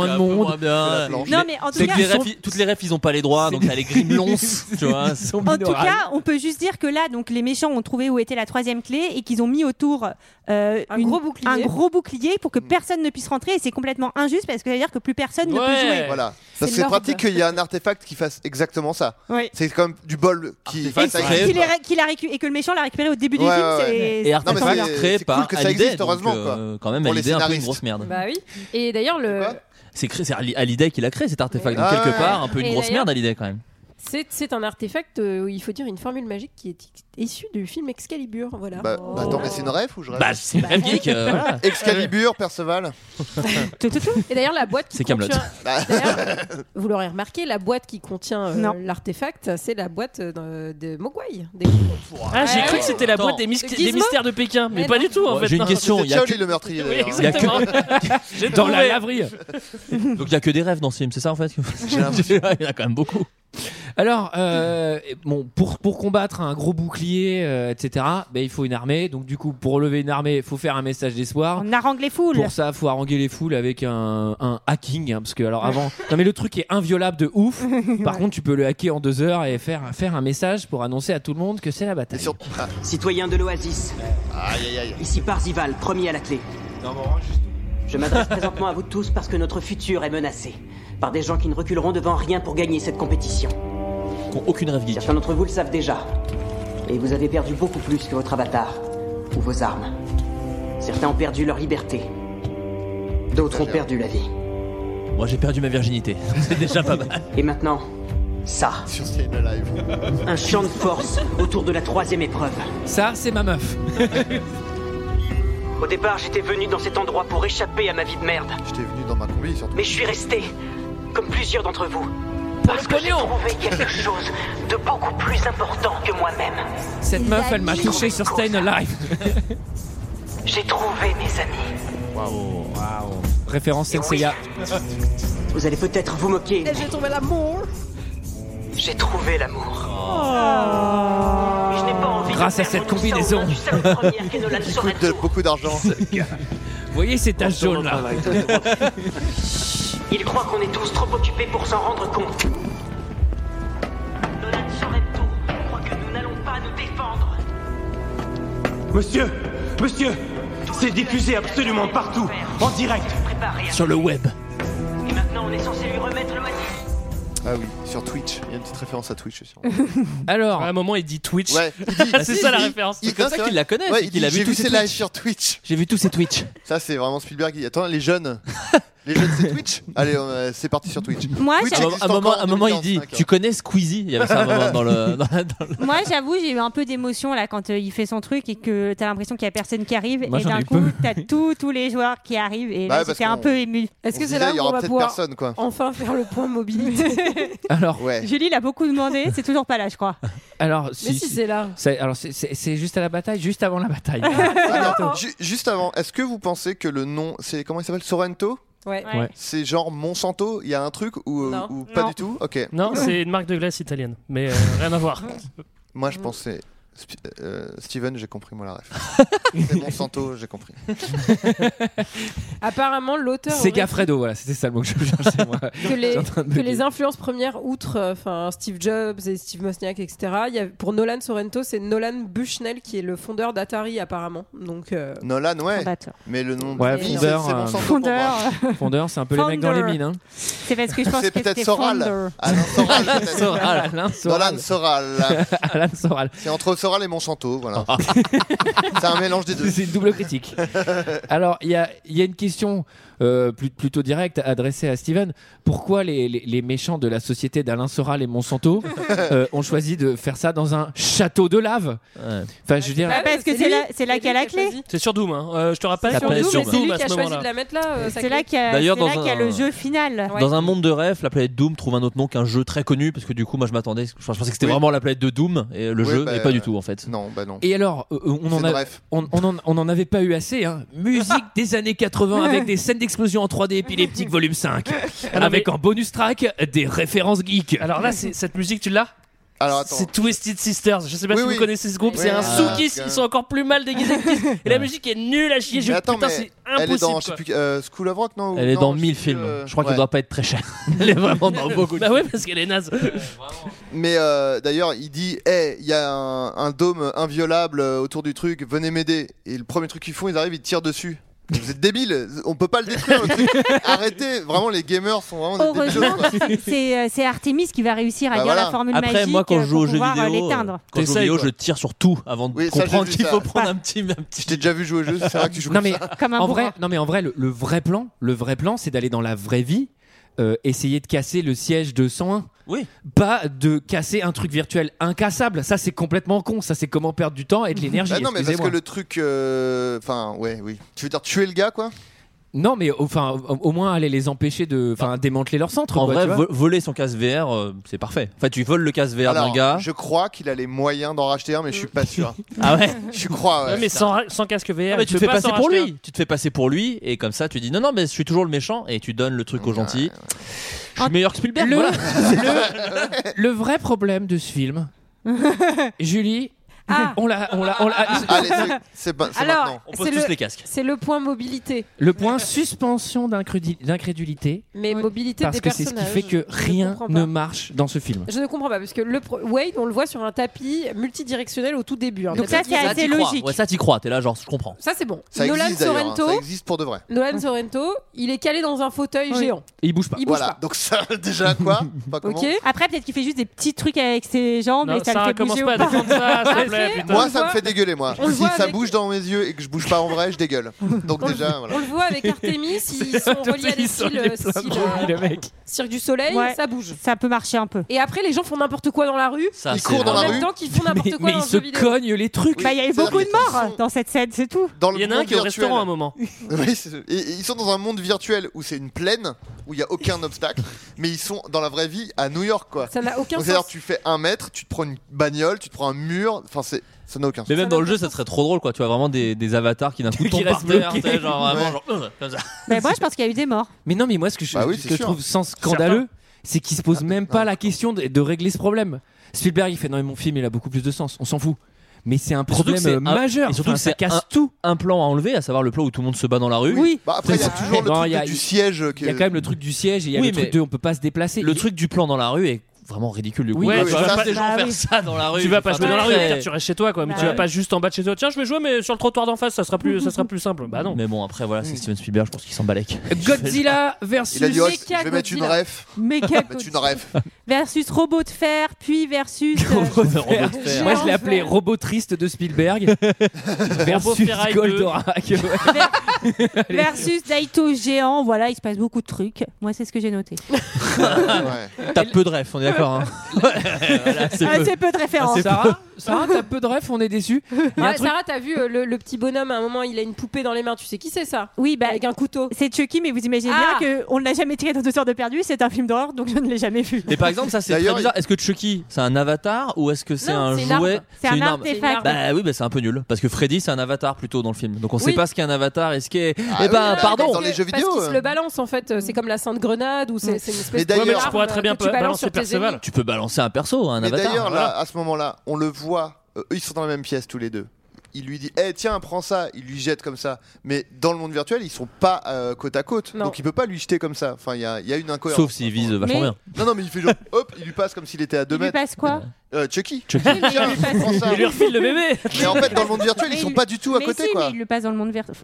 a-
moins
Voilà, il y a moins de monde.
bien.
C'est un peu moins bien,
C'est la
ouais.
planche.
Non, mais en tout
C'est
cas,
que les
Ils sont-
refs, toutes les refs, ils ont pas les droits, donc t'as les gremlins, tu vois. c'est-
Ils sont
En tout
binaurales.
cas, on peut juste dire que là, donc les méchants ont trouvé où était la troisième clé et qu'ils ont mis autour euh,
Un
une-
gros bouclier.
un gros bouclier pour
Mm.
que personne ne puisse rentrer. Et c'est complètement injuste parce que ça veut dire que plus personne ne peut
Ouais.
jouer.
Voilà.
C'est
Parce que c'est
l'ordre.
pratique qu'il y a un artefact qui fasse exactement ça.
Oui.
C'est quand même du bol qui.
Artefact,
ça
ouais.
existe,
Qu'il
quoi.
est ré- qu'il a récu- et que le méchant l'a récupéré au début du
bah. Ouais,
film.
ouais,
c'est-
ouais.
c'est
Et Artefact
mais
est
c'est-
créé
c'est
par
cool que ça
Hallyday,
existe,
donc,
heureusement,
euh, quand même,
Pour les
Hallyday, un peu une
scénaristes.
grosse merde.
Bah oui. Et d'ailleurs, le.
Quoi
C'est cré- c'est Ali- Hallyday qui l'a créé cet artefact, donc
Ah
quelque
ouais.
part, un peu une
Et
grosse
d'ailleurs-
merde, Hallyday quand même.
C'est, c'est un artefact, euh, il faut dire une formule magique qui est issue du film Excalibur. Voilà.
Bah, bah attends, mais c'est une rêve ou je rêve
Bah, c'est même geek, euh, voilà.
Excalibur, Perceval. Bah.
tout, tout, tout.
Et d'ailleurs, la boîte qui
C'est Kaamelott.
contient.
Ah,
D'ailleurs, vous l'aurez remarqué, la boîte qui contient euh,
Non.
l'artefact, c'est la boîte euh, de Mogwai. Des-
Ah, j'ai
Ouais,
cru que
ouais.
c'était la
Attends.
boîte des, mis-
Gizmo
des mystères de Pékin, mais,
Mais
pas
non.
du tout en
Ouais,
fait.
J'ai une
hein.
question, il y
C'est
a
Charlie le meurtrier
Oui,
d'ailleurs. hein.
y a que-
exactement. J'ai
dans la
trouvé.
laverie.
Donc il y a que des rêves dans ce film, c'est ça en fait Il y en a quand même beaucoup.
Alors, euh, et bon, pour, pour combattre un gros bouclier, euh, etc., ben, il faut une armée. Donc, du coup, pour lever une armée, il faut faire un message d'espoir.
On harangue les foules.
Pour ça, faut haranguer les foules avec un, un hacking. hein, parce que, alors, avant. Non, mais le truc est inviolable de ouf. Par contre, tu peux le hacker en deux heures et faire, faire un message pour annoncer à tout le monde que c'est la
Et
bataille.
sur- Ah,
Citoyens de l'Oasis,
Aïe aïe aïe.
ici Parzival, premier à la clé. Je m'adresse présentement à vous tous parce que notre futur est menacé par des gens qui ne reculeront devant rien pour gagner cette compétition.
Qui ont aucune rêve geek.
Certains d'entre vous le savent déjà. Et vous avez perdu beaucoup plus que votre avatar ou vos armes. Certains ont perdu leur liberté. D'autres ont perdu la vie.
Moi j'ai perdu ma virginité. C'est déjà pas mal.
Et maintenant, ça. Un champ de force autour de la troisième épreuve.
Ça, c'est ma meuf.
Au départ, j'étais venu dans cet endroit pour échapper à ma vie de merde.
Ah, J'étais venu dans ma combi surtout.
Mais je suis resté, comme plusieurs d'entre vous. Parce que j'ai trouvé quelque chose de beaucoup plus important que moi-même.
Cette meuf, elle m'a touché sur Stay Alive.
J'ai trouvé mes amis.
Waouh, waouh. Référence Senseiya.
Vous allez peut-être vous moquer.
Et j'ai trouvé l'amour.
J'ai trouvé l'amour.
Oh.
Mais je n'ai pas envie
Grâce à cette combinaison.
Coûte de- beaucoup d'argent.
Vous voyez ces taches jaunes là
Il croit qu'on est tous trop occupés pour s'en rendre compte. Nolan Sorrento croit que nous n'allons pas nous défendre.
Monsieur Monsieur C'est diffusé absolument partout, en direct
Barré.
Sur le web.
Et maintenant, on est censé lui remettre le manif.
Ah oui, sur Twitch. Il y a une petite référence à Twitch aussi.
Alors,
à un moment, il dit Twitch.
Ouais,
Ah, c'est ça la référence.
Il-
C'est comme
non,
ça
c'est
qu'il
vrai.
la connaît,
Ouais,
c'est
il
qu'il
dit,
a vu
J'ai
tous
vu
ses
ces lives
Twitch.
sur Twitch.
J'ai vu tous ces Twitch.
Ça, c'est vraiment Spielberg. Il dit, Attends, les jeunes. Les jeunes, c'est Twitch. Allez, on, euh, c'est parti sur Twitch.
Moi,
Twitch
j'ai-
À un moment-
existe
à un moment,
encore en
à un moment, il
2015,
dit
d'accord.
Tu connais Squeezie Il y avait ça à un moment dans le. dans la- dans le-
Moi, j'avoue, j'ai eu un peu d'émotion là quand euh, il fait son truc et que t'as l'impression qu'il y a personne qui arrive
Moi,
et
j'en ai
d'un
eu
coup
peu.
t'as tous tous les joueurs qui arrivent et
Bah ouais,
là
parce
j'étais un
qu'on-
peu ému.
Est-ce
On
que
se
c'est
disait,
là
il y
où
aura
on va
peut-être
pouvoir
personne, quoi.
enfin faire le point mobilité
Alors,
Ouais.
Julie il a beaucoup demandé, c'est toujours pas là, je crois.
alors si,
Mais si c'est là.
c'est- alors c'est- c'est c'est juste à la bataille, juste avant la bataille.
Ah, non, ju- juste avant, est-ce que vous pensez que le nom, c'est comment il s'appelle Sorrento
Ouais.
Ouais.
C'est genre Monsanto Il y a un truc ou,
Non.
ou pas
Non.
du tout Ok.
Non, c'est une marque de glace italienne, mais euh, rien à voir.
Moi, je pensais. Sp- euh, Steven, j'ai compris moi la ref. c'est Monsanto, j'ai compris.
Apparemment, l'auteur.
C'est
aurait
Gaffredo, voilà, c'était ça le mot que je cherchais moi.
dit Que les,
en train de
que
me
les
dire.
influences premières, outre euh, enfin Steve Jobs et Steve Wozniak, etc., il y a, pour Nolan Sorrento, c'est Nolan Bushnell qui est le fondeur d'Atari, apparemment. Donc, euh,
Nolan, ouais.
Fondateur.
Mais le nom
Ouais,
de famille,
fondeur,
c'est c'est
euh,
Monsanto pour moi.
Fondeur,
Fondeur, c'est un peu les mecs dans les
Founder.
mines. Hein.
c'est parce que je pense
C'est
que
peut-être
c'était
Soral.
Founder.
Alain Ah, Soral. peut-être.
Soral, Alain Soral.
Nolan Soral.
Alain Soral.
C'est entre Soral et Monsanto, voilà. c'est un mélange des deux.
C'est une double critique. Alors, il y a, il y a une question euh, plus- plutôt directe adressée à Steven. Pourquoi les, les- les méchants de la société d'Alain Soral et Monsanto euh, ont choisi de faire ça dans un château de lave
Ouais.
Enfin, je veux dire,
Ah, parce que
Bah c'est
c'est
lui.
là, c'est là
C'est
qu'il y
lui
a la
qui a
clé.
choisi.
C'est sur Doom, hein. Euh, je te rappelle.
Ça
Sur
pèse
Doom,
sur
mais c'est
Doom
lui
à
qui
ce
a choisi
moment-là.
de la mettre là. euh, sa
C'est là
clé.
qu'il y a,
D'ailleurs,
c'est là
dans
qu'il y a
un-
le jeu final.
Ouais.
Dans un monde de rêve, la planète Doom trouve un autre nom qu'un jeu très connu parce que du coup, moi je m'attendais. Je pensais que c'était
Oui.
vraiment la planète de Doom et le
Oui,
jeu,
bah,
mais pas du tout en fait.
Non, bah non.
et alors, euh, on
C'est
en
une
a.
ref.
On, on en, on en avait pas eu assez, hein. Musique des années 80 avec des scènes d'explosion en 3D épileptique volume 5.
Ah
avec en bonus track des références geeks.
Alors là, c'est- cette musique, tu l'as
Alors attends.
C'est Twisted Sisters. Je sais pas
Oui,
si
oui.
vous connaissez ce groupe.
Oui,
c'est un
oui.
soukis.
Ah,
Ils sont encore plus mal déguisés que Kiss. Et la musique est nulle à chier. Je...
Mais attends,
Putain,
mais
c'est
elle est
impossible.
dans je sais
quoi.
plus, euh, School of Rock, non ou-
Elle est
non,
dans
je sais
1000
plus,
films.
euh,
Je crois
ouais.
qu'elle doit pas être très chère. Elle est vraiment dans beaucoup de
Bah ouais, parce qu'elle est naze.
Mais euh, d'ailleurs, il dit Hey, il y a un, un dôme inviolable euh, autour du truc, venez m'aider. Et le premier truc qu'ils font, ils arrivent, ils tirent dessus. Vous êtes débiles, on peut pas le détruire le truc. Arrêtez, vraiment, les gamers sont vraiment des débiles.
Heureusement, c'est euh, c'est Artemis qui va réussir à
Bah
dire
voilà.
la formule
Après,
magique
moi, quand je joue
pour
aux jeux
pouvoir, euh,
vidéo, euh,
l'éteindre.
quand je joue aux
T'essayes,
vidéo,
quoi.
je tire sur tout avant de
Oui, ça, j'ai
comprendre
vu
qu'il
ça.
faut prendre un petit, un petit.
Je t'ai déjà vu jouer au jeu, c'est vrai que tu joues
Non
comme
mais
ça.
Comme un
en
bourrin.
vrai, non mais en vrai, le, le vrai plan, le vrai plan, c'est d'aller dans la vraie vie, euh, essayer de casser le siège de 101.
Oui.
Pas de casser un truc virtuel incassable. Ça c'est complètement con. Ça c'est comment perdre du temps et de l'énergie.
Bah non, mais parce que
excusez-moi.
le truc. euh, Enfin, ouais, oui. Tu veux dire tuer le gars, quoi
Non mais enfin, au, au moins aller les empêcher de, enfin, démanteler leur centre.
Bah, En
quoi,
vrai,
bah, tu vois.
vo- voler son casque VR, euh, c'est parfait. Enfin, tu voles le casque VR d'un
Alors,
gars.
je crois qu'il a les moyens d'en racheter un, mais je suis pas sûr.
Ah ouais.
Je crois, ouais.
Ouais, mais sans, ra- sans casque VR,
Ah, mais tu te
peux
fais
pas
passer
s'en
pour
racheter
lui. Tu te fais passer pour lui et comme ça, tu dis non non, mais je suis toujours le méchant et tu donnes le truc au gentil. Je suis meilleur que Spielberg.
Le-
voilà.
le, le vrai problème de ce film, Julie,
Ah.
on l'a, on l'a, on l'a-
Allez, c'est- c'est pas- c'est
Alors,
maintenant.
On pose
c'est
tous
le,
les casques.
c'est le point mobilité.
le point suspension d'incrédi- d'incrédulité
Mais mobilité
parce
des
que c'est ce qui
personnages.
fait que
Je
rien
comprends
ne
pas.
marche dans ce film.
Je ne comprends pas, parce que le pro- Wade, on le voit sur un tapis multidirectionnel au tout début. hein.
Donc ça, c'est
Ça,
assez
t'y crois.
logique.
Ouais, ça t'y crois. T'es là genre, je comprends.
ça, c'est bon.
Ça
Nolan
existe d'ailleurs, hein,
Sorrento,
ça existe pour de vrai.
Nolan Sorrento, il est calé dans un fauteuil
Oui.
géant.
Et il bouge pas.
Il bouge
Bah, Voilà, donc ça, déjà quoi Pas
pas.
comment
Ok.
Après, peut-être qu'il fait juste des petits trucs avec ses jambes
Non,
et ça,
Sarah,
le fait
commence
bouger
pas à
ou pas.
défendre ça, s'il te plaît. ouais, putain. On
moi, ça
le
me
voit-
fait dégueuler, moi.
on le
Si
voit
ça
avec-
bouge dans mes yeux et que je bouge pas en vrai, je dégueule. Donc déjà, voilà.
On le voit avec Artemis, ils sont reliés à des styles euh, style, euh, Cirque du Soleil,
Ouais.
ça bouge.
Ça peut marcher un peu.
Et après, les gens font n'importe quoi dans la rue.
Ça, Ils c'est courent dans
en
la
même
rue.
temps qu'ils font n'importe quoi dans le jeu vidéo.
les trucs.
Bah, il y avait beaucoup de morts dans cette scène, c'est tout.
Il y en a un qui est au restaurant à un moment.
Oui, c'est- et- et ils sont dans un monde virtuel où c'est une plaine, où il n'y a aucun obstacle, mais ils sont dans la vraie vie à New York, quoi.
Ça n'a aucun
Donc, C'est-à-dire,
sens.
tu fais un mètre, tu te prends une bagnole, tu te prends un mur, enfin, c'est- ça n'a aucun sens.
Mais même dans le jeu, ça serait trop drôle, quoi. Tu vois vraiment des, des avatars qui d'un coup
Qui
tombent par
restent
terre,
bloqués.
tu sais, genre vraiment,
Ouais.
genre, euh, comme ça.
Mais Bah, moi, je pense qu'il y a eu des morts.
Mais non, mais moi, ce que je,
Bah oui,
ce
c'est
que je
sûr. Ah,
trouve sans scandaleux, c'est qu'ils se posent même pas la question de, de régler ce problème. Spielberg, il fait non, mais mon film, il a beaucoup plus de sens. On s'en fout. Mais c'est un
Surtout que
problème
c'est
euh,
un-
majeur.
Et surtout
Enfin,
que
ça
c'est
casse
un-
tout.
Un plan à enlever, à savoir le plan où tout le monde se bat dans la rue.
Oui.
Bah, après, il y a
Ça-
toujours le
Non,
truc
il y a-
de- du siège. euh,
Il y a
que-
quand même le truc du siège et il y a
Oui,
le truc
mais
de on peut pas se déplacer. Le truc
du
plan dans la rue est vraiment ridicule du coup.
Oui,
Bah,
oui,
tu
oui,
vas
ça,
pas
c'est-
des gens
Ah
Bah
faire
oui.
ça dans la rue.
Tu vas pas
Enfin,
jouer dans la rue,
très-
car tu restes chez toi, quoi. Mais
Bah
tu vas
ouais.
pas juste en bas de chez toi. Tiens, je vais jouer, mais sur le trottoir d'en face, ça sera plus, ça sera plus simple. Bah non.
Mais bon, après, voilà, c'est Steven Spielberg, je pense qu'il s'en balèque.
Godzilla versus
Il a dit, oh, je
Mecha
vais mettre une
Godzilla.
ref.
Mecha
Je vais mettre une ref.
Versus robot de fer, puis versus. euh,
Moi, je l'ai appelé Robot Triste de Spielberg versus
Ferraille deux.
Goldorak.
versus Daito géant, voilà, il se passe beaucoup de trucs. Moi, c'est ce que j'ai noté.
T'as peu de ref, on est d'accord. hein. Voilà,
Ah, c'est peu de références.
Ah, c'est peu.
Sarah, Sarah, t'as peu de ref, on est déçus. Il y a un
Ouais,
truc-
Sarah, t'as vu euh, le, le petit bonhomme à un moment, il a une poupée dans les mains, tu sais qui c'est ça
Oui, bah,
avec un couteau.
C'est Chucky, mais vous imaginez
Ah
bien qu'on ne l'a jamais tiré dans deux heures de perdu. C'est un film d'horreur, donc je ne l'ai jamais vu.
Mais par exemple, ça c'est très bizarre. Est-ce que Chucky c'est un avatar ou est-ce que c'est
Non,
un
c'est une arme.
jouet
C'est un artefact.
Bah oui, bah, c'est un peu nul parce que Freddy c'est un avatar plutôt dans le film. Donc on
Oui.
sait pas ce qu'est un avatar et ce qu'est.
Ah
eh
oui,
ben
mais
pardon.
dans les jeux
Parce
vidéo.
qu'ils se le balancent en fait, euh, c'est comme la Sainte Grenade ou
Mm.
c'est c'est une espèce
Mais
de.
d'ailleurs- Ouais, mais
je
arme,
pourrais très bien
euh, que
pa-
tu balances
balancer
sur tes
Perceval.
ennemis.
Tu peux balancer un perso, un
Mais
avatar.
d'ailleurs,
voilà.
là, à ce moment-là, on le voit, euh, ils sont dans la même pièce tous les deux. Il lui dit, eh tiens, prends ça. Il lui jette comme ça. Mais dans le monde virtuel, ils sont pas euh, côte à côte.
Non.
Donc il peut pas lui jeter comme ça. Enfin, il y a, il y a une incohérence.
Sauf s'il vise vachement
Mais-
bien.
Non, non, mais il fait genre, hop, il lui passe comme s'il était à 2
Il lui
mètres.
passe quoi
Euh, Chucky.
Chucky.
Tiens,
Il lui passe-
prends ça.
Il lui refile le bébé.
Mais en fait, dans le monde virtuel,
Mais
ils
il-
sont pas du tout à
mais
côté,
si,
quoi.
Mais il le passe dans le monde virtuel.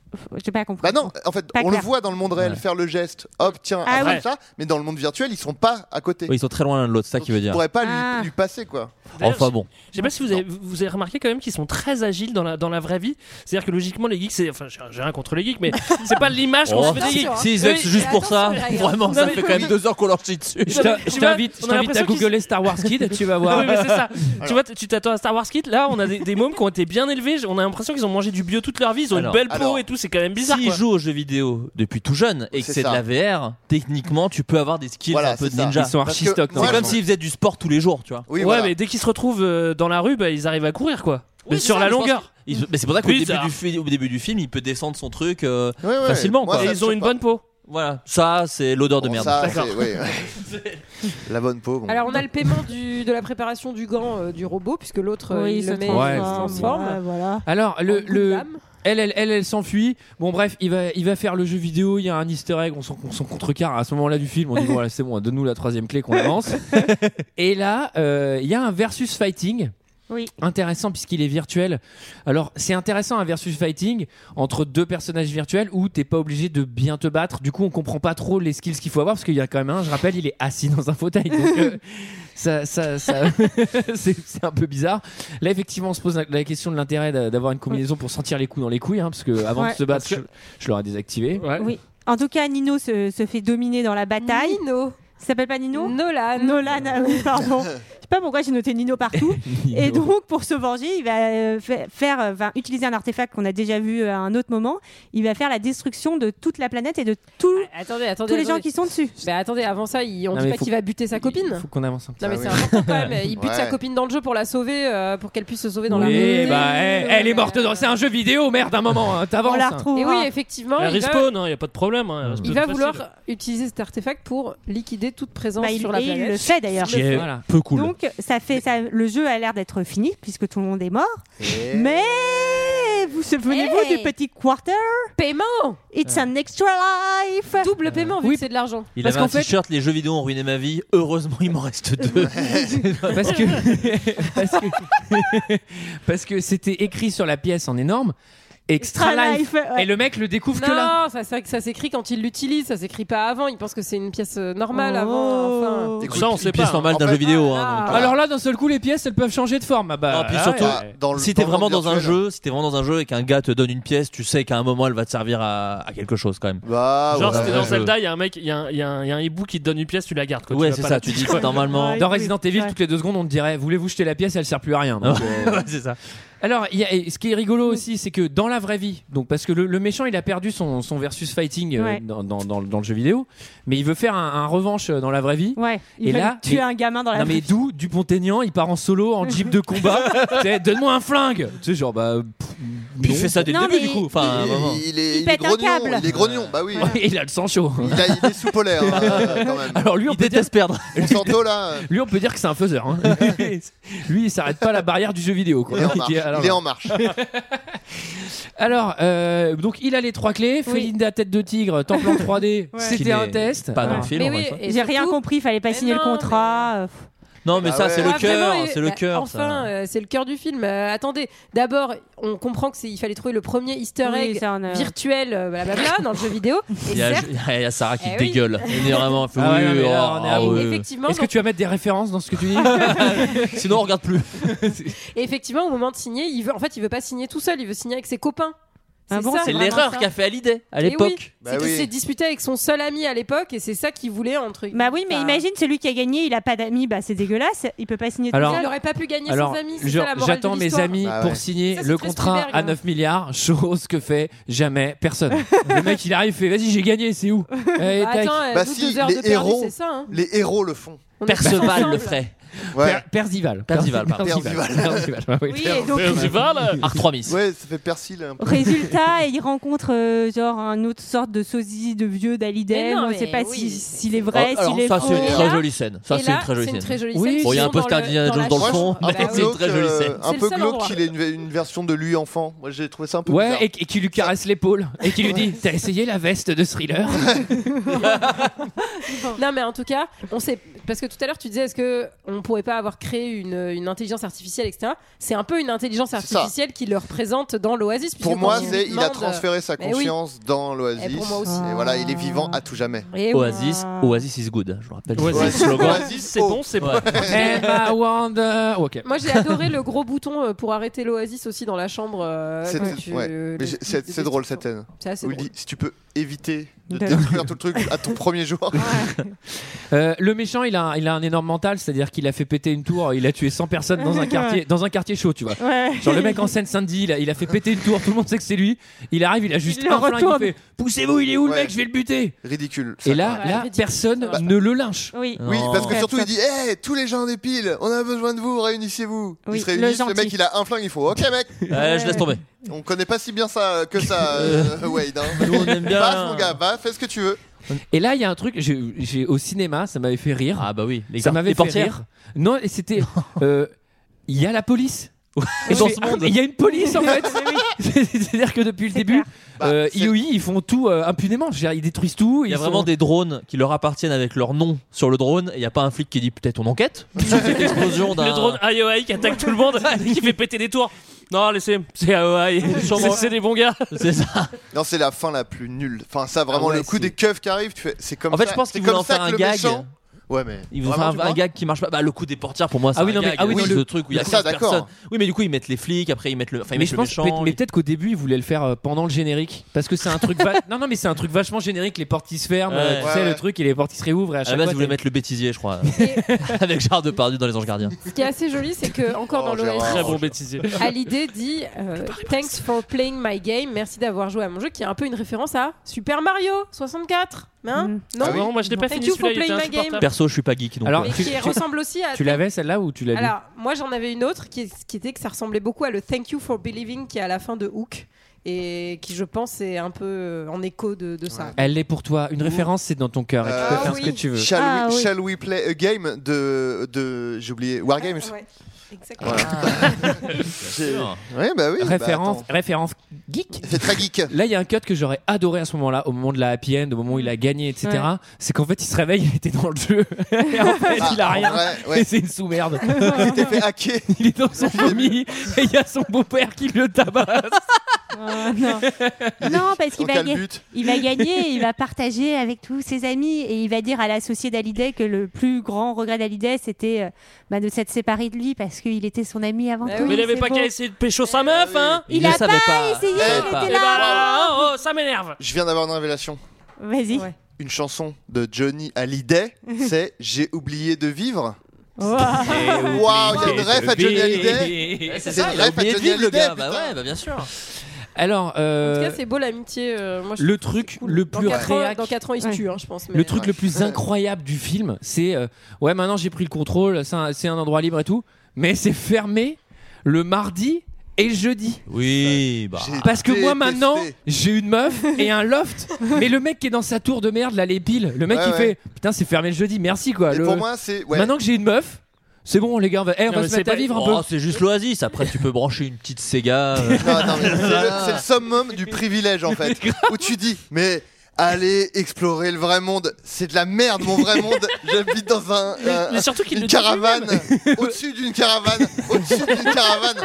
J'ai pas compris.
Bah non, en fait,
Pas
on
clair.
le voit dans le monde réel faire le geste, hop, tiens,
Ah
attrape
oui.
ça, mais dans le monde virtuel, ils sont pas à côté.
Oui, ils sont très loin l'un de l'autre, c'est ça qui veut
On
dire.
pourrait pas lui-
Ah.
lui passer, quoi.
D'ailleurs,
Enfin bon.
Je sais pas si vous avez, vous avez remarqué quand même qu'ils sont très agiles dans la, dans la vraie vie. C'est-à-dire que logiquement, les geeks, c'est. Enfin, j'ai j'ai rien contre les geeks, mais c'est pas l'image qu'on se
Oh,
fait des geeks.
si ils se vexent
Oui.
juste pour ça,
Greg.
vraiment,
Non,
ça
mais-
fait quand même deux heures qu'on leur chie dessus.
Je t'in- je t'invite je
On a
t'invite à
l'impression qu'ils-
googler Star Wars Kid, tu vas voir.
Oui, mais c'est ça. Tu vois, tu t'attends à Star Wars Kid. Là, on a des, des mômes qui ont été bien élevés. On a l'impression qu'ils ont mangé du bio toute leur vie. Ils ont
Alors,
une belle peau
alors,
et tout. C'est quand même bizarre.
S'ils
quoi.
jouent aux jeux vidéo depuis tout jeune et que
C'est
c'est de
ça.
la VR, techniquement tu peux avoir des skills
Voilà,
un peu
c'est
de
ça.
ninja.
Ils sont
Parce
archi
que
stock,
C'est comme
normalement.
s'ils faisaient du sport tous les jours, tu vois.
Oui,
ouais,
voilà.
mais dès qu'ils se retrouvent euh, dans la rue, bah, ils arrivent à courir, quoi. mais sur la longueur.
mais c'est pour ça qu'au
Oui,
début,
ça-
du fi- au début du film, il peut descendre son truc euh,
Ouais, ouais,
facilement.
moi,
Quoi.
ça
Et
me
ils ont
choque
une
pas.
bonne peau. Voilà, ça c'est l'odeur de
Bon,
merde.
ça, c'est- ouais, ouais. La bonne peau. bon.
Alors on a le paiement du- de la préparation du gant euh, du robot puisque l'autre euh,
Oui,
il
il
le
se
met
transforme.
il se transforme.
Ah,
Ouais, voilà.
Alors, le, le-
lame.
elle, elle, elle, elle s'enfuit. Bon, bref, il va, il va faire le jeu vidéo. Il y a un Easter egg. On s'en, on s'en contrecarre à ce moment-là du film. On dit voilà, c'est bon, donne-nous la troisième clé qu'on avance. Et là, euh, il y a un versus fighting.
Oui.
Intéressant puisqu'il est virtuel. Alors c'est intéressant un versus fighting entre deux personnages virtuels où t'es pas obligé de bien te battre. Du coup on comprend pas trop les skills qu'il faut avoir parce qu'il y a quand même un, je rappelle, il est assis dans un fauteuil. Donc, euh, ça, ça, ça- c'est c'est un peu bizarre. Là effectivement on se pose la, la question de l'intérêt d'a- d'avoir une combinaison pour sentir les coups dans les couilles hein, parce que avant
Ouais.
de se battre je, je l'aurais désactivé.
Oui. En tout cas, Nino se, se fait dominer dans la bataille.
Nino.
Ça s'appelle pas Nino
Nolan.
Nolan, ah oui, pardon. Je sais pas pourquoi j'ai noté Nino partout. Et donc, pour se venger, il va euh, fa- faire, euh, va utiliser un artefact qu'on a déjà vu à un autre moment. Il va faire la destruction de toute la planète et de tout.
Attendez, attendez.
Tous les Ah, gens
attendez.
qui sont dessus.
Mais Bah, attendez, avant ça, il- on
Non,
dit
mais
pas
faut-
qu'il va buter sa copine.
Faut qu'on avance un petit
Non mais
peu.
c'est important quand même. Il bute
Ouais.
sa copine dans le jeu pour la sauver, euh, pour qu'elle puisse se sauver dans la
Oui,
rue.
bah, eh, elle est morte dans. C'est un jeu vidéo, merde, un moment, hein, t'avances.
On la
hein.
retrouvera. Et oui, effectivement,
Elle
il va-
respawn, il n'y a pas de problème. hein, elle respawn
Il va
facile.
vouloir utiliser cet artefact pour liquider toute présence
Bah, il-
sur la
et il
planète.
le fait, d'ailleurs. Ce qui est Voilà.
peu cool.
Donc, ça fait, ça- le jeu a l'air d'être fini puisque tout le monde est mort. Mais vous souvenez-vous
Hey.
du petit quarter
Paiement
It's an extra life
Double paiement vu que c'est de l'argent.
Il
Parce
avait un
qu'en fait-
t-shirt, les jeux vidéo ont ruiné ma vie. Heureusement, il m'en reste deux.
Parce que, parce que, parce que c'était écrit sur la pièce en énorme. Extra,
Extra
Life.
Life, ouais.
Et le mec le découvre
non,
que là.
ça, c'est vrai que ça s'écrit quand il l'utilise, ça s'écrit pas avant. Il pense que c'est une pièce euh, normale
Oh.
avant. Enfin.
Écoute, ça, on sait pièce normale d'un jeu vidéo. hein, donc, euh,
Alors là, d'un seul coup, les pièces, elles peuvent changer de forme. Ah Bah,
Ah, puis
ah
surtout,
ouais.
si t'es vraiment dans un jeu, si t'es vraiment dans un jeu et qu'un gars te donne une pièce, tu sais qu'à un moment elle va te servir à, à quelque chose quand même.
bah,
Genre,
Ah, Ouais.
c'était dans
Ouais.
Zelda, il y a un mec, il y, a un- il y a un il y a un hibou qui te donne une pièce, tu la gardes. Quoi.
Ouais,
vas
c'est
pas
ça,
la
tu dis
toucher, quoi.
que normalement-
Dans Resident Evil, toutes les deux secondes, on te dirait Voulez-vous jeter la pièce Elle sert plus à rien.
Ah.
Donc, euh,
c'est ça.
Alors, il y a- et ce qui est rigolo aussi, c'est que dans la vraie vie, donc parce que le, le méchant, il a perdu son, son versus fighting euh,
Ouais.
dans, dans- dans le- dans le jeu vidéo, mais il veut faire un, un revanche euh, dans la vraie vie.
Ouais, il
et
veut
là,
tuer
mais-
un gamin dans Ah, la
Non mais
rue.
d'où Dupont-Aignan, il part en solo, en jeep de combat. Tu sais, Donne-moi un flingue. Tu sais, genre bah.
Puis il fait ça dès le Non, début, mais- du coup. Enfin, à un
il,
moment.
il est,
Il
il est
pète un
grognon,
câble.
il est grognon, bah oui.
il a le sang chaud.
Il, a- il est sous polaire euh, quand même.
Alors lui, on peut déteste
perdre.
là.
Lui, on peut dire que c'est un faiseur. hein. lui, il s'arrête pas à la barrière du jeu vidéo. Quoi.
Il est en marche.
dit, alors,
Il est en marche.
Alors, euh, donc il a les trois clés. Félinda tête de tigre, temple en 3D.
Qui n'est
C'était un test.
pas dans le film, Mais encore oui, une fois.
J'ai rien compris, fallait pas signer le contrat. euh,
Non, mais
Bah
ça,
ouais.
c'est le
Ah, vraiment,
cœur,
et-
c'est le
bah,
cœur. ça.
Enfin, euh, c'est le cœur du film. Euh, attendez, d'abord, on comprend que c'est il fallait trouver le premier Easter
Oui,
egg
ça, on a-
virtuel, euh, blablabla, dans le jeu vidéo. Et
Il y, a,
certes,
il y a Sarah qui
Eh oui.
dégueule. Il est vraiment.
Ah ouais, non, mais
Oui,
là,
oh,
on est à
ah
bout.
ouais.
effectivement,
Est-ce que
donc-
tu vas mettre des références dans ce que tu dis
Sinon, on regarde plus.
et effectivement, au moment de signer, il veut, en fait, il veut pas signer tout seul, il veut signer avec ses copains.
Ah bon,
ça,
c'est
vraiment
l'erreur
ça.
qu'a fait Hallyday à
Eh oui,
l'époque. Bah
c'est qu'il
oui.
s'est disputé avec son seul ami à l'époque et c'est ça qu'il voulait entre.
Bah oui, mais
Enfin,
imagine celui qui a gagné, il a pas d'amis, bah c'est dégueulasse, il peut pas signer
Alors-
tout
Il
seul.
aurait pas pu gagner
Alors,
sans amis. c'est
genre,
ça la morale
j'attends
de
mes
l'histoire.
amis pour signer
Ça, c'est
le
très
contrat
Spielberg,
à
hein.
9 milliards, chose que fait jamais personne. le mec, il arrive, fait vas-y, j'ai gagné, c'est où Eh,
Bah,
tac.
attends, euh, Bah, nous, si, deux heures les de perdu, héros- c'est ça, hein.
Les héros le font.
On est tous
Perceval
ensemble.
le ferait.
Ouais.
Per- Percival.
Percival, pardon.
Percival. Percival, ah oui.
Oui, et donc- Percival.
Arthromis.
Ouais, ça fait persil. un peu.
Résultat, il rencontre euh, genre un autre sorte de sosie de vieux
Mais
d'Hallyday.
non,
On ne
mais
sait pas
oui.
si- s'il est vrai,
Oh, alors,
s'il est
ça,
faux.
c'est une
Et
très
là-
jolie scène. Ça,
et
c'est une
là,
très jolie
c'est une
scène.
très jolie
Oui,
scène,
bon, il y
ils
a un
sont
poster
dans le-
Indiana
dans
Jones
la
dans le
chambre.
fond,
Ah
mais
bah
c'est une
oui.
très jolie scène.
euh, Un
le
peu
seul
glauque
endroit.
qu'il ait une, une version de lui enfant. Moi, j'ai trouvé ça un peu
Ouais,
bizarre.
et, et qui lui caresse l'épaule et qui lui dit T'as essayé la veste de thriller
Non, mais en tout cas, on sait. Parce que tout à l'heure, tu disais, est-ce que on pourrait pas avoir créé une, une intelligence artificielle, etc. C'est un peu une intelligence
ça.
artificielle qui le représente dans l'Oasis.
Pour
puisque
moi,
quand on
c'est
lui
il a
demande-
transféré sa
Mais oui.
conscience dans l'Oasis.
Et pour moi aussi. Ah.
Et voilà, il est vivant à tout jamais.
Et oui.
Oasis,
Ah.
Oasis is good, je le rappelle.
Oasis,
Oasis,
c'est bon, c'est bon.
Emma Wonder. Ok.
euh, Moi, j'ai adoré le gros bouton euh, pour arrêter l'Oasis aussi dans la chambre. euh,
C'est
quand tu-
ouais.
le-
Mais j'ai- c'est- c'est drôle cette scène.
C'est assez
Où il
drôle.
dit si tu peux éviter de
De-
détruire tout le truc à ton premier jour.
Euh, le méchant, il a, il a un énorme mental, c'est-à-dire qu'il a fait péter une tour, il a tué 100 personnes dans un quartier, dans un quartier chaud, tu vois.
Ouais.
Genre le mec en Seine-Saint-Denis, il a, il a fait péter une tour, tout le monde sait que c'est lui. Il arrive, il a juste
Il le
un flingue,
retourne.
il fait Poussez-vous, il est où le
Ouais.
mec Je vais le buter.
Ridicule. ça,
Et là,
quand même.
là personne ne le lynche.
Oui.
Oui, parce que
Non.
surtout il dit Hé, tous les gens des piles, on a besoin de vous, réunissez-vous.
Oui,
Ils se
le
réunissent, le,
gentil.
mec il a un flingue, il faut Ok, mec
Ouais, Eh, je laisse tomber.
On connaît pas si bien ça que ça, euh, Wade. Hein.
Nous, on aime bien.
Va, mon gars, va, fais ce que tu veux.
Et là, il y a un truc, j'ai j'ai- au cinéma, ça m'avait fait rire.
Ah bah oui, les
ça
gar-
m'avait
les
fait
portières.
rire. Non, et c'était. euh, Il y a la police. Et
Dans
j'ai-
ce monde.
Il y a une police en fait. C'est-à-dire que depuis le début, euh, IOI, ils font tout euh, impunément. Je veux dire, Ils détruisent tout.
Bah, Il y a
ils
vraiment
sont-
des drones qui leur appartiennent avec leur nom sur le drone. Il n'y a pas un flic qui dit peut-être on enquête. sur cette explosion d'un.
Le drone IOI qui attaque tout le monde, qui fait péter des tours. Non, laissez, c'est IOI. C'est- C'est des bons gars.
C'est ça.
Non, c'est la fin la plus nulle. Enfin, ça, vraiment,
Ah ouais,
le coup
c'est-
des keufs qui arrivent, tu fais. C'est comme
En fait,
ça-
je pense
c'est
qu'ils
comme
voulaient en
ça
faire
que
un
le
gag.
méchant- Ouais, mais.
Ils vont
Vraiment,
faire
tu
un, un
crois
gag qui marche pas. Bah, le coup des portières pour moi, c'est
Ah oui,
un
non, mais-
gag.
ah oui,
C'est
non,
le
mais-
truc où il y a
mais ça,
15
d'accord.
personnes. Oui, mais du coup, ils mettent les flics, après ils mettent le, enfin, ils
mais
mettent
je
le
pense, peut-
méchant.
mais
ils-
peut-être qu'au début ils voulaient le faire euh, pendant le générique parce que c'est un truc va- non non mais c'est un truc vachement générique les portes qui se ferment euh,
Ouais.
tu
Ouais,
sais
ouais.
le truc et les portes qui se réouvrent et à
À
chaque
la base,
fois
ils voulaient
t'as-
mettre le bêtisier, je crois. Avec Gérard Depardieu dans Les Anges Gardiens.
Ce qui est assez joli, c'est que encore
Oh,
dans l'Oasis,
Très bon bêtisier.
Hallyday dit euh, Thanks for playing my game, merci d'avoir joué à mon jeu, qui est un peu une référence à Super Mario 64. Hein
Mm.
Non,
Ah oui. Non, moi, je l'ai pas
Thank
fini,
you for
celui-là, il
playing
était
my game.
Perso, je suis pas geek. Donc euh,
Alors,
Mais
tu-
qui
tu-
ressemble aussi à.
tu l'avais celle-là ou tu l'as
Ah, Alors, moi j'en avais une autre qui, qui était que ça ressemblait beaucoup à le Thank you for believing qui est à la fin de Hook et qui, je pense, est un peu euh, en écho de, de ça.
elle est pour toi une référence c'est dans ton cœur et tu peux
Euh,
faire ce que tu veux
Shall,
Ah,
we,
oui.
shall we play a game de. de J'ai oublié. Wargames
Ah, Exactement.
Ouais, bah oui. bah,
référence
attends.
référence geek
c'est très geek
là il y a un cut que j'aurais adoré à ce moment là au moment de la happy end au moment où il a gagné etc
Ouais.
c'est qu'en fait il se réveille il était dans le jeu et en fait
Ah,
il a
en
rien
vrai, ouais.
et c'est une sous merde
Mm.
Il s'était fait hacker.
il est dans son vomi et il y a son beau-père qui le tabasse
Euh, non. Non, parce qu'il
En
va,
quel
ga-
but
il va gagner, il va partager avec tous ses amis et il va dire à l'associé d'Hallyday que le plus grand regret d'Hallyday c'était euh, bah, de s'être séparé de lui parce qu'il était son ami avant
Bah
tout.
Mais il avait
c'est
pas
beau.
qu'à essayer de pécho sa meuf, hein
Ah
Il Il a le savait pas pas. essayé, il
Eh
était
bah,
là.
eh bah, là, oh, ça m'énerve.
Je viens d'avoir une révélation.
Vas-y.
Une chanson de Johnny Hallyday, c'est J'ai oublié de vivre.
Waouh,
Waouh, il y a une ref à Johnny Hallyday.
C'est
C'est
ça,
une
il a
ref à
oublié de
Johnny
vivre le
Hallyday,
gars. Bah
putain.
ouais, bah bien sûr.
Alors,
En
euh,
tout cas, c'est beau l'amitié. euh, moi, je
le
trouve que
truc
c'est cool.
le plus
dans 4 ans,
réac-
dans quatre ans, il se tue, hein, je pense. mais-
Le truc le plus incroyable du film, c'est euh, ouais, maintenant j'ai pris le contrôle, c'est un, c'est un endroit libre et tout, mais c'est fermé le mardi et le jeudi.
Oui, bah.
Ah,
Parce que moi maintenant, j'ai une meuf et un loft, mais le mec qui est dans sa tour de merde là, les piles, le mec
Ouais,
qui
ouais.
fait putain, c'est fermé le jeudi, merci quoi.
bah
Et
Le-
pour moi, c'est- ouais.
Maintenant que j'ai une meuf, c'est bon les gars, on va, eh, on
Non,
va
mais
se
c'est
mettre à
pas-
vivre un
Oh,
peu.
C'est juste l'oasis. Après, tu peux brancher une petite Sega. euh.
Non, non, mais c'est le, c'est le summum du privilège en fait. où tu dis, mais allez explorer le vrai monde, c'est de la merde mon vrai monde. J'habite dans un, un-
mais surtout qu'il
une
le dit
caravane, au-dessus d'une caravane, au-dessus d'une caravane.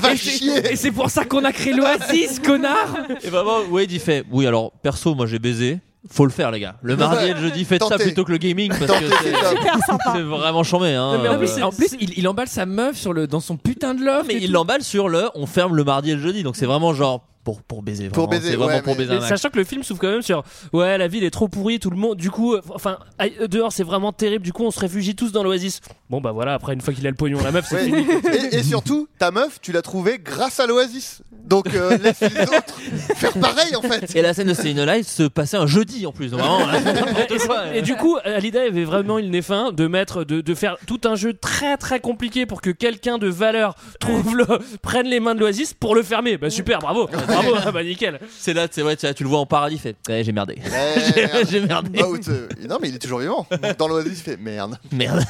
Va
Et
chier.
c'est- Et c'est pour ça qu'on a créé l'Oasis, connard.
Et vraiment, Wade il fait Oui, alors perso, moi j'ai baisé. Faut le faire, les gars. Le mardi et le jeudi, faites ça
Tentez.
plutôt que le gaming parce
Tentez,
que
c'est
c'est
top.
c'est vraiment chambé. Hein.
Non, mais en
Euh,
plus, en plus, il, il emballe sa meuf sur le, dans son putain de loft.
mais il l'emballe sur le on ferme le mardi et le jeudi. Donc c'est vraiment genre pour, pour baiser. Vraiment. C'est vraiment pour baiser. un
Mais
max.
Sachant que le film s'ouvre quand même sur ouais la ville est trop pourrie tout le monde du coup euh, enfin aïe, euh, dehors c'est vraiment terrible du coup on se réfugie tous dans l'oasis bon bah voilà après une fois qu'il a le pognon la meuf c'est
Ouais.
fini
Et, et surtout, ta meuf, tu l'as trouvée grâce à l'Oasis. Donc euh, laisse les autres faire pareil en fait.
Et la scène de Stay in Alive se passait un jeudi en plus. donc vraiment, n'importe quoi.
Et du coup, Alida avait vraiment une nez fin de mettre, de, de faire tout un jeu très très compliqué pour que quelqu'un de valeur trouve le, prenne les mains de l'Oasis pour le fermer. Bah super, bravo, bravo, ah bah nickel.
C'est là, c'est ouais, tu tu le vois en paradis, il fait Ouais, j'ai merdé. J'ai merdé.
Ah, ou te- non, mais il est toujours vivant. Donc, Dans l'Oasis, il fait merde.
Merde.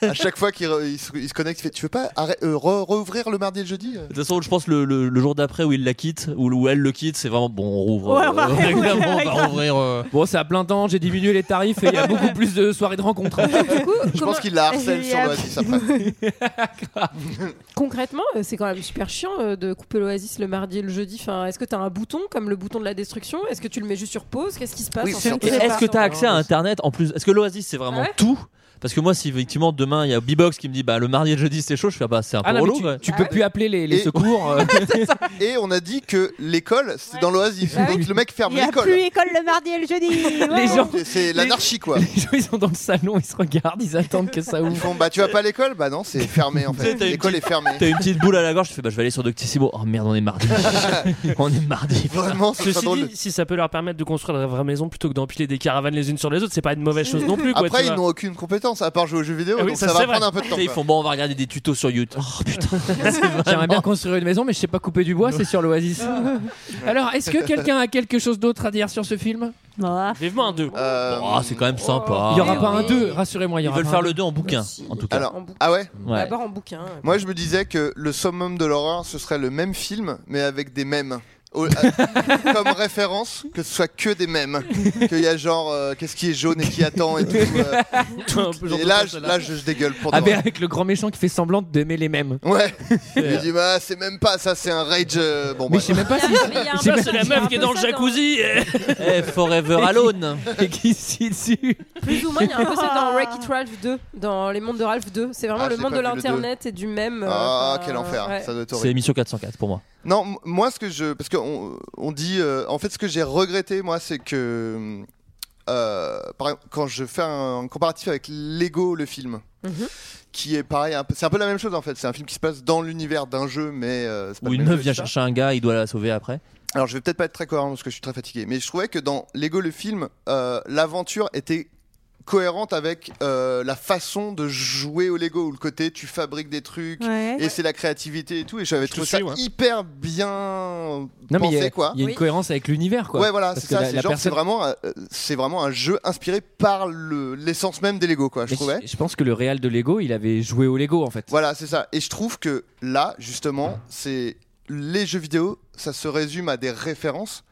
À chaque fois qu'il re- il se, il se connecte, il fait Tu veux pas arrêt- euh, re- rouvrir le mardi et le jeudi
De toute façon, je pense le, le- le jour d'après où il la quitte, ou où elle le quitte, c'est vraiment bon, on rouvre.
Ouais, on va
euh,
rouvrir,
régulièrement, on
ouais.
va rouvrir. euh.
Bon, c'est à plein temps, j'ai diminué les tarifs et il y a beaucoup plus de soirées de rencontres.
Je pense qu'il la harcèle sur l'Oasis après.
Concrètement, euh, c'est quand même super chiant euh, de couper l'oasis le mardi et le jeudi. Enfin, est-ce que t'as un bouton comme le bouton de la destruction Est-ce que tu le mets juste sur pause Qu'est-ce qui se passe en fait
Et est-ce que tu as accès à internet en plus Est-ce que l'Oasis c'est
Ah
vraiment
Ouais.
tout Parce que moi, si effectivement demain il y a B-Box qui me dit bah le mardi et le jeudi c'est chaud, je fais bah c'est un peu
Ah non, mais
relou.
tu-
quoi.
tu peux plus appeler les, les
Et-
secours. euh.
Et on a dit que l'école, c'est dans l'Oasis.
Bah
Donc
oui.
le mec ferme
Il n'y a
l'école.
plus école le mardi et le jeudi. ouais.
les gens.
C'est- C'est l'anarchie quoi.
Les gens, ils sont dans le salon, ils se regardent, ils attendent que ça
Ils
ouvre.
font Bah tu vas pas à l'école Bah non, c'est fermé en fait.
T'as une
L'école est fermée.
T'as une petite boule à la gorge, je fais bah je vais aller sur Doctissimo. Oh merde, on est mardi. on est mardi.
Vraiment, ce
Ceci
serait drôle.
dit, si ça peut leur permettre de construire la vraie maison plutôt que d'empiler des caravanes les unes sur les autres, c'est pas une mauvaise chose non plus. Quoi,
Après,
tu
ils
vois.
n'ont aucune compétence à part jouer aux jeux vidéo,
Ah oui,
donc
ça,
ça, va
c'est vrai.
prendre un peu de temps.
Tu sais, ils
quoi.
font bon, on va regarder des tutos sur YouTube. Oh putain.
J'aimerais bien construire une maison, mais je sais pas couper du bois, c'est sur l'oasis. Alors, est-ce que quelqu'un a quelque chose d'autre à dire sur ce film
Bah,
Vivement un
Ah,
2.
Euh,
Oh, c'est quand même sympa.
Ah, Il y aura pas un 2, rassurez-moi. il y
Ils
aura
veulent
pas
faire
un
le 2 en bouquin, en tout cas.
Alors, ah ouais
Ouais.
D'abord en bouquin.
Moi, je me disais que le summum de l'horreur, ce serait le même film, mais avec des mèmes. Au- à- comme référence, que ce soit que des mèmes. Qu'il y a genre, euh, qu'est-ce qui est jaune et qui attend et tout. euh, tout- et là, je, là, je, je dégueule pour
Ah,
de
mais
vrai.
avec le grand méchant qui fait semblant d'aimer les mêmes.
Ouais. Il dit, bah, c'est même pas ça, c'est un rage. euh, Bon,
Mais je sais même pas si.
Ça, c'est la meuf qui est dans le jacuzzi.
Eh, Forever Alone.
Et qui s'y dessus.
Plus ou moins, il y a un peu ça dans Wreck-It Ralph 2, dans les mondes de Ralph 2. C'est vraiment
Ah,
le
j'ai
monde
pas
de
vu le deux.
l'internet et du même. euh,
Ah, quel enfer. Ça doit être
C'est
horrible.
émission 404 pour moi.
Non, m- moi, ce que je. Parce qu'on on dit. euh, en fait, ce que j'ai regretté, moi, c'est que. euh, par exemple, quand je fais un, comparatif avec Lego, le film, qui est pareil. un peu- C'est un peu la même chose, en fait. C'est un film qui se passe dans l'univers d'un jeu, mais. euh, c'est pas
Où
le
une
même
meuf
jeu,
vient
etc.
chercher un gars, il doit la sauver après.
Alors, je vais peut-être pas être très cohérent parce que je suis très fatigué, mais je trouvais que dans Lego, le film, euh, l'aventure était cohérente avec euh, la façon de jouer au Lego ou le côté tu fabriques des trucs
Ouais.
et c'est la créativité et tout et j'avais trouvé
suis,
ça
ouais.
hyper bien
Non, mais il y
pensé
a,
quoi
il y a une cohérence avec l'univers, quoi.
Ouais, voilà,
Parce
c'est
que
ça.
la-
c'est
la
genre, c'est
personne-
vraiment, euh, c'est vraiment un jeu inspiré par le- l'essence même des Lego, quoi. Je
Mais
trouvais.
je- Je pense que le réal de Lego, il avait joué au Lego en fait.
Voilà, c'est ça. Et je trouve que là, justement, c'est les jeux vidéo, ça se résume à des références.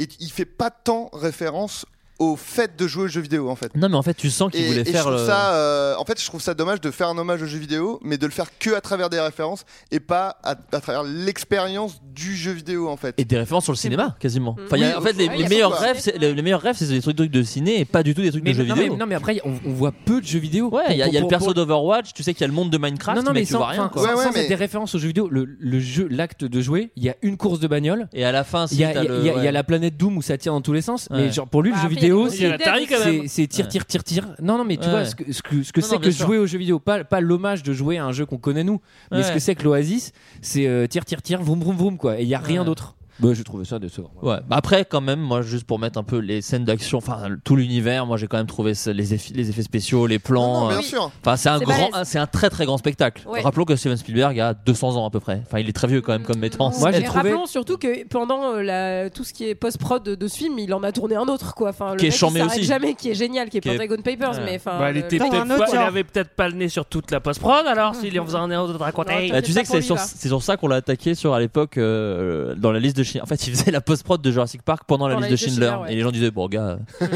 Et il fait pas tant référence au fait de jouer aux jeux vidéo en fait.
Non, mais en fait, tu sens qu'il
Et-
voulait
et
faire.
Je trouve
euh,
ça, euh, en fait, je trouve ça dommage de faire un hommage aux jeux vidéo, mais de le faire que à travers des références et pas à, à travers l'expérience du jeu vidéo en fait.
Et des références
Mm.
sur le cinéma, quasiment. Enfin, il y a-
Oui,
en fait, les,
oui,
les
il y a
meilleurs
beaucoup.
rêves, c'est- les, les meilleurs rêves, c'est des trucs, trucs de ciné et pas du tout des trucs
Mais
de jeux
non,
vidéo.
mais- non, mais après, on, on voit peu de jeux vidéo.
Ouais, il y a, il y a le
Pour- pour-
perso d'Overwatch, tu sais qu'il y a le monde de Minecraft,
non, non,
mais,
mais
tu
sans-
vois rien.
enfin,
Quoi.
sans- sans être des références aux jeux vidéo, le, le jeu, l'acte de jouer, il y a une course de bagnole.
Et à la fin, si
il y a,
t'as
il y a-
le-
il y a- il y
ouais.
a la planète Doom où ça tire dans tous les sens.
Ouais.
Mais genre, pour lui, le
Bah,
jeu
après, il y a
vidéo,
des
c'est
Atari, quand même.
c'est- c'est tire, tire, tire, tire. Non, non, mais tu
Ouais.
vois ce que ce que, ce que
Non,
c'est
non,
que
bien sûr.
jouer aux jeux vidéo, pas pas l'hommage de jouer à un jeu qu'on connaît nous, mais
Ouais.
ce que c'est que l'Oasis, c'est euh, tire, tire, tire, vroom, vroom, vroom, quoi. Et il y a rien
Ouais.
d'autre. Bah, j'ai trouvé ça décevant.
Ouais. Bah après, quand même, moi, juste pour mettre un peu les scènes d'action, enfin le- tout l'univers, moi, j'ai quand même trouvé ça- les, effets, les effets spéciaux, les plans.
Non, non, bien
euh,
sûr.
Enfin, c'est un
C'est
grand,
balèze.
un- c'est un très très grand spectacle.
Ouais. Mm.
Rappelons que Steven Spielberg a 200 ans à peu près. Enfin, il est très vieux quand même comme metteur. en
Mmh. Moi,
scène.
Rappelons surtout que pendant euh, la- tout ce qui est post-prod de, de ce film, il en a tourné un autre, quoi. Enfin, le
Qui est
mec, il
chambé
s'arrête
aussi.
jamais, qui est génial, qui est
Qui est-
Pentagon Papers,
Ouais.
mais enfin.
Bah, elle
le-
était
le-
peut-être pas- elle avait peut-être pas le nez sur toute la post-prod alors s'il en faisait un autre à côté.
Bah, tu sais que c'est sur, c'est sur ça qu'on l'a attaqué sur à l'époque euh, dans la liste de Schindler. En fait, il faisait la post-prod de Jurassic Park pendant la
Dans
liste de Schindler. Et les gens disaient, bon, gars, euh,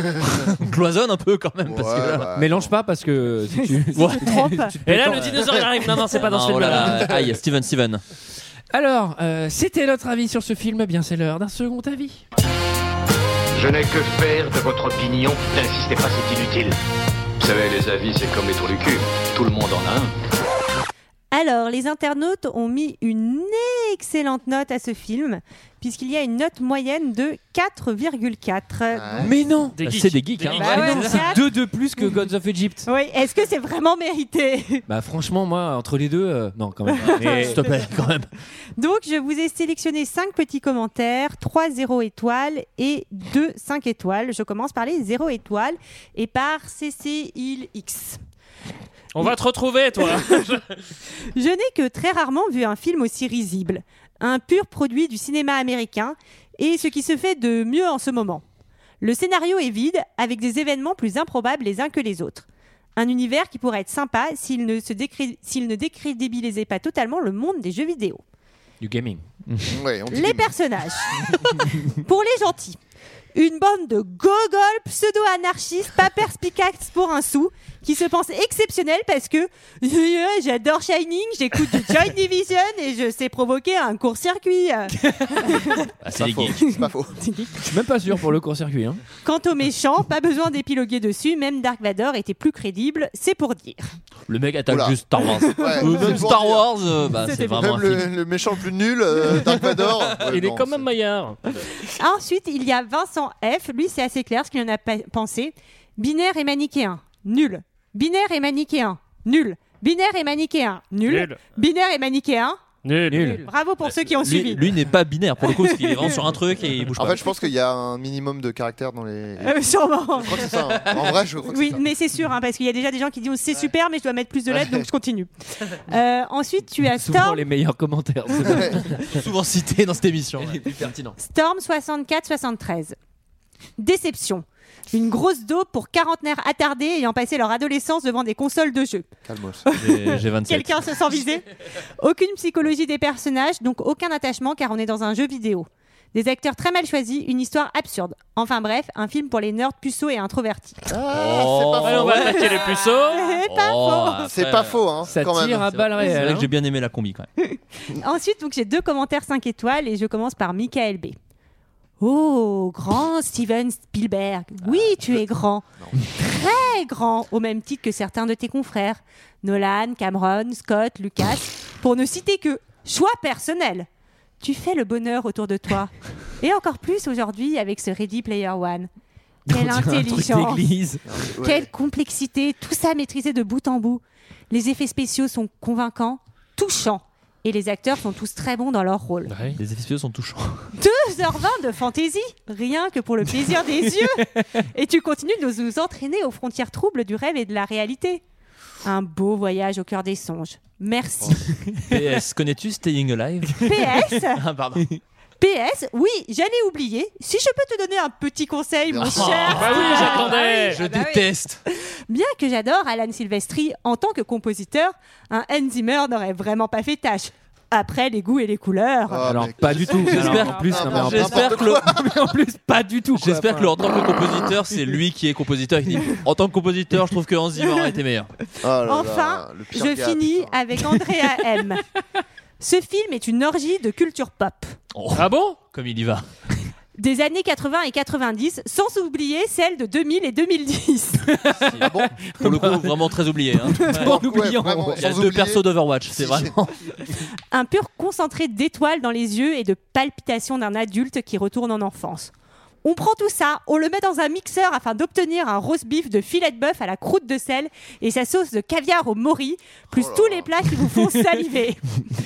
cloisonne un peu quand même. parce que
bah.
là-
Mélange pas parce que si tu, si tu- tu te
Et là,
détends.
le dinosaure il arrive. Non, non, c'est pas dans ce
Ah, oh là
film-là.
là, Aïe, Steven, Steven.
Alors, euh, c'était notre avis sur ce film. Eh Bien, c'est l'heure d'un second avis.
Je n'ai que faire de votre opinion. N'insistez pas, c'est inutile. Vous savez, les avis, c'est comme les trous du cul. Tout le monde en a un.
Alors, les internautes ont mis une excellente note à ce film, puisqu'il y a une note moyenne de 4,4. Donc-
Mais non,
Ah,
Ah,
Des geeks. C'est des geeks, hein. Des geeks.
Bah ouais,
Mais non,
c'est
c'est deux de plus que Gods of Egypt.
Oui, est-ce que c'est vraiment mérité
Bah franchement, moi, entre les deux, euh, non, quand même.
Mais-
S'il te plaît, quand même.
Donc, je vous ai sélectionné 5 petits commentaires, 3 0 étoiles et 2 5 étoiles. Je commence par les 0 étoiles et par CCILX.
On va te retrouver, toi.
Je n'ai que très rarement vu un film aussi risible, un pur produit du cinéma américain et ce qui se fait de mieux en ce moment. Le scénario est vide, avec des événements plus improbables les uns que les autres. Un univers qui pourrait être sympa s'il ne, se décré- s'il ne décrédibilisait pas totalement le monde des jeux vidéo.
Du gaming.
Les personnages. pour les gentils. Une bande de gogoles pseudo-anarchistes, pas perspicaces pour un sou, qui se pensent exceptionnels parce que euh, j'adore Shining, j'écoute du Joy Division et je sais provoquer un court-circuit. Euh,
Ah, c'est des geeks.
C'est pas faux.
Je suis même pas sûr pour le court-circuit. Hein.
Quant aux méchants, pas besoin d'épiloguer dessus, même Dark Vador était plus crédible, c'est pour dire.
Le mec attaque
Oula.
juste Star Wars.
Ouais.
Ou même
C'est pour
Star
dire.
Wars, euh, bah,
C'était
c'est
pour-
vraiment un
Même le,
film.
le méchant le plus nul, euh, Dark Vador. Ouais,
Il est
non,
quand même Maillard.
Ensuite, il y a Vincent F. Lui, c'est assez clair ce qu'il en a pa- pensé. Binaire et manichéen, nul. Binaire et manichéen, nul. Binaire et manichéen, nul.
Nul.
Binaire et manichéen,
Nul.
bravo pour ceux qui ont
Lui-
suivi.
Lui n'est pas binaire pour le coup, parce qu'il est vraiment sur un truc et il bouge
En
pas.
fait, je pense qu'il y a un minimum de caractères dans les.
Ah
Euh, sûrement.
Je crois que c'est ça. hein. En vrai, je crois que
Oui, mais c'est sûr, hein, parce qu'il y a déjà des gens qui disent c'est super, mais je dois mettre plus de lettres, donc je continue. Euh, ensuite, tu as
Souvent
Storm,
les meilleurs commentaires.
Souvent cité dans cette émission.
Les plus pertinents.
Storm 64-73. Déception. Une grosse dose pour quarantenaires attardés ayant passé leur adolescence devant des consoles de jeux.
Oh.
Calmos.
J'ai j'ai 27.
Quelqu'un se sent visé Aucune psychologie des personnages, donc aucun attachement car on est dans un jeu vidéo. Des acteurs très mal choisis, une histoire absurde. Enfin bref, un film pour les nerds puceaux et introvertis.
Oh, Ah,
Allez, on va attaquer les puceaux.
C'est pas
Oh,
faux.
après,
C'est pas faux, hein,
Ça
quand même.
tire à
C'est vrai.
balles réelles. C'est vrai
hein.
que j'ai bien aimé la combi quand même.
Ensuite, donc j'ai deux commentaires 5 étoiles et je commence par Michael B. Oh, grand Steven Spielberg. Oui,
Ah.
tu es grand. Très grand, au même titre que certains de tes confrères. Nolan, Cameron, Scott, Lucas, pour ne citer que choix personnel. Tu fais le bonheur autour de toi. Et encore plus aujourd'hui avec ce Ready Player One. Quelle
On dirait un truc
intelligence.
d'église.
Quelle complexité, tout ça maîtrisé de bout en bout. Les effets spéciaux sont convaincants, touchants, et les acteurs sont tous très bons dans leur rôle.
Les effets spéciaux sont touchants.
2h20 de fantaisie, rien que pour le plaisir des yeux. Et tu continues de nous entraîner aux frontières troubles du rêve et de la réalité. Un beau voyage au cœur des songes. Merci.
Oh. PS, euh, connais-tu Staying Alive
PS
Ah, pardon.
PS, oui, j'allais oublier. Si je peux te donner un petit conseil, mon
Oh,
cher. Ah, bah
bah oui, j'attendais.
Steve.
Je déteste.
Bien que j'adore Alan Silvestri en tant que compositeur, un Hans Zimmer n'aurait vraiment pas fait tâche. après les goûts et les couleurs.
Ah,
Alors pas du tout.
J'espère-
Alors, en plus, non, mais en-
J'espère que le-
Mais en plus, pas du tout. quoi.
J'espère que le- en tant que
Enfin.
compositeur, c'est lui qui est compositeur. Il dit, En tant que compositeur, je trouve que Anzi aurait été meilleur.
Oh
Enfin, je finis avec Andrea M. Ce film est une orgie de culture pop.
Ah bon Comme il y va.
Des années 80 et 90, sans oublier celle de 2000 et 2010.
Pour le coup, vraiment très oublié. hein.
En oubliant.
Il y a deux persos d'Overwatch, c'est vraiment.
Un pur concentré d'étoiles dans les yeux et de palpitations d'un adulte qui retourne en enfance. On prend tout ça, on le met dans un mixeur afin d'obtenir un roast beef de filet de bœuf à la croûte de sel et sa sauce de caviar au mori,
Oh
plus tous les plats qui vous font saliver.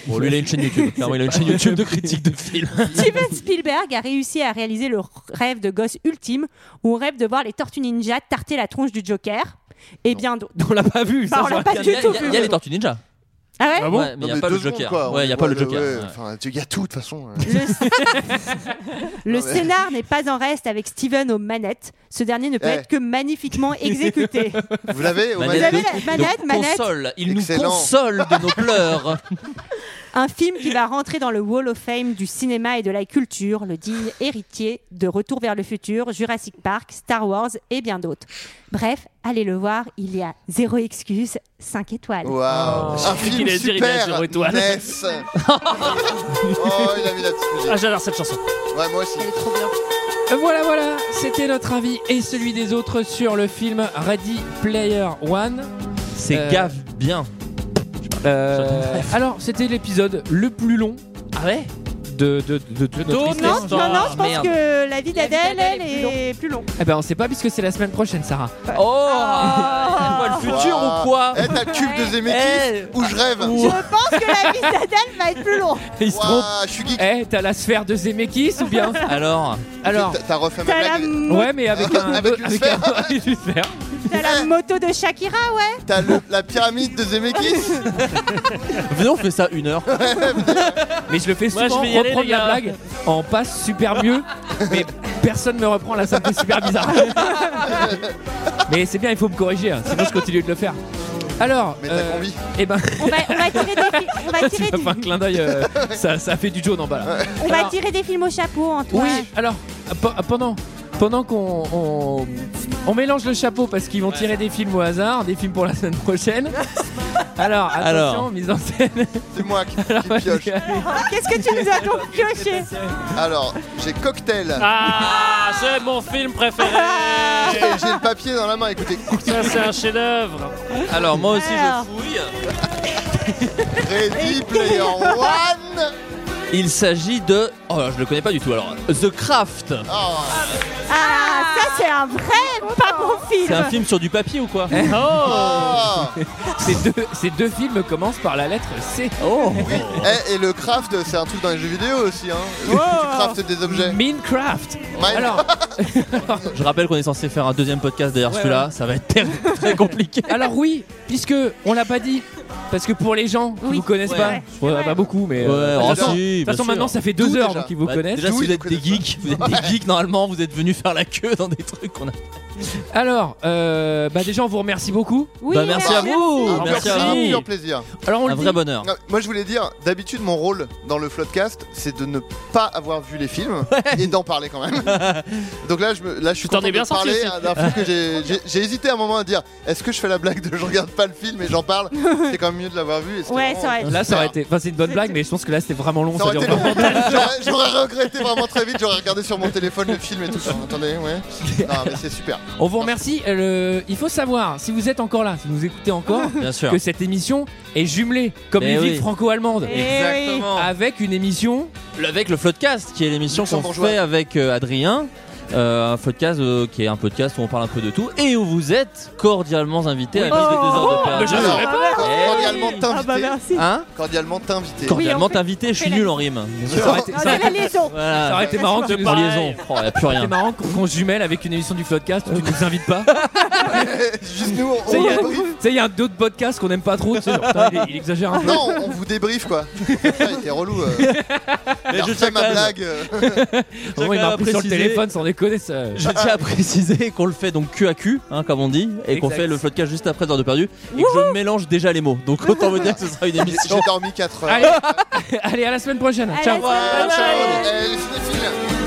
Bon, lui, il a une chaîne YouTube. Clairement, il a une chaîne YouTube de critiques de films.
Steven Spielberg a réussi à réaliser le rêve de gosse ultime où on rêve de voir les Tortues Ninja tarter la tronche du Joker. Et bien d'autres.
On l'a pas vu.
ça, Bah, on l'a pas
Il
du
y a-
tout
il y a-
vu.
il y a les Tortues Ninja.
Ah ouais,
Ah bon Ouais, mais
Non,
y a
mais
pas
deux
le Joker.
quoi.
Ouais, y a
On
pas le
voit
Joker,
ouais,
ouais.
Enfin, tu- y a tout de toute façon. euh.
Le
Non, mais-
scénar n'est pas en reste avec Steven aux manettes. Ce dernier ne peut
Eh.
être que magnifiquement exécuté.
Vous l'avez
Vous avez la manette, manette.
console. Il
Excellent.
nous console de nos pleurs.
Un film qui va rentrer dans le Wall of Fame du cinéma et de la culture, le digne héritier de Retour vers le futur, Jurassic Park, Star Wars et bien d'autres. Bref, allez le voir, il y a zéro excuse, 5 étoiles.
Oh. Waouh. Un film
allait dire, il a zéro
super.
étoile.
Ness. Oh, il a mis la petite musique.
Ah, j'adore cette chanson.
Ouais, moi aussi.
Euh, Voilà, voilà, c'était notre avis et celui des autres sur le film Ready Player One.
C'est
Euh,
gaffe bien.
Euh, alors, c'était l'épisode le plus long.
Ah ouais
de, de, de toute notre
Non,
histoire.
non, non, je pense que la vie d'Adèle, elle, est plus longue.
Eh ben, on sait pas puisque c'est la semaine prochaine, Sarah.
Oh
Ah.
Quoi, le futur ou quoi
Eh, t'as le cube de Zemeckis
Eh.
où je rêve.
Je pense que la vie d'Adèle va être plus longue.
Il se trompe. Eh, t'as la sphère de Zemeckis ou bien
Eh. Alors
Alors.
T'as refait ma
T'as la
blague.
mo-
Ouais, mais avec un.
Avec une
avec
sphère.
un- avec une sphère.
T'as la moto de Shakira, ouais.
T'as le- la pyramide de Zemeckis.
Venez, on fait ça une heure.
Mais je le fais
Moi,
souvent
je vais y aller,
reprendre
les
la
gars.
blague en passe super mieux, mais personne me reprend là, ça me fait super bizarre. mais c'est bien, il faut me corriger, hein, sinon je continue de le faire. Alors, euh, eh ben,
On va, on va tirer des, fi- on va
tu
tirer
m'as
du-
fait un clin d'œil, euh, ça, ça fait du jaune en bas. Là.
on va
Alors,
tirer des films au chapeau, Antoine.
oui, alors pe- pendant pendant qu'on on, on mélange le chapeau parce qu'ils vont tirer des films au hasard, des films pour la semaine prochaine. Alors, attention,
Alors.
mise en scène.
C'est moi qui, qui
Alors,
pioche.
Qu'est-ce que tu nous as donc pioché
Alors, j'ai cocktail.
Ah, c'est mon film préféré.
J'ai j'ai le papier dans la main, écoutez.
Ça, c'est un chef-d'œuvre.
Alors, moi aussi,
Alors.
je fouille.
Ready Player One.
Il s'agit de. Oh, je le connais pas du tout alors. The Craft.
Oh.
Ah, ça c'est un vrai pas bon film.
C'est un film sur du papier ou quoi
Oh
Ces deux, ces deux films commencent par la lettre C.
Oh
Eh, et le craft, c'est un truc dans les jeux vidéo aussi. Hein. Tu craftes des objets.
Minecraft.
Mine-
Alors,
Je rappelle qu'on est censé faire un deuxième podcast derrière celui-là. Ça va être très, très compliqué.
alors oui, puisque on l'a pas dit, parce que pour les gens qui vous connaissent
Ouais.
pas,
Ouais.
je crois pas beaucoup, mais
Ouais,
euh, de
oh
toute façon-
si,
de toute
bien
façon
sûr.
maintenant ça fait deux
D'où
heures
déjà
qu'ils vous
Bah,
connaissent.
Déjà,
D'où
si
ils
vous êtes
nous
des
connaissent
geeks, vous êtes des geeks, normalement, vous êtes venus faire la queue dans des trucs qu'on a.
Alors, euh, bah déjà on vous remercie beaucoup.
Oui, hein.
bah, merci à vous
Ah,
Merci Ah, à
c'est
vous
un pur plaisir.
Alors on
Un
le
vrai
dit,
bonheur.
Non, Moi je voulais dire, d'habitude mon rôle dans le floodcast c'est de ne pas avoir vu les films et d'en parler quand même. Donc là je, me, là, je suis
t'en
content
es bien
de parler
sorti
d'un film que j'ai- j'ai- j'ai hésité un moment à dire est-ce que je fais la blague de je regarde pas le film et j'en parle C'est quand même mieux de l'avoir vu. et c'était
Ouais,
vraiment-
c'est vrai.
là ça aurait été, enfin c'est une bonne blague, mais je pense que là c'était vraiment long.
Ça aurait
dure
été
vraiment-
long. J'aurais- J'aurais regretté vraiment très vite, j'aurais regardé sur mon téléphone le film et tout. ça. Attendez, ouais. Non, mais c'est super.
On vous remercie. Euh, le- Il faut savoir si vous êtes encore là, si vous écoutez encore,
Bien sûr.
que cette émission est jumelée comme
Mais
musique
oui.
franco-allemande
Eh oui.
avec une émission.
Avec le Floodcast, qui est l'émission
Luxembourg
qu'on
Bourgeois.
fait avec euh, Adrien. Euh, un podcast euh, qui est un podcast où on parle un peu de tout et où vous êtes cordialement invités à la liste des deux heures de perdu.
je savais
Alors,
pas.
cordialement
Ah bah
t'inviter.
merci.
Hein
Cordialement t'inviter.
Cordialement
on fait-
t'invité, je suis
fait la-
nul en rime.
Ça aurait été-
Ah,
ça aurait
c'est
été-
la liaison.
Voilà.
ça aurait été marrant que tu nous
En
Pareil.
Ah. liaison, oh, y a plus
C'est
rien.
marrant qu'on qu'on jumelle avec une émission du podcast où tu nous invites pas.
Juste nous, on,
Tu sais, il y a-
on débrief.
sais, il y a d'autres podcasts qu'on aime pas trop. tu sais, genre, putain, il, il exagère un peu.
Non, on vous débriefe quoi. Putain, il était relou. euh. Il a
je
refait
sais
ma
quand même.
blague. euh.
Au moment où il m'a
Chacun a
pris sur le
précisé-
téléphone sans déconner. Ça...
Je tiens à préciser qu'on le fait donc cul à cul, hein, comme on dit, et qu'on
Exact.
fait le podcast juste après l'heure de perdu, et que je mélange déjà les mots. Donc autant me dire que ce sera une émission.
J'ai dormi 4 heures.
Allez,
Allez, à la semaine prochaine.
Allez,
Ciao.
à la semaine prochaine. Allez, les cinéphiles.